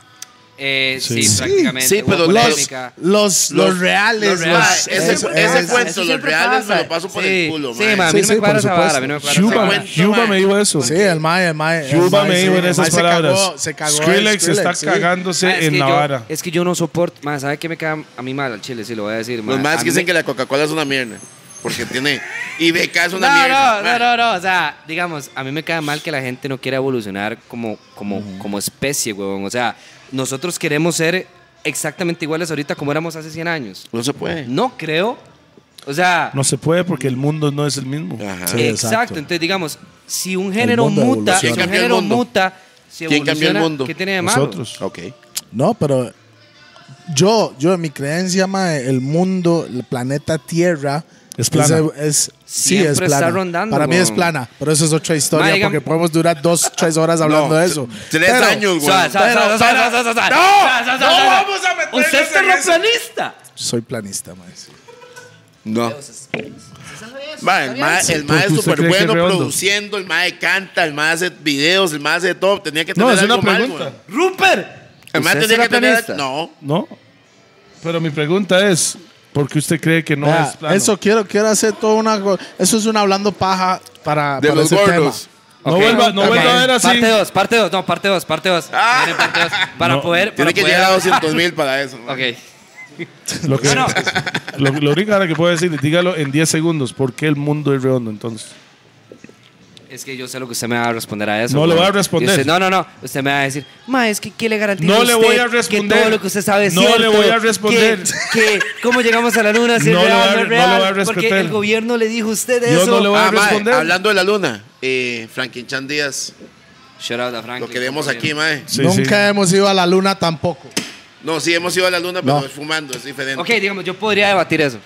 S3: Eh, sí,
S1: Sí.
S3: prácticamente.
S2: Sí,
S3: hubo
S2: pero los-
S4: Los,
S3: polémica.
S4: los, los reales.
S3: los
S4: Los
S3: reales.
S2: Ese,
S4: eso-
S2: ese
S4: eso-
S2: cuento,
S6: eso
S2: los
S6: siempre
S2: reales me
S6: pasa.
S2: lo paso por
S3: Sí.
S2: el culo,
S3: Sí,
S2: mae.
S3: ma, a
S4: Sí,
S3: mí no
S4: sí,
S3: me cuadra
S4: por
S3: esa vara,
S4: supuesto.
S3: a mí no me cuadra esa
S1: Yuba,
S3: vara.
S2: cuento,
S1: Yuba
S2: mae.
S1: me dijo eso.
S4: Sí, el mae, el mae. el
S1: Yuba
S4: mae
S1: me
S4: se-
S1: dijo en
S4: el
S1: esas
S4: mae se
S1: palabras.
S4: cagó- se cagó de
S1: Skrillex está
S4: sí.
S1: cagándose
S3: Ma, Ah, es
S1: en
S3: que
S1: la
S3: yo-
S1: vara.
S3: Es que yo no soporto, más ¿sabe qué me cae a mí mal al chile? Sí, lo voy a decir. ma.
S2: Los más
S3: A
S2: que
S3: mí-
S2: dicen que la Coca-Cola es una mierda. Porque tiene. Y beca es una
S3: No,
S2: mierda.
S3: no,
S2: mae.
S3: no, no, no, o sea, digamos, a mí me cae mal que la gente no quiera evolucionar como, como, como especie, huevón. O sea, nosotros queremos ser exactamente iguales ahorita como éramos hace 100 años.
S2: No se puede.
S3: No creo. O sea,
S1: No se puede porque el mundo no es el mismo.
S2: Ajá.
S4: Sí.
S3: exacto.
S4: exacto.
S3: Entonces, digamos, si un género
S4: mundo
S3: muta,
S4: evoluciona.
S3: si
S4: ¿Quién
S3: un
S2: cambió el
S3: género
S2: mundo?
S3: muta, si
S2: ¿Quién cambió el
S3: evoluciona,
S2: mundo?
S3: ¿Qué tiene de malo?
S1: Nosotros.
S2: Ok.
S4: No, pero yo, yo en mi creencia, mae, el mundo, el planeta Tierra.
S1: Es plana.
S4: Es, es- sí, es
S3: Siempre
S4: plana.
S3: está rondando,
S4: Para mí es
S3: weón.
S4: plana, pero eso es otra historia
S3: Mae, digan-
S4: porque podemos durar dos, tres horas hablando
S2: No,
S4: de eso.
S2: Tres
S4: Pero-
S2: años, güey.
S3: Suave, suave,
S4: Pero-
S3: suave, suave, suave, suave, suave. Suave, suave, suave, suave.
S1: vamos a meternos
S3: Usted es
S1: en eso.
S3: terraplanista.
S4: Soy planista, mae. sí.
S2: No. Mae, el mae el mae es
S1: Porque usted
S2: súper
S1: cree que es
S2: bueno
S1: redondo.
S2: produciendo, el mae canta, el mae hace videos, el mae hace todo. Tenía que tener
S1: No, es una
S2: algo mal,
S1: pregunta.
S2: güey.
S3: Rupert.
S2: El mae
S3: ¿Usted
S2: tenía
S3: será
S2: que tener.
S3: pianista?
S2: No.
S1: ¿No? Pero mi pregunta es, ¿por qué usted cree que no
S4: Vea,
S1: es plano?
S4: Eso quiero, quiero hacer toda una. co- Eso es un hablando paja para,
S2: De
S4: para
S2: los
S4: ese
S2: gordos.
S4: tema.
S1: No
S3: Ok.
S1: vuelva, no
S3: Ok.
S1: vuelva a ver así.
S3: Parte 2, parte 2, no, parte 2, parte 2. Para
S1: No,
S3: poder.
S2: Ah. Tiene
S3: para
S2: que
S3: poder-
S2: llegar a 200 mil para eso. mae.
S3: Ok.
S1: Lo, que,
S3: No, no.
S1: lo, lo único ahora que puedo decir, dígalo en 10 segundos, ¿por qué el mundo es redondo entonces?
S3: Es que yo sé lo que usted me va a responder a eso.
S1: No le
S3: güey.
S1: voy a responder.
S3: Y usted- no, no, no. Usted me va a decir, ma, es que ¿qué le garantiza
S1: No
S3: a
S1: le
S3: usted
S1: voy a responder.
S3: Que todo lo que usted sabe es
S1: No le
S3: cierto?
S1: voy a responder.
S3: Que, que cómo llegamos a la luna, si
S1: No
S3: es
S1: le voy
S3: real,
S1: a-
S3: no es
S1: no le
S3: real.
S1: voy a responder.
S3: Porque el gobierno le dijo a usted
S1: Yo
S3: eso.
S1: no le voy a
S2: Ah, mae,
S1: responder.
S2: hablando de la luna, eh, Franklin Chan Díaz,
S3: Shout out a Franklin.
S2: lo queremos aquí, mae.
S1: Sí, sí.
S4: Nunca hemos ido a la luna tampoco.
S2: No, sí hemos ido a la luna, pero
S4: No.
S2: es fumando, es diferente.
S3: Ok, digamos, yo podría debatir eso.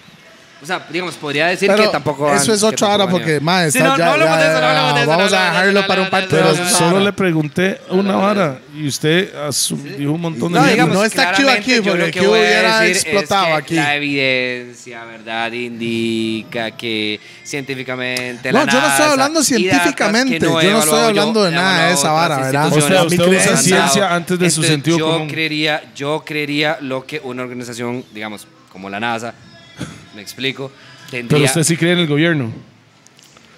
S3: O sea, digamos, podría decir
S4: Pero
S3: que tampoco. van-
S4: eso es
S3: que
S4: otra hora
S3: tampoco van
S4: porque,
S3: a-
S4: mae,
S3: Sí,
S4: está
S3: no,
S4: ya-
S3: no hablamos de
S4: ya-
S3: eso, no hablamos de eso,
S4: Vamos
S3: no
S4: a
S3: hablamos de
S4: dejarlo
S3: eso,
S4: para
S3: no
S4: un
S3: hablamos
S4: parte
S3: de
S1: Pero
S3: eso,
S4: dos.
S3: no,
S1: solo
S3: no.
S1: le pregunté una vara y usted asum- dijo un montón de...
S3: No,
S1: mierda.
S3: digamos,
S4: no está Q
S3: claramente
S4: aquí,
S3: yo
S4: porque
S3: lo que
S4: Q
S3: voy a
S4: hubiera
S3: decir es
S4: explotado
S3: que
S4: aquí.
S3: La evidencia, ¿verdad? Indica que científicamente. la
S4: No, yo no estoy
S3: NASA
S4: hablando
S3: y datos que
S4: científicamente,
S3: he
S4: yo no estoy
S3: evaluado
S4: hablando de
S3: he
S4: nada de
S3: evaluado
S4: esa
S3: otras
S4: vara, ¿verdad?
S1: O sea,
S3: instituciones
S1: usted
S3: que
S1: usa
S3: han dado.
S1: ciencia antes de su
S3: Entonces,
S1: sentido
S3: yo
S1: común.
S3: Creería, yo creería lo que una organización, digamos, como la NASA, me explico, tendría.
S1: Pero usted sí cree en el gobierno.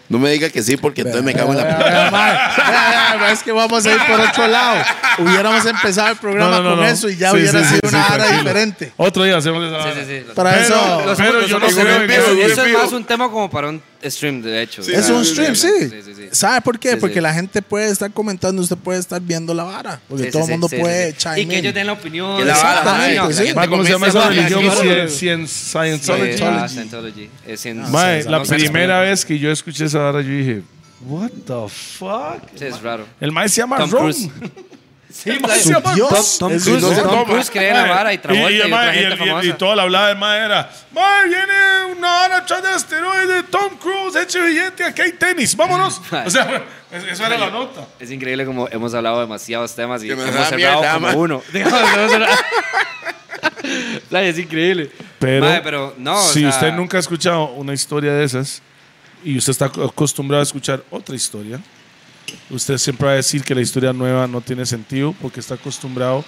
S2: No me diga que sí, porque entonces me cago en la puta.
S4: Vea, mae, vea, vea, Es que vamos a ir por otro lado. Hubiéramos empezado el programa con eso y ya
S1: Sí,
S4: hubiera
S1: sí,
S4: sido
S1: sí,
S4: una
S1: sí,
S4: hora
S1: tranquilo.
S4: diferente.
S1: Otro día hacemos esa
S3: Sí,
S1: vara.
S3: sí, sí, lo-
S4: Para
S1: Pero-
S4: eso.
S3: Los-
S1: pero
S3: los-
S1: yo
S3: los-
S1: no creo en
S3: eso,
S1: vivo,
S3: eso es
S2: vivo.
S3: más un tema como para un stream, de hecho.
S2: Sí,
S4: Es
S2: sí,
S4: un
S2: sí,
S4: stream, sí.
S3: sí, sí.
S4: ¿Sabe por qué?
S3: Sí, sí.
S4: Porque la gente puede estar comentando, usted puede estar viendo la vara. Porque
S3: Sí,
S4: todo el
S3: sí,
S4: mundo
S3: sí,
S4: puede
S3: sí, sí.
S4: chime
S3: Y que
S4: in.
S3: ellos den la opinión.
S2: Que la vara,
S4: Exactamente,
S2: mae, que la
S4: sí.
S2: gente
S1: Ma, ¿Cómo se llama
S2: comience
S1: esa
S2: a
S1: religión?
S2: hablar.
S1: Cien- cien- Scientology.
S3: Scientology. Scientology. Es en-
S1: Mae, la
S3: Ah, no sé,
S1: primera vez que yo escuché esa vara, yo dije, what the fuck?
S3: Sí, es raro.
S1: El mae se llama
S3: Tom
S1: Ron.
S3: Cruise.
S1: El mae se llama
S4: Dios.
S1: Ron.
S3: Tom
S4: Es
S3: Cruise,
S4: un-
S2: no se
S3: Tom
S2: toma.
S3: Cruise cree en la vara y Travolta y,
S1: el
S3: otra
S1: mae- y
S3: gente
S1: el- y-
S3: famosa.
S1: y toda la hablada del mae era, mae, viene una vara atrás de asteroides, Tom Cruise, eche billete, aquí hay tenis, vámonos.
S3: Mae.
S1: O sea, es- eso era la nota.
S3: Es increíble como hemos hablado de demasiados temas y
S2: Que me
S3: hemos
S2: da
S3: cerrado
S2: mierda,
S3: como
S2: ma.
S3: uno. Digamos, hemos cerrado- Mae, es increíble.
S1: Pero,
S3: Mae, pero no, o
S1: si
S3: sea-
S1: usted nunca ha escuchado una historia de esas y usted está ac- acostumbrado a escuchar otra historia, usted siempre va a decir que la historia nueva no tiene sentido porque está acostumbrado,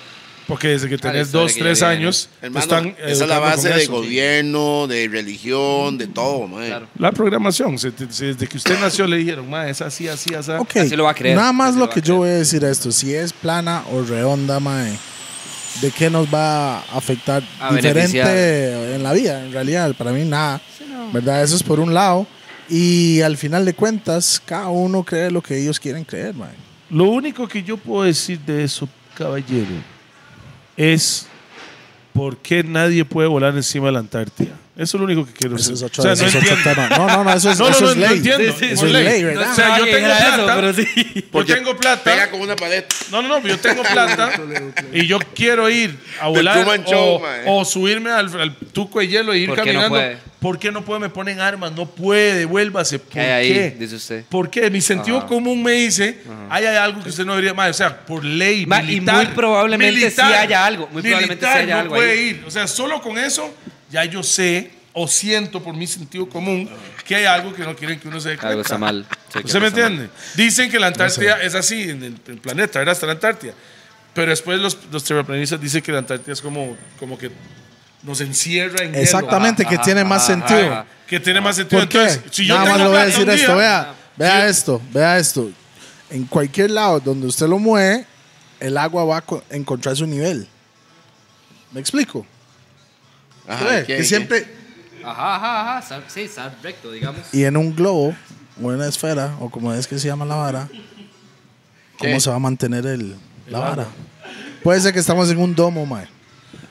S1: porque desde que
S3: la
S1: tenés
S3: historia
S1: dos,
S3: que ya
S1: tres
S3: viene.
S1: años, te
S2: Hermano,
S1: están
S2: esa es la
S1: educando
S2: base
S1: con
S2: de
S1: eso.
S2: gobierno, de religión, de todo, mae.
S3: Claro.
S1: La programación, se- te- se- desde que usted nació le dijeron, ma, es así, así, así.
S4: Ok,
S3: Así lo va a creer,
S4: Nada más
S3: así
S4: lo
S3: lo va
S4: que
S3: a
S4: yo
S3: creer.
S4: voy a decir a esto, si es plana o redonda, mae, ¿de qué nos va a afectar
S3: A
S4: diferente
S3: beneficiar.
S4: en la vida? En realidad, para mí nada, ¿verdad? Eso es por un lado. Y al final de cuentas, cada uno cree lo que ellos quieren creer, mae.
S1: Lo único que yo puedo decir de eso, caballero, es ¿por qué nadie puede volar encima de la Antártida? Eso es lo único que quiero
S4: Eso
S1: decir.
S4: es otro,
S1: O sea,
S4: eso
S1: no
S4: es otro
S1: entiendo.
S4: tema. No, no, no, eso es,
S1: No, no,
S4: eso
S1: no,
S4: es
S1: no
S4: ley.
S1: entiendo.
S3: Sí, sí,
S4: eso
S1: por
S4: es
S1: ley.
S4: ley, ¿verdad?
S1: O sea, yo
S3: Alguien
S1: tengo
S3: era
S1: plata.
S3: pero sí.
S1: Yo tengo
S2: Pega
S1: plata.
S2: con una pared.
S1: No, no, no, yo tengo plata y yo quiero ir a volar
S2: Truman Show,
S1: o,
S2: mae.
S1: o subirme al, al tuco de hielo e ir
S3: ¿Por qué no
S1: caminando.
S3: puede?
S1: ¿Por qué no puede? Me ponen armas, no puede, vuélvase. ¿Por
S3: ¿Qué hay
S1: qué?
S3: ahí? Dice usted.
S1: ¿Por qué? Mi sentido
S3: Ajá.
S1: común me dice, ahí hay algo que usted no debería más. O sea, por ley.
S3: Ma, y
S1: militar,
S3: muy probablemente sí
S1: militar,
S3: haya algo, muy probablemente sí
S1: militar
S3: haya
S1: no
S3: algo
S1: puede
S3: ahí.
S1: ir. O sea, solo con eso ya yo sé o siento por mi sentido común que hay algo que no quieren que uno se dé cuenta.
S3: Algo está mal. Sí, que
S1: ¿Usted me
S3: algo está mal.
S1: entiende? Dicen que la Antártida es así en el, el planeta, era hasta la Antártida. Pero después los, los terraplanistas dicen que la Antártida es como, como que nos encierra en hielo.
S4: Exactamente, que
S3: Ajá,
S4: tiene más
S3: ajá,
S4: sentido.
S3: ajá.
S1: Que tiene más sentido.
S4: ¿Por qué?
S1: Entonces, si yo
S4: Nada
S1: tengo
S4: más le voy a
S1: plata
S4: decir
S1: un
S4: esto,
S1: día-
S4: vea,
S1: Sí.
S4: vea esto, vea esto. En cualquier lado donde usted lo mueve, el agua va a co- encontrar su nivel. ¿Me explico?
S2: Ajá,
S4: ¿Ve?
S1: Ah,
S2: ¿y qué, y
S4: que
S2: qué?
S4: siempre,
S3: Ajá, ajá, ajá. está- Sí, está recto, digamos.
S4: y en un globo, o en una esfera, o como es que se llama la vara, ¿cómo
S2: ¿Qué?
S4: se va a mantener el, la vara? Puede ser que estamos en un domo, mae.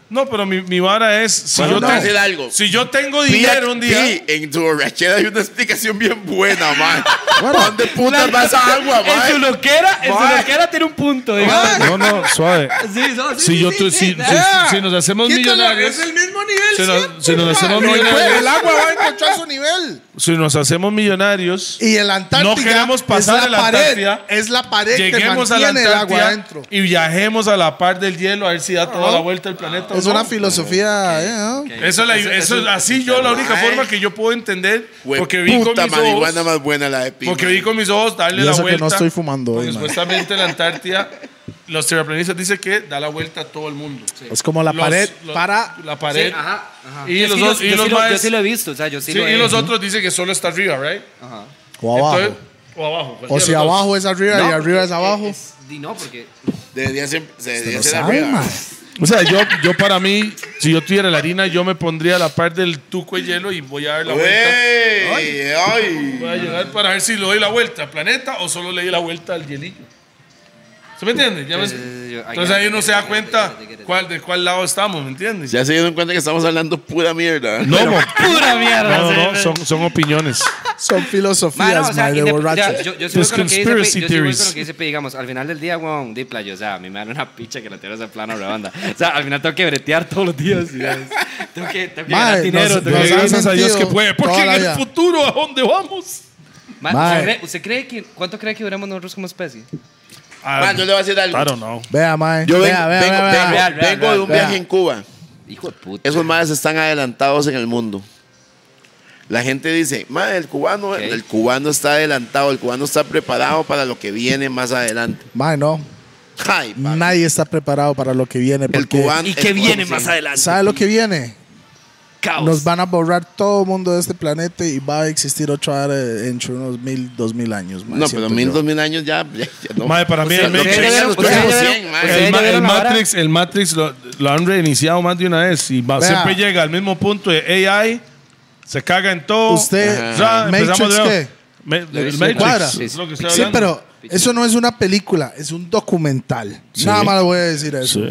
S1: No, pero mi, mi vara es. Si,
S2: Bueno,
S1: yo
S2: te
S4: no.
S2: voy a
S1: tengo,
S2: decir algo.
S1: si yo tengo
S2: Pi-
S1: dinero un día.
S2: Pi, en tu borrachera hay una explicación bien buena, man.
S4: Bueno.
S2: ¿Dónde putas vas a agua,
S3: En su
S2: man?
S3: loquera, en su
S2: Mae.
S3: loquera tiene un punto,
S4: Ah.
S3: digamos.
S1: No, no, suave.
S3: Sí, no, sí,
S1: Si, yo
S3: sí,
S1: tu-
S3: sí,
S1: si,
S3: sí.
S1: si- si nos hacemos millonarios.
S4: mismo nivel Pues,
S1: Si nos, si nos hacemos millonarios.
S4: El agua va a encontrar su nivel.
S1: Si nos hacemos millonarios.
S4: Y el Antártida
S1: No queremos pasar
S4: es
S1: a
S4: la
S1: la
S4: pared.
S1: Antártida.
S4: Es la pared que
S1: Lleguemos a la
S4: Este mantiene el agua
S1: Antártida
S4: adentro.
S1: y viajemos a la par del hielo a ver si da toda la vuelta el planeta. o
S4: Es
S1: no.
S4: una filosofía. eh, ¿no?
S1: Eso, es la- eso es así yo la única
S2: Ay.
S1: forma que yo puedo entender
S2: Güey,
S1: porque vi con
S2: puta
S1: mis ojos
S2: marihuana más buena la de eh. Pi.
S1: porque
S2: man.
S1: vi con mis ojos darle
S4: Y
S1: la
S4: eso que
S1: vuelta.
S4: no estoy fumando
S1: porque
S4: hoy, man.
S1: supuestamente la Antártida los terraplanistas dicen que da la vuelta a todo el mundo.
S4: Es como la
S1: Los-
S4: pared
S1: los-
S4: para.
S1: la pared.
S3: Ajá, ajá.
S1: Y
S3: Yo
S1: los
S3: sí lo-
S1: dos- y
S3: yo
S1: los
S3: sí lo- Yo
S1: maes-
S3: sí lo he visto, o sea, yo sí
S1: Sí,
S3: lo he
S1: y los otros dicen que solo está arriba, ¿right?
S3: Ajá.
S4: O abajo.
S1: Entonces- o abajo. cualquiera
S4: o si
S1: de los dos. eh,
S4: abajo es arriba y
S3: No,
S4: arriba es
S3: porque
S4: abajo. Pues,
S3: es- di no, porque
S2: Debería ser, se debería
S4: Lo
S2: ser
S4: sabe,
S2: arriba.
S4: man.
S1: O sea, yo, yo para mí, si yo tuviera la harina, yo me pondría a la par del tuco de hielo y voy a dar la vuelta.
S2: Güey, ay.
S1: Voy a llegar para ver si le doy la vuelta al planeta o solo le di la vuelta al hielillo. ¿Se me entiende? Ya ves-
S3: sí, sí, sí, yo-
S1: Entonces ahí uno se da cuenta
S3: I get it.
S1: cuál, de cuál lado estamos, ¿me entiendes?
S2: Ya se dieron cuenta que estamos hablando pura mierda.
S1: No, mo-
S3: pura mierda.
S1: no,
S3: sí,
S1: no,
S3: sí.
S1: son, son opiniones.
S4: Son
S3: Ma, no,
S4: filosofías,
S3: o sea,
S4: mae, de
S3: indep-
S4: borrachos.
S3: ya, yo, yo sí voy con lo que dice Pe- yo
S1: Those
S3: sí
S1: conspiracy
S3: voy con
S1: theories.
S3: lo que dice Pe, digamos, al final del día, weón, di playo, o sea, a mí me dan una picha que la tierra se plana, rebanda. O sea, al final tengo que bretear todos los días, digamos. tengo que, tengo que
S4: Mae,
S3: ganar dinero.
S4: nos-
S3: tengo que-
S4: nos han
S1: Gracias a Dios que
S4: mentido
S1: puede. Porque
S4: toda
S1: en
S4: la
S1: el
S4: vida.
S1: futuro, ¿a dónde vamos?
S3: Ma,
S4: Mae.
S3: ¿usted cree- ¿Usted cree que, cuánto cree que duramos nosotros como especie?
S2: Man, yo le voy a decir algo.
S1: I don't know.
S4: Vea, mae.
S2: Yo vengo,
S4: vea, vea,
S2: vengo-
S4: vea,
S2: vengo-
S4: vea.
S3: Real, real,
S2: vengo de un
S4: real.
S2: viaje en Cuba.
S3: Hijo de puta.
S2: Esos madres están adelantados en el mundo. La gente dice, madre, el cubano,
S3: Ok.
S2: el cubano está adelantado, el cubano está preparado para lo que viene más adelante.
S4: Mae, no.
S2: Ay, papi.
S4: Nadie está preparado para lo que viene.
S2: el
S4: Porque
S2: cubano.
S3: ¿Y qué
S2: el-
S3: viene
S2: sí.
S3: más adelante?
S4: ¿Sabe lo que viene?
S3: Caos.
S4: Nos van a borrar todo el mundo de este planeta y va a existir otra área entre unos mil, dos mil años. mae,
S2: No, pero
S4: siento
S2: mil,
S4: yo.
S2: dos mil años ya, ya- ya no.
S1: Mae, para mí
S2: O sea,
S1: el
S2: lo que
S1: Matrix-
S2: vengan los
S3: Ustedes
S2: próximos
S3: ya vieron-
S2: cien, mae.
S3: ustedes
S1: El,
S3: ya
S1: ma-
S3: vieron
S1: el
S3: la vara?
S1: Matrix, el Matrix lo, lo han reiniciado más de una vez y va-
S4: Vea.
S1: siempre llega al mismo punto de AI, se caga en todo.
S4: Usted,
S1: Ya, empezamos
S4: Matrix,
S1: de-
S4: ¿qué?
S1: Ma- el
S3: Sí,
S1: Matrix,
S4: cuadra.
S1: es lo que estoy
S4: Sí,
S1: hablando.
S4: pero eso no es una película, es un documental. Nada más le voy a decir eso.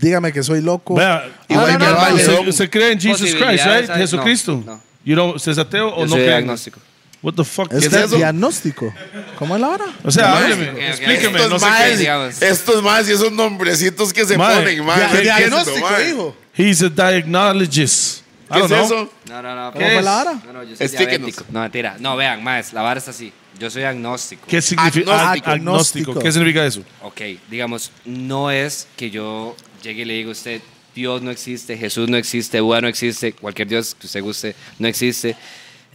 S4: Dígame que soy loco. Ah,
S1: Vea,
S4: Igual
S1: no,
S4: me
S1: no, no,
S4: vale.
S1: usted, usted cree en Jesus Christ,
S3: Posibilidades,
S1: right?
S3: ¿sabes?
S1: Jesucristo.
S3: No, no.
S1: You know, ¿Usted es ateo o
S3: Yo
S1: no
S3: soy
S1: cree?
S3: agnóstico.
S1: What the fuck?
S4: Este
S1: ¿Qué
S4: es
S1: es eso? Ah,
S4: diagnóstico. ¿Cómo es la hora?
S1: O sea,
S2: Mae,
S1: hábleme,
S3: ok, ok.
S1: explíqueme,
S2: Estos
S1: no sé
S2: maes,
S1: qué.
S3: digamos.
S2: estos maes y esos nombrecitos que se
S1: Mae,
S2: ponen, mae.
S4: Dia-
S2: ¿Qué es esto,
S4: diagnóstico,
S2: mae?
S4: hijo.
S1: He's a diagnologist. I
S2: ¿Qué
S1: don't
S2: es
S1: know.
S2: eso?
S3: No, no, no.
S4: ¿Cómo
S3: ¿qué
S4: fue
S3: es?
S4: la vara?
S3: No, no, yo soy
S2: Explíquenos.
S3: diabético. No, mentira. No, vean, más, la vara es así. Yo soy agnóstico.
S1: ¿Qué significa
S4: Agnóstico.
S1: agnóstico. ¿Qué significa eso?
S3: Ok, digamos, no es que yo llegue y le diga a usted, Dios no existe, Jesús no existe, Buda no existe, cualquier Dios que usted guste no existe.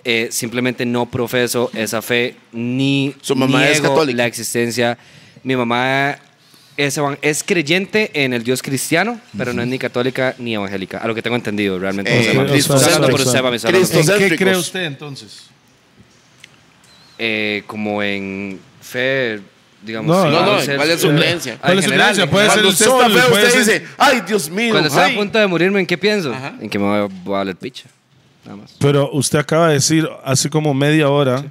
S3: Eh, simplemente no profeso esa fe ni
S2: Su mamá es
S3: niego
S2: católica.
S3: la existencia. Mi mamá es, evan- es creyente en el Dios cristiano, pero no es ni católica ni evangélica, a lo que tengo entendido realmente.
S2: Eh,
S3: O sea, mami,
S2: Cristo
S3: estoy hablando
S2: centro,
S3: por usted,
S4: exacto.
S3: mami, estoy hablando por
S1: ¿En
S3: usted.
S1: qué
S2: Cristocéntricos.
S1: cree usted entonces?
S3: Eh, como en fe, digamos.
S1: No,
S3: sí,
S1: no,
S3: en
S1: no,
S3: un ser-
S2: ¿cuál es su
S3: eh,
S2: creencia?
S3: ah,
S1: ¿Cuál
S3: en
S1: es su
S3: general,
S1: creencia?
S3: en
S1: Puede
S3: general.
S1: ser
S2: Cuando
S1: el
S2: usted
S1: sol,
S2: está feo,
S1: puede
S2: usted
S1: ser-
S2: dice, ay, Dios mío.
S3: Cuando estaba
S2: ay".
S3: a punto de morirme, ¿en qué pienso? En que me voy a, voy a valer picha. Nada más.
S1: Pero usted acaba de decir hace como media hora,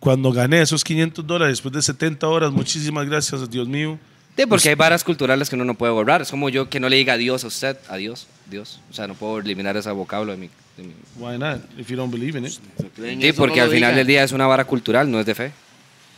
S1: cuando gané esos 500 dólares después de 70 horas, muchísimas gracias, Dios mío,
S3: Sí, porque hay varas culturales que uno no puede borrar. Es como yo que no le diga adiós a usted. Adiós, Dios. O sea, no puedo eliminar ese vocablo de mi... de mi-
S1: Why not? If you don't believe in it.
S2: creen
S3: Sí,
S2: eso,
S3: porque
S2: no
S3: al
S2: lo
S3: final
S2: digan.
S3: del día es una vara cultural, no es de fe.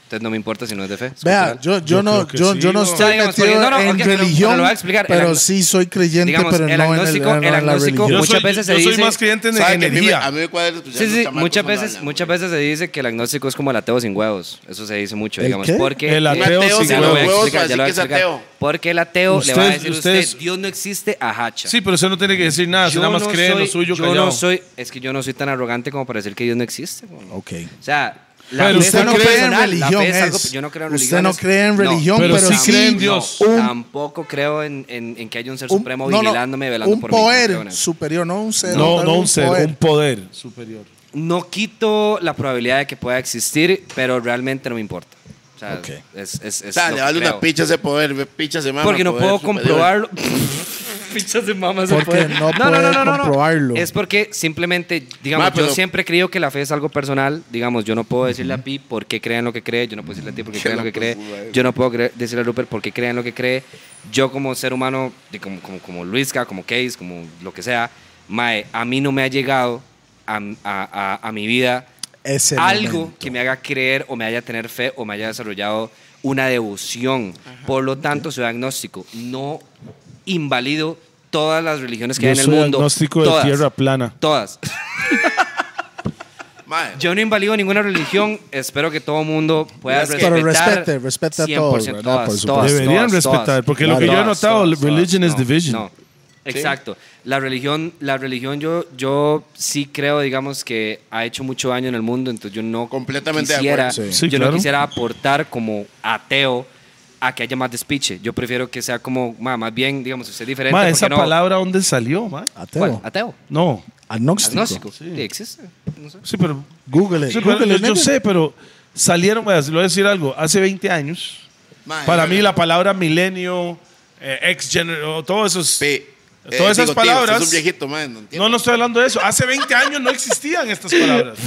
S3: Entonces no me importa si no es de fe. es
S4: Vea,
S3: cultural.
S4: yo, yo,
S1: Yo
S4: no,
S1: creo que
S4: yo,
S1: sí,
S4: yo no
S1: ¿no?
S4: estoy
S3: O sea, digamos, porque-
S4: metido
S3: no, no,
S4: en
S3: ok, pero-
S4: religión,
S3: pero lo voy a explicar, el
S4: pero
S3: agno-
S4: sí soy creyente,
S3: digamos,
S4: pero
S3: el
S4: no en,
S3: agnóstico-
S4: en
S3: el
S4: la
S3: agnóstico-
S4: religión.
S1: Yo
S3: Muchas
S1: soy,
S3: veces se
S1: yo soy
S3: dice-
S1: más creyente en
S2: ¿Sabe que a mí me-
S1: energía.
S2: a mí me cuadra escuchar
S3: Sí,
S2: los
S3: sí,
S2: chamacos
S3: muchas
S2: cuando
S3: veces,
S2: hablan,
S3: muchas
S2: güey.
S3: veces se dice que el agnóstico es como el ateo sin huevos. Eso se dice mucho,
S4: ¿El
S3: digamos.
S4: qué?
S3: Porque
S1: El ateo
S3: Ya lo
S1: sin
S3: voy a
S1: huevos.
S2: Para
S3: explicar, ya lo voy a
S2: decir que es
S3: explicar.
S2: ateo.
S3: Porque el ateo le va a
S1: Ustedes-
S3: decir a
S1: ustedes-
S3: usted, Dios no existe, ajacha.
S1: Sí, pero usted no tiene que decir nada. Usted
S3: Yo
S1: Ah, nada más
S3: no
S1: cree en lo
S3: soy-
S1: suyo
S3: yo
S1: callado.
S3: no soy, es que yo no soy tan arrogante como para decir que Dios no existe. güey.
S4: Ok.
S3: O sea, la fe
S1: Pero
S3: es
S1: usted
S3: algo
S1: no cree en
S3: personal, la fe
S4: religión,
S3: es algo-
S4: es.
S3: yo no creo en
S4: Usted
S3: religión,
S4: no
S3: es-
S4: cree en
S3: no,
S4: religión,
S1: pero sí
S4: tampoco-
S1: cree en
S3: no,
S1: Dios.
S3: tampoco creo en, en- en que haya un ser
S4: Un-
S3: supremo
S4: no, no,
S3: vigilándome, velando
S4: un
S3: por mí. no
S4: poder
S3: creo en eso.
S4: superior, no un ser.
S1: No, no un ser,
S4: poder.
S1: un poder superior.
S3: No quito la probabilidad de que pueda existir, pero realmente no me importa. O sea,
S4: Ok.
S3: es, es, es
S2: O sea,
S3: lo
S2: le
S3: que
S2: vale una
S3: creo.
S2: picha ese poder, ve, picha se mama.
S3: Porque no
S2: poder
S3: puedo
S2: superior.
S3: comprobarlo. Pichas de mamas.
S4: Porque no puede comprobarlo.
S3: Es porque simplemente, digamos,
S2: Ma, pero-
S3: yo siempre creo que la fe es algo personal. Digamos, yo no puedo decirle a Pi por qué cree en lo que cree. Yo no puedo decirle a ti por qué
S2: Qué
S3: cree en lo que
S2: loco,
S3: cree.
S2: güey.
S3: Yo no puedo cre- decirle a Rupert por qué cree en lo que cree. Yo como ser humano, de como, como, como Luisca, como Case, como lo que sea, mae, a mí no me ha llegado a, a- a- a mi vida
S4: Ese
S3: algo
S4: momento.
S3: que me haga creer o me haya tener fe o me haya desarrollado una devoción. Por lo tanto, soy agnóstico. No invalido todas las religiones que
S1: Yo
S3: hay en el
S1: soy
S3: mundo.
S1: agnóstico de
S3: Todas.
S1: tierra plana.
S3: Todas.
S2: Mae,
S3: Yo no invalido ninguna religión. Espero que todo el mundo pueda
S4: Pero
S3: respetar.
S4: respete, respete a todos,
S3: 100%,
S4: ¿verdad? Por
S3: todas,
S4: supuesto.
S3: todas,
S1: Deberían
S3: todas,
S1: respetar,
S3: todas.
S1: porque lo
S4: que yo he
S1: notado, religion is division.
S3: No. Exacto. La religión, la religión yo, yo sí creo, digamos, que ha hecho mucho daño en el mundo, entonces yo no
S2: Completamente de
S3: quisiera,
S2: acuerdo.
S4: Sí.
S1: Sí,
S3: yo
S1: claro.
S3: no quisiera aportar como ateo a que haya más despiche. Yo prefiero que sea como, ma, más bien, digamos, usted es diferente.
S1: Ma,
S3: ¿por qué
S1: esa
S3: no?
S1: palabra, ¿dónde salió, ma?
S3: ¿Cuál?
S4: Ateo.
S3: Ateo.
S1: No.
S4: Agnóstico.
S3: Agnóstico. Sí. existe. No sé.
S1: Sí, pero.
S4: Google it,
S1: Sí, pero
S4: Google it,
S1: yo, yo
S4: nigga.
S1: sé, pero salieron, ma, se lo voy a decir algo. Hace 20 años,
S2: mae,
S1: para
S2: mae.
S1: mí la palabra milenio, eh, ex generation, todo eso es.
S2: Pe- eh,
S1: Todas esas
S2: digo, tío, usted
S1: palabras-
S2: es un viejito, mae, no entiendo.
S1: No, no estoy hablando de eso. Hace 20 años no existían estas palabras.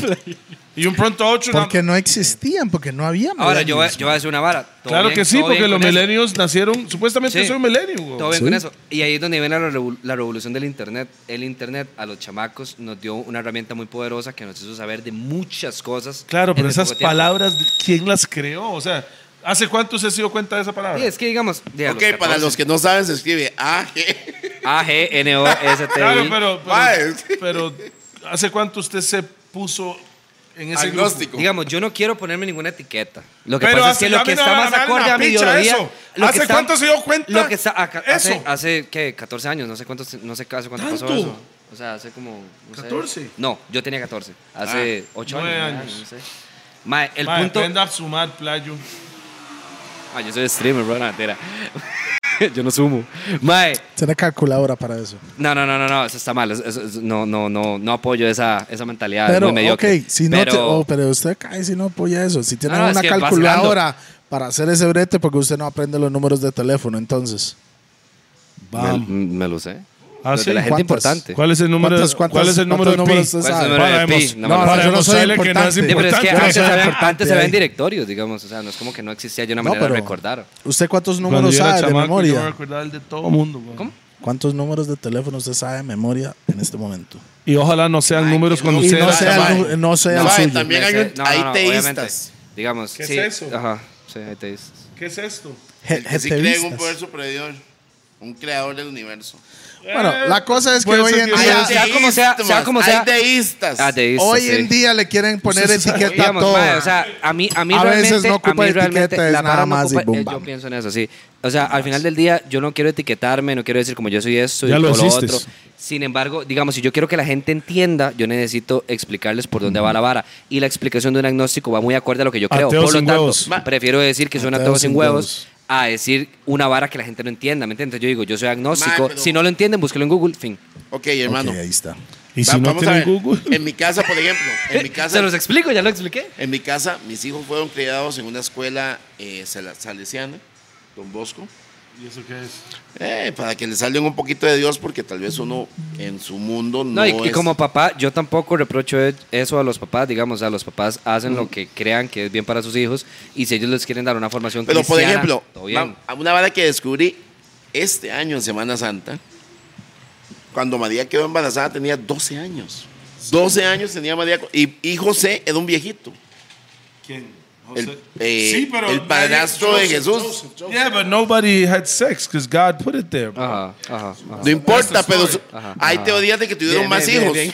S1: Y un pronto a otro. una-
S4: Porque no existían, porque no había.
S3: Ahora, yo, voy-
S4: millennials.
S3: yo voy a decir una vara. Todo
S1: Claro
S3: bien,
S1: que sí,
S3: todo bien
S1: porque los
S3: con eso.
S1: milenios nacieron. Supuestamente
S3: Sí.
S1: soy un milenio.
S3: Todo bien con eso. Y ahí es donde viene la, revo- la revolución del Internet. El Internet a los chamacos nos dio una herramienta muy poderosa que nos hizo saber de muchas cosas.
S1: Claro,
S3: en
S1: pero
S3: muy
S1: esas
S3: poco tiempo.
S1: palabras, ¿quién las creó? O sea, ¿hace cuánto se dio cuenta de esa palabra?
S3: Sí, es que digamos. de a
S2: Ok, para
S3: 14,
S2: los que no saben, se escribe "Ah, A, G.
S3: A, G, N, O, S, T.
S1: Claro,
S3: I.
S1: pero,
S2: Mae.
S1: pero, pero ¿hace cuánto usted se puso en ese grupo?
S2: Agnóstico.
S3: Digamos, yo no quiero ponerme ninguna etiqueta. Lo que
S1: Pero
S3: pasa es
S1: hace-
S3: que lo
S1: a mí
S3: que
S1: no
S3: está
S1: me
S3: más
S1: vale
S3: acorde
S1: una
S3: a mi
S1: picha
S3: ideología.
S1: eso.
S3: lo que
S1: ¿Hace
S3: está-
S1: cuánto se dio cuenta?
S3: Lo que está acá- hace,
S1: Eso.
S3: hace ¿qué? 14 años, no sé cuánto, no sé hace cuánto pasó
S1: ¿Tanto?
S3: eso. O sea, hace como no sé.
S1: 14.
S3: No, yo tenía 14, hace 8
S1: Ah, nueve
S3: años,
S1: años.
S3: no sé. Mae, el
S1: Mae,
S3: punto
S1: aprenda a sumar, playo.
S3: Ah, yo soy streamer, bro, no, mentira. yo no sumo. Mae,
S4: Tiene calculadora para eso.
S3: no, no, no, no, no, eso está mal. eso- eso- eso- no, no, no, no apoyo esa, esa mentalidad
S4: Pero,
S3: Ah, muy mediocre.
S4: ok, si no te.
S3: Pero-
S4: oh, pero usted cae si no apoya eso. Si tiene
S3: No, no, es
S4: una
S3: que vas
S4: calculadora para hacer ese brete, porque usted no aprende los números de teléfono, entonces.
S3: me, me lo sé.
S1: Ah,
S3: Pero
S1: sí.
S3: de la gente
S4: ¿Cuántos?
S3: importante.
S1: ¿Cuál es el é número?
S4: ¿Cuántos- cuántos-
S1: ¿Cuál es el número de
S4: cuántos
S1: pi?
S4: números
S3: ¿Cuál
S4: usted
S3: es el
S4: sabe?
S3: número
S1: Para
S3: de pi?
S1: demos-
S3: No,
S4: no,
S3: me lo
S4: no,
S3: sé.
S1: Para
S4: yo no soy
S1: demostrarle que no es
S4: importante.
S3: Sí, pero es que
S1: importante.
S4: Yo
S3: antes
S4: no soy
S3: había-
S4: importante
S3: antes se
S4: ahí.
S3: habían directorios, digamos. O sea, no es como que no existía, yo no me
S4: No,
S3: manera
S4: pero-
S3: de recordar.
S4: ¿Usted cuántos
S1: Cuando
S4: números
S1: yo era
S4: sabe de
S1: chamaco,
S4: memoria?
S1: Yo me acordaba el de todo mundo. güey.
S3: ¿Cómo?
S4: ¿Cuántos números de teléfono usted sabe de memoria en este momento?
S1: Y ojalá no sean números Pues cuando
S4: Y
S1: usted
S4: no
S1: era
S4: sea,
S1: chamaco.
S4: el, nu- no sea el
S2: Mae,
S4: suyo.
S2: también
S3: Me
S2: hay,
S3: sé-
S2: un-
S3: no, no,
S2: hay
S3: no,
S2: teístas.
S3: obviamente. Digamos,
S1: ¿Qué es
S3: sí,
S1: eso?
S3: Ajá, sí, hay teístas.
S1: ¿Qué es esto?
S4: Je-
S2: El que sí cree en
S4: jetevistas.
S2: un poder superior. Un creador del universo. Eh,
S4: Bueno, la cosa es que
S2: pues,
S1: Puede
S4: hoy
S1: ser
S4: en
S1: que
S4: día,
S3: sea- como sea, sea
S2: Teístas,
S3: como sea.
S2: Hay
S1: Pues,
S2: teístas.
S3: Ah, Ateístas,
S4: hoy
S3: sí.
S4: en día le quieren poner etiqueta a
S3: Digamos,
S4: todo.
S3: mae, o sea, a mí, a mí
S4: A veces
S3: realmente,
S4: no ocupa
S3: a mí realmente
S4: etiqueta, es
S3: la
S4: nada
S3: vara no
S4: más y
S3: ocupa-
S4: boom,
S3: eh,
S4: bam.
S3: Yo pienso en eso, sí. O sea, al final del día, yo no quiero etiquetarme, no quiero decir como yo soy esto y
S1: Ya
S3: yo lo
S1: lo hiciste.
S3: otro. Sin embargo, digamos, si yo quiero que la gente entienda, yo necesito explicarles por dónde va la vara. Y la explicación de un agnóstico va muy acorde a lo que yo creo.
S1: Ateo
S3: por lo
S1: sin
S3: tanto,
S1: huevos.
S3: ma- prefiero decir que suena
S4: Ateo
S3: todo sin
S4: sin
S3: huevos
S4: huevos.
S3: a decir una vara que la gente no entienda, ¿me entiendes? Yo digo, yo soy agnóstico.
S2: Ma, pero-
S3: Si no lo entienden, búsquelo en Google, fin.
S2: Ok, hermano.
S4: Ok, ahí está.
S1: Y
S2: Va-
S1: si no
S2: vamos a
S1: tienen
S2: ver.
S1: Google.
S2: En mi casa, por ejemplo. En mi casa.
S3: Se los explico, ya lo expliqué.
S2: En mi casa, mis hijos fueron criados en una escuela eh, sala- salesiana, Don Bosco.
S6: ¿Y eso qué es?
S2: Eh, para que le salgan un poquito de Dios, porque tal vez uno en su mundo no,
S3: No, y, y
S2: es-
S3: como papá, yo tampoco reprocho e- eso a los papás, digamos, a los papás hacen
S2: Mm.
S3: lo que crean que es bien para sus hijos y si ellos les quieren dar una formación
S2: Pero por
S3: cristiana,
S2: ejemplo,
S3: todo bien.
S2: va- una vara que descubrí este año en Semana Santa, cuando María quedó embarazada tenía 12 años. 12 años tenía María co- y, y José era un viejito.
S6: ¿Quién? José.
S2: El, eh, el padrastro
S1: nadie-
S2: de Jesús.
S1: Yeah, but nobody had sex because God put it there. bro.
S3: Ajá, ajá, ajá.
S2: No importa, pero su-
S3: Ah. Ajá,
S2: hay
S3: ajá.
S2: teorías de que tuvieron
S3: Bien,
S2: más
S3: bien,
S2: hijos.
S3: bien,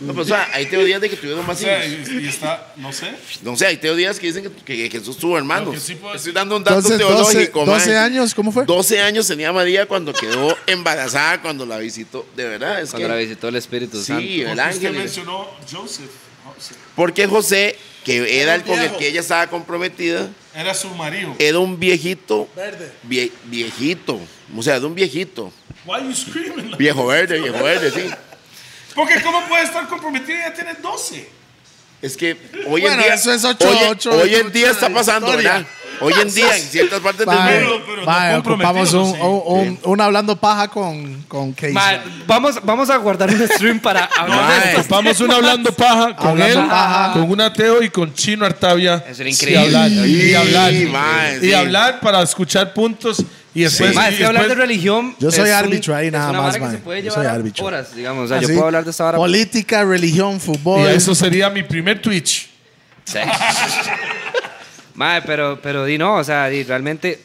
S2: No, pero, o sea, hay teorías de que tuvieron más
S6: O sea,
S2: hijos.
S6: y, y está, no sé.
S2: No sé, hay teorías que dicen que, que Jesús tuvo hermanos.
S1: Lo que sí puedo
S2: Estoy
S1: decir-
S2: dando un dato
S4: Entonces, 12,
S2: teológico.
S4: 12
S2: mae.
S4: años, ¿cómo fue?
S2: 12 años tenía María cuando quedó embarazada, cuando la visitó. De verdad, es
S3: Cuando la
S2: que.
S3: visitó el Espíritu Santo.
S2: Sí, el
S6: Porque usted
S2: ángel.
S6: mencionó Joseph. Joseph.
S2: Porque José, que era el con el
S5: viejo.
S2: que ella estaba comprometida,
S6: Era su marido.
S2: era un viejito.
S5: Verde.
S2: vie- viejito. O sea, de un viejito.
S6: Why are you screaming?
S2: Viejo verde, viejo verde, sí.
S6: Porque cómo puede estar comprometida y ya tiene 12.
S2: Es que hoy en
S4: Bueno,
S2: día.
S4: eso es ocho,
S2: hoy,
S4: ocho,
S2: hoy en
S4: ocho
S2: día
S4: de
S2: está
S4: la
S2: pasando,
S4: historia.
S2: ¿verdad? Hoy en día, en ciertas partes del
S4: Mae,
S2: mundo.
S6: Pero- pero no
S4: mae, ocupamos un,
S6: comprometido,
S4: un, un- un hablando paja con, con Casey.
S3: Ma, vamos, vamos a guardar un stream para hablar de
S2: Mae.
S3: estos
S1: Vamos una hablando paja con
S4: Hablando
S1: él,
S4: paja.
S3: Ah.
S1: con un ateo y con Chino Artavia.
S3: Eso era
S1: Sí,
S3: increíble.
S1: hablar,
S2: Sí,
S1: y hablar.
S2: mae,
S1: y
S2: sí.
S1: hablar para escuchar puntos y después.
S3: Ma,
S1: y
S3: es que hablar de
S1: después-
S3: religión.
S4: Yo
S3: es
S4: soy
S3: un-
S4: árbitro ahí
S3: es
S4: nada
S3: una
S4: más,
S3: vara que
S4: ma.
S3: se puede
S4: Yo
S3: llevar
S4: soy árbitro. Ah,
S3: horas, digamos. O sea, yo
S4: Así,
S3: puedo hablar de esta vara.
S4: Política, religión,
S1: y
S4: fútbol.
S1: eso sería mi primer Twitch.
S3: Madre, pero, pero di no, o sea, di, realmente,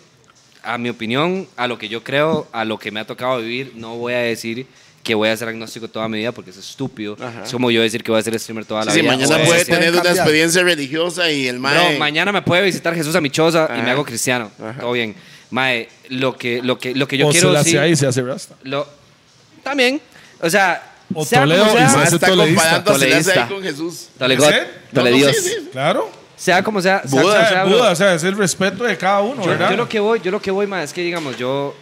S3: a mi opinión, a lo que yo creo, a lo que me ha tocado vivir, no voy a decir que voy a ser agnóstico toda mi vida porque es estúpido. Es como yo decir que voy a ser streamer toda la
S2: Sí,
S3: vida.
S2: mañana
S3: o voy a
S2: puede
S3: decir,
S2: tener una
S4: cambiar.
S2: experiencia religiosa y el
S3: "Bro,
S2: mae.
S3: mañana me puede visitar Jesús a mi choza y me hago cristiano. Todo bien. Mae, lo que, lo que, lo que yo
S1: o
S3: quiero
S1: se la
S3: decir.
S1: hace ahí y se hace rasta.
S3: Lo, también, o sea,
S1: O
S3: sea como
S1: Toledo y
S3: sea-
S2: El mae
S1: se hace
S2: está
S1: toleísta,
S2: comparando a Celeste ahí
S3: toleísta.
S2: con Jesús.
S3: Dale, God,
S1: ¿Sí?
S3: dale
S2: No, no,
S3: Dios.
S2: sí, sí.
S1: Claro.
S3: Sea como sea, sea como
S1: O sea,
S3: sea, bro.
S1: Buda, o sea, es el respeto de cada uno,
S3: Yo,
S1: ¿verdad?
S3: yo lo que voy, yo lo que voy, ma, es que digamos, yo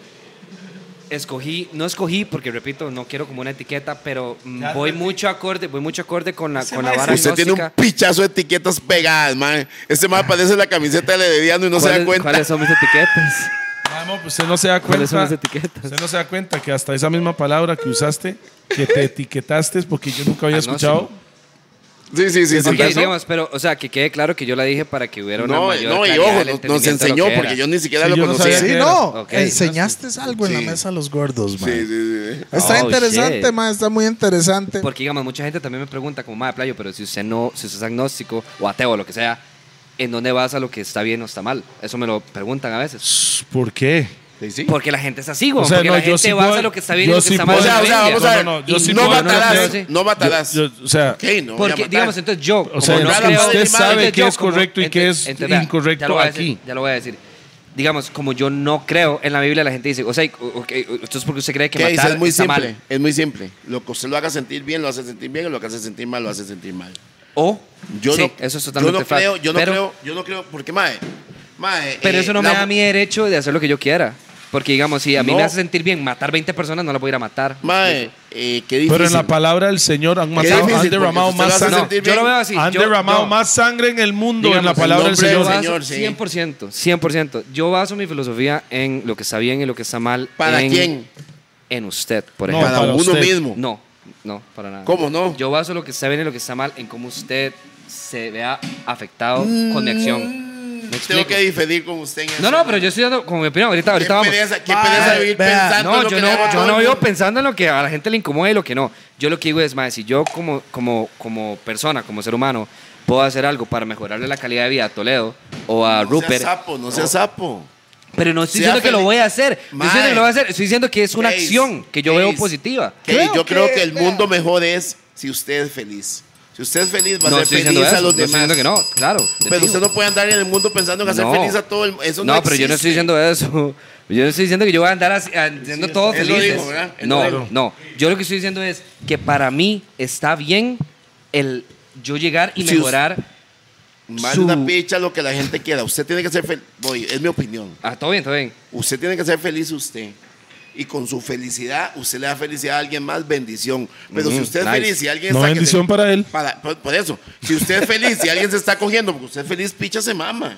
S3: escogí, no escogí porque repito, no quiero como una etiqueta, pero mm, voy mucho acorde, voy mucho acorde con la con la vara
S2: Usted tiene un
S3: agnóstica.
S2: pichazo de etiquetas pegadas, man. Este man parece la camiseta de Lediano y no se da
S3: ¿Cuáles,
S2: cuenta.
S3: cuáles son mis etiquetas?
S1: Mamo, pues usted no se da
S3: ¿Cuáles son
S1: cuenta.
S3: mis etiquetas?
S1: Usted no se da cuenta que hasta esa misma palabra que usaste, que te etiquetaste, es porque yo nunca había
S3: Agnóstico.
S1: escuchado.
S2: Sí, sí, sí. sí.
S3: Ok, digamos, pero, o sea, que quede claro que yo la dije para que hubiera una
S2: No,
S3: mayor
S2: no, y
S3: claridad
S2: ojo,
S3: del
S2: nos- nos
S3: entendimiento de lo
S2: enseñó
S3: que
S2: porque
S3: era.
S2: yo ni siquiera
S1: Sí,
S2: lo
S1: yo no
S2: conocía.
S1: sabía.
S4: sí,
S1: que
S4: no.
S3: era. Ok.
S4: Enseñaste algo en la
S2: Sí.
S4: mesa a los gordos, man.
S2: Sí, sí, sí.
S4: Está
S3: Oh,
S4: interesante,
S3: shit.
S4: man. Está muy interesante.
S3: Porque digamos, mucha gente también me pregunta como madre playo, pero si usted no, si usted es agnóstico o ateo o lo que sea, ¿en dónde vas a lo que está bien o está mal? Eso me lo preguntan a veces.
S1: Pues, ¿Por qué?
S2: Sí, sí.
S3: Porque la gente es así, güey.
S1: O sea,
S3: porque
S1: no,
S3: la
S1: yo
S3: gente
S1: sí
S3: basa
S1: puedo-
S3: lo que está bien y
S1: yo
S3: lo que
S1: sí
S3: está mal.
S2: O
S1: puedo-
S3: en la
S2: sea, o sea,
S3: Biblia.
S2: vamos a ver.
S1: No,
S2: No,
S1: no, yo sí
S3: puedo-
S2: matarás.
S3: no, no, sí.
S2: No matarás.
S1: Yo- yo- o sea,
S2: Ok, no. voy a
S3: Porque,
S2: matar.
S3: digamos, entonces yo. como
S1: sea,
S3: no
S2: usted
S3: creo-
S2: sabe
S3: entonces
S1: qué
S3: yo
S1: es correcto y
S3: ente-
S1: qué es
S3: ente- vea,
S1: incorrecto
S3: ya lo voy a
S1: aquí.
S3: decir, ya lo voy a decir. Digamos, como yo no creo en la Biblia, la gente dice, o sea, ok, esto es porque usted cree que
S2: ¿Qué dice?
S3: matar
S2: Es muy
S3: está
S2: simple.
S3: mal.
S2: Es muy simple. Lo que usted lo haga sentir bien, lo hace sentir bien. y Lo que hace sentir mal, lo hace sentir mal.
S3: O,
S2: Yo
S3: sí,
S2: no,
S3: eso es totalmente
S2: yo no creo,
S3: fact.
S2: yo no
S3: pero,
S2: creo, yo no creo, porque mae, mae,
S3: pero
S2: eh,
S3: eso no
S2: la-
S3: me da mi derecho de hacer lo que yo quiera. Porque, digamos, si a mí
S2: No.
S3: me hace sentir bien matar 20 personas, no la voy a ir a matar.
S2: Mae, eh, qué difícil.
S1: Pero en la palabra del Señor han matado,
S2: difícil,
S1: han
S2: porque
S1: derramado
S2: usted lo
S1: más
S2: hace
S1: sangre.
S3: No,
S2: sentir
S3: yo lo
S2: bien.
S3: veo así.
S1: han
S3: yo-
S1: derramado
S3: no.
S1: más sangre en el mundo en la
S2: Digamos, en
S1: palabra del
S2: nombre de
S1: Señor.
S2: Dios.
S3: Yo baso-
S2: sí.
S3: 100%, 100%. Yo baso mi filosofía en lo que está bien y lo que está mal.
S2: ¿Para
S3: en-
S2: quién?
S3: En usted, por
S1: No,
S3: ejemplo.
S2: Para,
S1: para
S2: uno
S1: usted.
S2: mismo.
S3: No, no, para nada.
S2: ¿Cómo no?
S3: Yo baso lo que está bien y lo que está mal en cómo usted se vea afectado con mi
S2: Mm.
S3: acción. ¿Me
S2: Tengo
S3: explico?
S2: que diferir con usted. en eso.
S3: No, no, pero yo estoy dando como mi opinión. Ahorita,
S2: Qué
S3: ahorita vamos.
S2: pereza, qué
S4: Mae,
S2: pereza vivir
S4: vea.
S2: pensando en
S3: No,
S2: lo
S3: yo
S2: que le hago
S3: no,
S2: a
S3: yo
S2: todo
S3: no
S2: el
S3: vivo
S2: mundo.
S3: pensando en lo que a la gente le incomoda y lo que no. Yo lo que digo es, más, si yo como, como, como persona, como ser humano, puedo hacer algo para mejorarle la calidad de vida a Toledo o a
S2: No sea
S3: Rupert,
S2: sapo, no sea sapo.
S3: pero no estoy
S2: Sea
S3: diciendo que lo
S2: feliz.
S3: voy a hacer. No estoy diciendo que lo voy a hacer. Estoy diciendo que es una
S2: Case,
S3: acción que yo
S2: case.
S3: veo positiva.
S2: Que yo creo que el mundo mejor es si usted es feliz. Si usted es feliz, va
S3: No
S2: a
S3: estoy
S2: ser
S3: diciendo
S2: feliz
S3: eso.
S2: a
S3: No
S2: los
S3: estoy
S2: demás.
S3: diciendo que no, claro. de
S2: Pero
S3: fijo.
S2: usted no puede andar en el mundo pensando en hacer
S3: No.
S2: feliz a todo el mundo. Eso no,
S3: No, pero yo no estoy diciendo eso. Yo no estoy diciendo que yo voy a andar así- a- siendo todo
S2: Él lo
S3: feliz.
S2: dijo, ¿verdad? Él lo
S3: No,
S2: dijo.
S3: no. Yo lo que estoy diciendo es que para mí está bien el yo llegar y
S2: Si
S3: mejorar.
S2: Manda
S3: Su-
S2: una picha lo que la gente quiera. Usted tiene que ser feliz. Voy, es mi opinión.
S3: Ah, todo bien, todo bien.
S2: Usted tiene que ser feliz usted. Y con su felicidad, usted le da felicidad a alguien más, bendición. Pero si
S3: Mm,
S2: usted es
S3: nice.
S2: feliz y alguien
S1: No
S2: está que
S1: bendición
S2: se-
S1: para él.
S2: para- por, por eso, si usted es feliz y alguien se está cogiendo porque usted es feliz, picha se mama.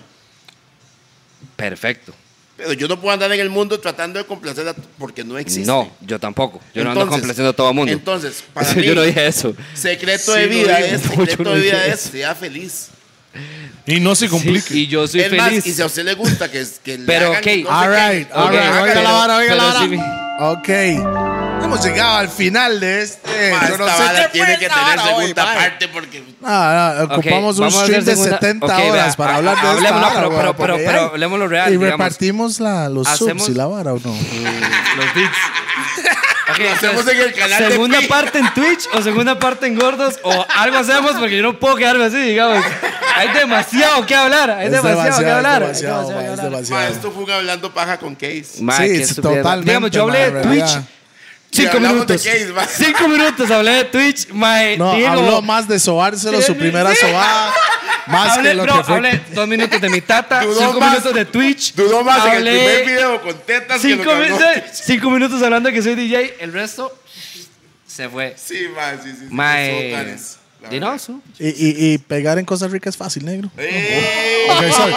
S3: Perfecto.
S2: Pero yo no puedo andar en el mundo tratando de complacer a t- porque no existe.
S3: No, yo tampoco. Yo no ando
S2: Entonces,
S3: complaciendo a todo el mundo.
S2: Entonces, para
S3: yo
S2: mí,
S3: no dije eso.
S2: secreto
S3: Sí,
S2: de
S3: lo
S2: vida
S3: digo.
S2: es,
S3: No, yo
S2: secreto
S3: no
S2: de
S3: dije
S2: vida es,
S3: eso.
S2: sea feliz.
S1: Y no se complique.
S3: Y yo soy
S2: es
S3: feliz.
S2: más, y si a usted le gusta que, que le
S3: Pero,
S2: hagan
S3: ok.
S2: no sé
S4: All
S2: qué,
S4: right, all
S3: Ok,
S4: right. Oiga la
S3: pero-
S4: vara, oiga la
S3: pero
S4: vara.
S3: sí vi-
S4: Ok. Hemos llegado al final de este.
S3: Ah,
S2: ma,
S4: Yo no
S2: esta
S4: sé
S2: vara
S4: qué
S2: tiene
S4: fue
S2: que
S4: esta
S2: tener
S4: vara hoy,
S2: segunda
S4: mae.
S2: parte porque
S4: Ah, ah,
S3: Ok,
S4: ocupamos un
S3: vamos a hacer
S4: stream de
S3: segunda-
S4: 70
S3: ok,
S4: horas
S3: vea,
S4: para
S3: ha-
S4: hablar de esta
S3: hablemos- no,
S4: vara,
S3: pero-
S4: weón,
S3: pero-
S4: porque
S3: pero
S4: ya-
S3: hablemos lo real,
S4: Y
S3: digamos.
S4: repartimos la, los
S3: Hacemos-
S4: subs y la vara, ¿o no?
S3: Ok,
S2: hacemos en el canal de
S3: Segunda
S2: Pi.
S3: parte en Twitch o segunda parte en Gordos o algo hacemos porque yo no puedo quedarme así, digamos. Hay demasiado que hablar, hay
S4: Es
S3: demasiado, que hablar.
S4: es demasiado,
S3: Hay
S4: ma, es
S2: ma,
S4: demasiado.
S2: esto fue un hablando paja con Case.
S3: Ma,
S4: Sí,
S3: qué
S4: es
S3: estupidez.
S4: totalmente,
S3: Digamos, yo hablé
S4: ma,
S3: de Twitch.
S4: realidad.
S3: Cinco
S2: Y hablamos de
S3: minutos.
S2: gays, ma.
S3: cinco minutos hablé de Twitch. Mae,
S4: No,
S3: Diego,
S4: habló más de sobárselo,
S3: Sí,
S4: su
S3: sí.
S4: primera sobada. Más
S3: hablé,
S4: que lo
S3: bro,
S4: que fue.
S3: hablé dos minutos de mi tata,
S2: Dudó
S3: cinco
S2: más-
S3: minutos de Twitch.
S2: Duró más en el
S3: hablé
S2: primer video con tetas que lo
S3: cinco,
S2: que habló.
S3: minutos, cinco minutos hablando que soy DJ, el resto se fue.
S2: Sí, ma, sí, sí. sí, son
S3: Mae.
S2: tanes, la
S3: Di
S2: verdad.
S3: no, su-
S4: Y, y, y pegar en Costa Rica es fácil, negro.
S2: ¡Ey!
S4: Ok, sorry.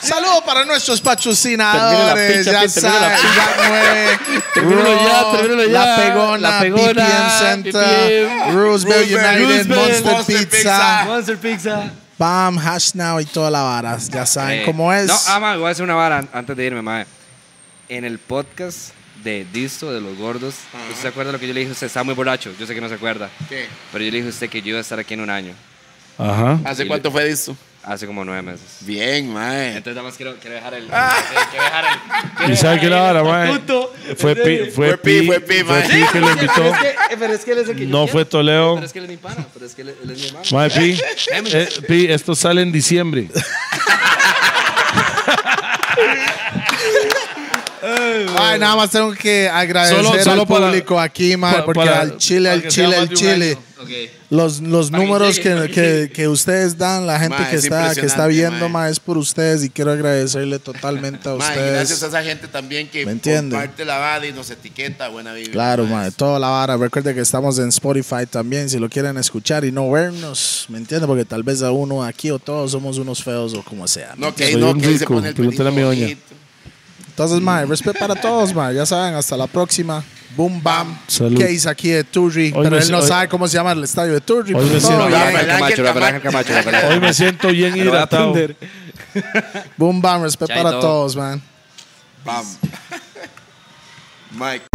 S4: Saludos para nuestros patrocinadores.
S3: Termina la
S4: Ya
S3: picha, termina la
S4: saben, ya mueve.
S3: Termínalo ya,
S4: Raw,
S3: termínalo
S4: La
S3: ya.
S4: pegona,
S3: La Pegona,
S4: PPM Center,
S3: PPM,
S4: Roosevelt
S2: Roosevelt,
S4: United,
S3: Roosevelt,
S4: Monster,
S2: Monster
S4: Pizza,
S2: Pizza.
S3: Monster Pizza.
S4: Bam, Hash Now y toda la vara. Ya saben
S3: Eh,
S4: cómo es.
S3: No, ah, mae, voy a hacer una vara an- antes de irme, mae. En el podcast de Disto de los Gordos, ¿usted se acuerda lo que yo le dije? a Usted está muy borracho, yo sé que no se acuerda.
S2: ¿Qué?
S3: Pero yo le dije a usted que yo iba a estar aquí en un año,
S1: Ajá.
S2: ¿Hace cuánto fue esto?
S3: hace como nueve meses.
S2: Bien, mae.
S3: Entonces, nada más quiero, quiero dejar el. Quiero dejar el. quiero
S1: ¿Y sabe
S3: dejar
S1: qué la
S3: ahí
S1: vara,
S3: el
S1: mae?
S3: estatuto,
S1: Fue
S3: ¿entiende?
S1: Pi, fue
S2: Fue Pi,
S1: Pi,
S2: fue Pi,
S1: fue
S2: mae.
S1: Pi que lo invitó.
S3: Pero es que, Eh, pero es que él es el que yo
S1: No
S3: quiero.
S1: fue Toleo.
S3: Pero es que él es mi pana, pero es que él, él es mi hermano.
S1: Mae, Pi, eh, Pi, esto sale en diciembre.
S4: Ay, nada más tengo que agradecer
S1: Solo-
S4: al
S1: solo para-
S4: público aquí, man,
S1: para-
S4: porque
S1: para-
S4: al Chile,
S1: para
S4: al
S1: que sea
S4: Chile,
S1: más
S4: al
S1: de un
S4: Chile.
S1: año.
S3: Ok.
S4: Los, los
S3: Para que
S4: números
S3: llegue,
S4: que,
S3: para que
S4: que,
S3: llegue.
S4: que ustedes dan, la gente
S2: Ma,
S4: que,
S2: es
S4: está, que está
S2: impresionante,
S4: viendo,
S2: ma.
S4: ma, es por ustedes y quiero agradecerle totalmente a
S2: Mae, y
S4: ustedes.
S2: gracias a esa gente también que
S4: ¿Me entiende?
S2: comparte la vara y nos etiqueta buena vida.
S4: Claro, ma, toda la vara. Recuerde que estamos en Spotify también, si lo quieren escuchar y no vernos, ¿me entiende? Porque tal vez a uno aquí o todos somos unos feos o como sea. ¿me
S2: No, que
S1: Soy
S2: no,
S1: un
S2: que ahí se
S1: rico,
S2: pone el
S1: pregúntale a mi
S2: pelito
S1: doña.
S2: bonito.
S4: Entonces, mae, respeto para todos, mae. Ya saben, hasta la próxima. Boom, bam.
S1: Salud.
S4: Case aquí de Turri.
S1: Hoy
S4: Pero
S1: me
S4: él no
S1: hoy-
S4: sabe cómo se llama el estadio de Turri.
S1: Hoy
S4: pero todo
S1: me siento-
S4: bien.
S2: Rafael Ángel
S3: Rafael Ángel Camacho, Rafael Ángel
S1: Hoy me siento bien
S3: Lo voy a
S1: hidratado.
S3: aprender.
S4: Boom, bam. Respeto
S3: Chaito.
S4: para todos, man.
S2: Bam. Mike.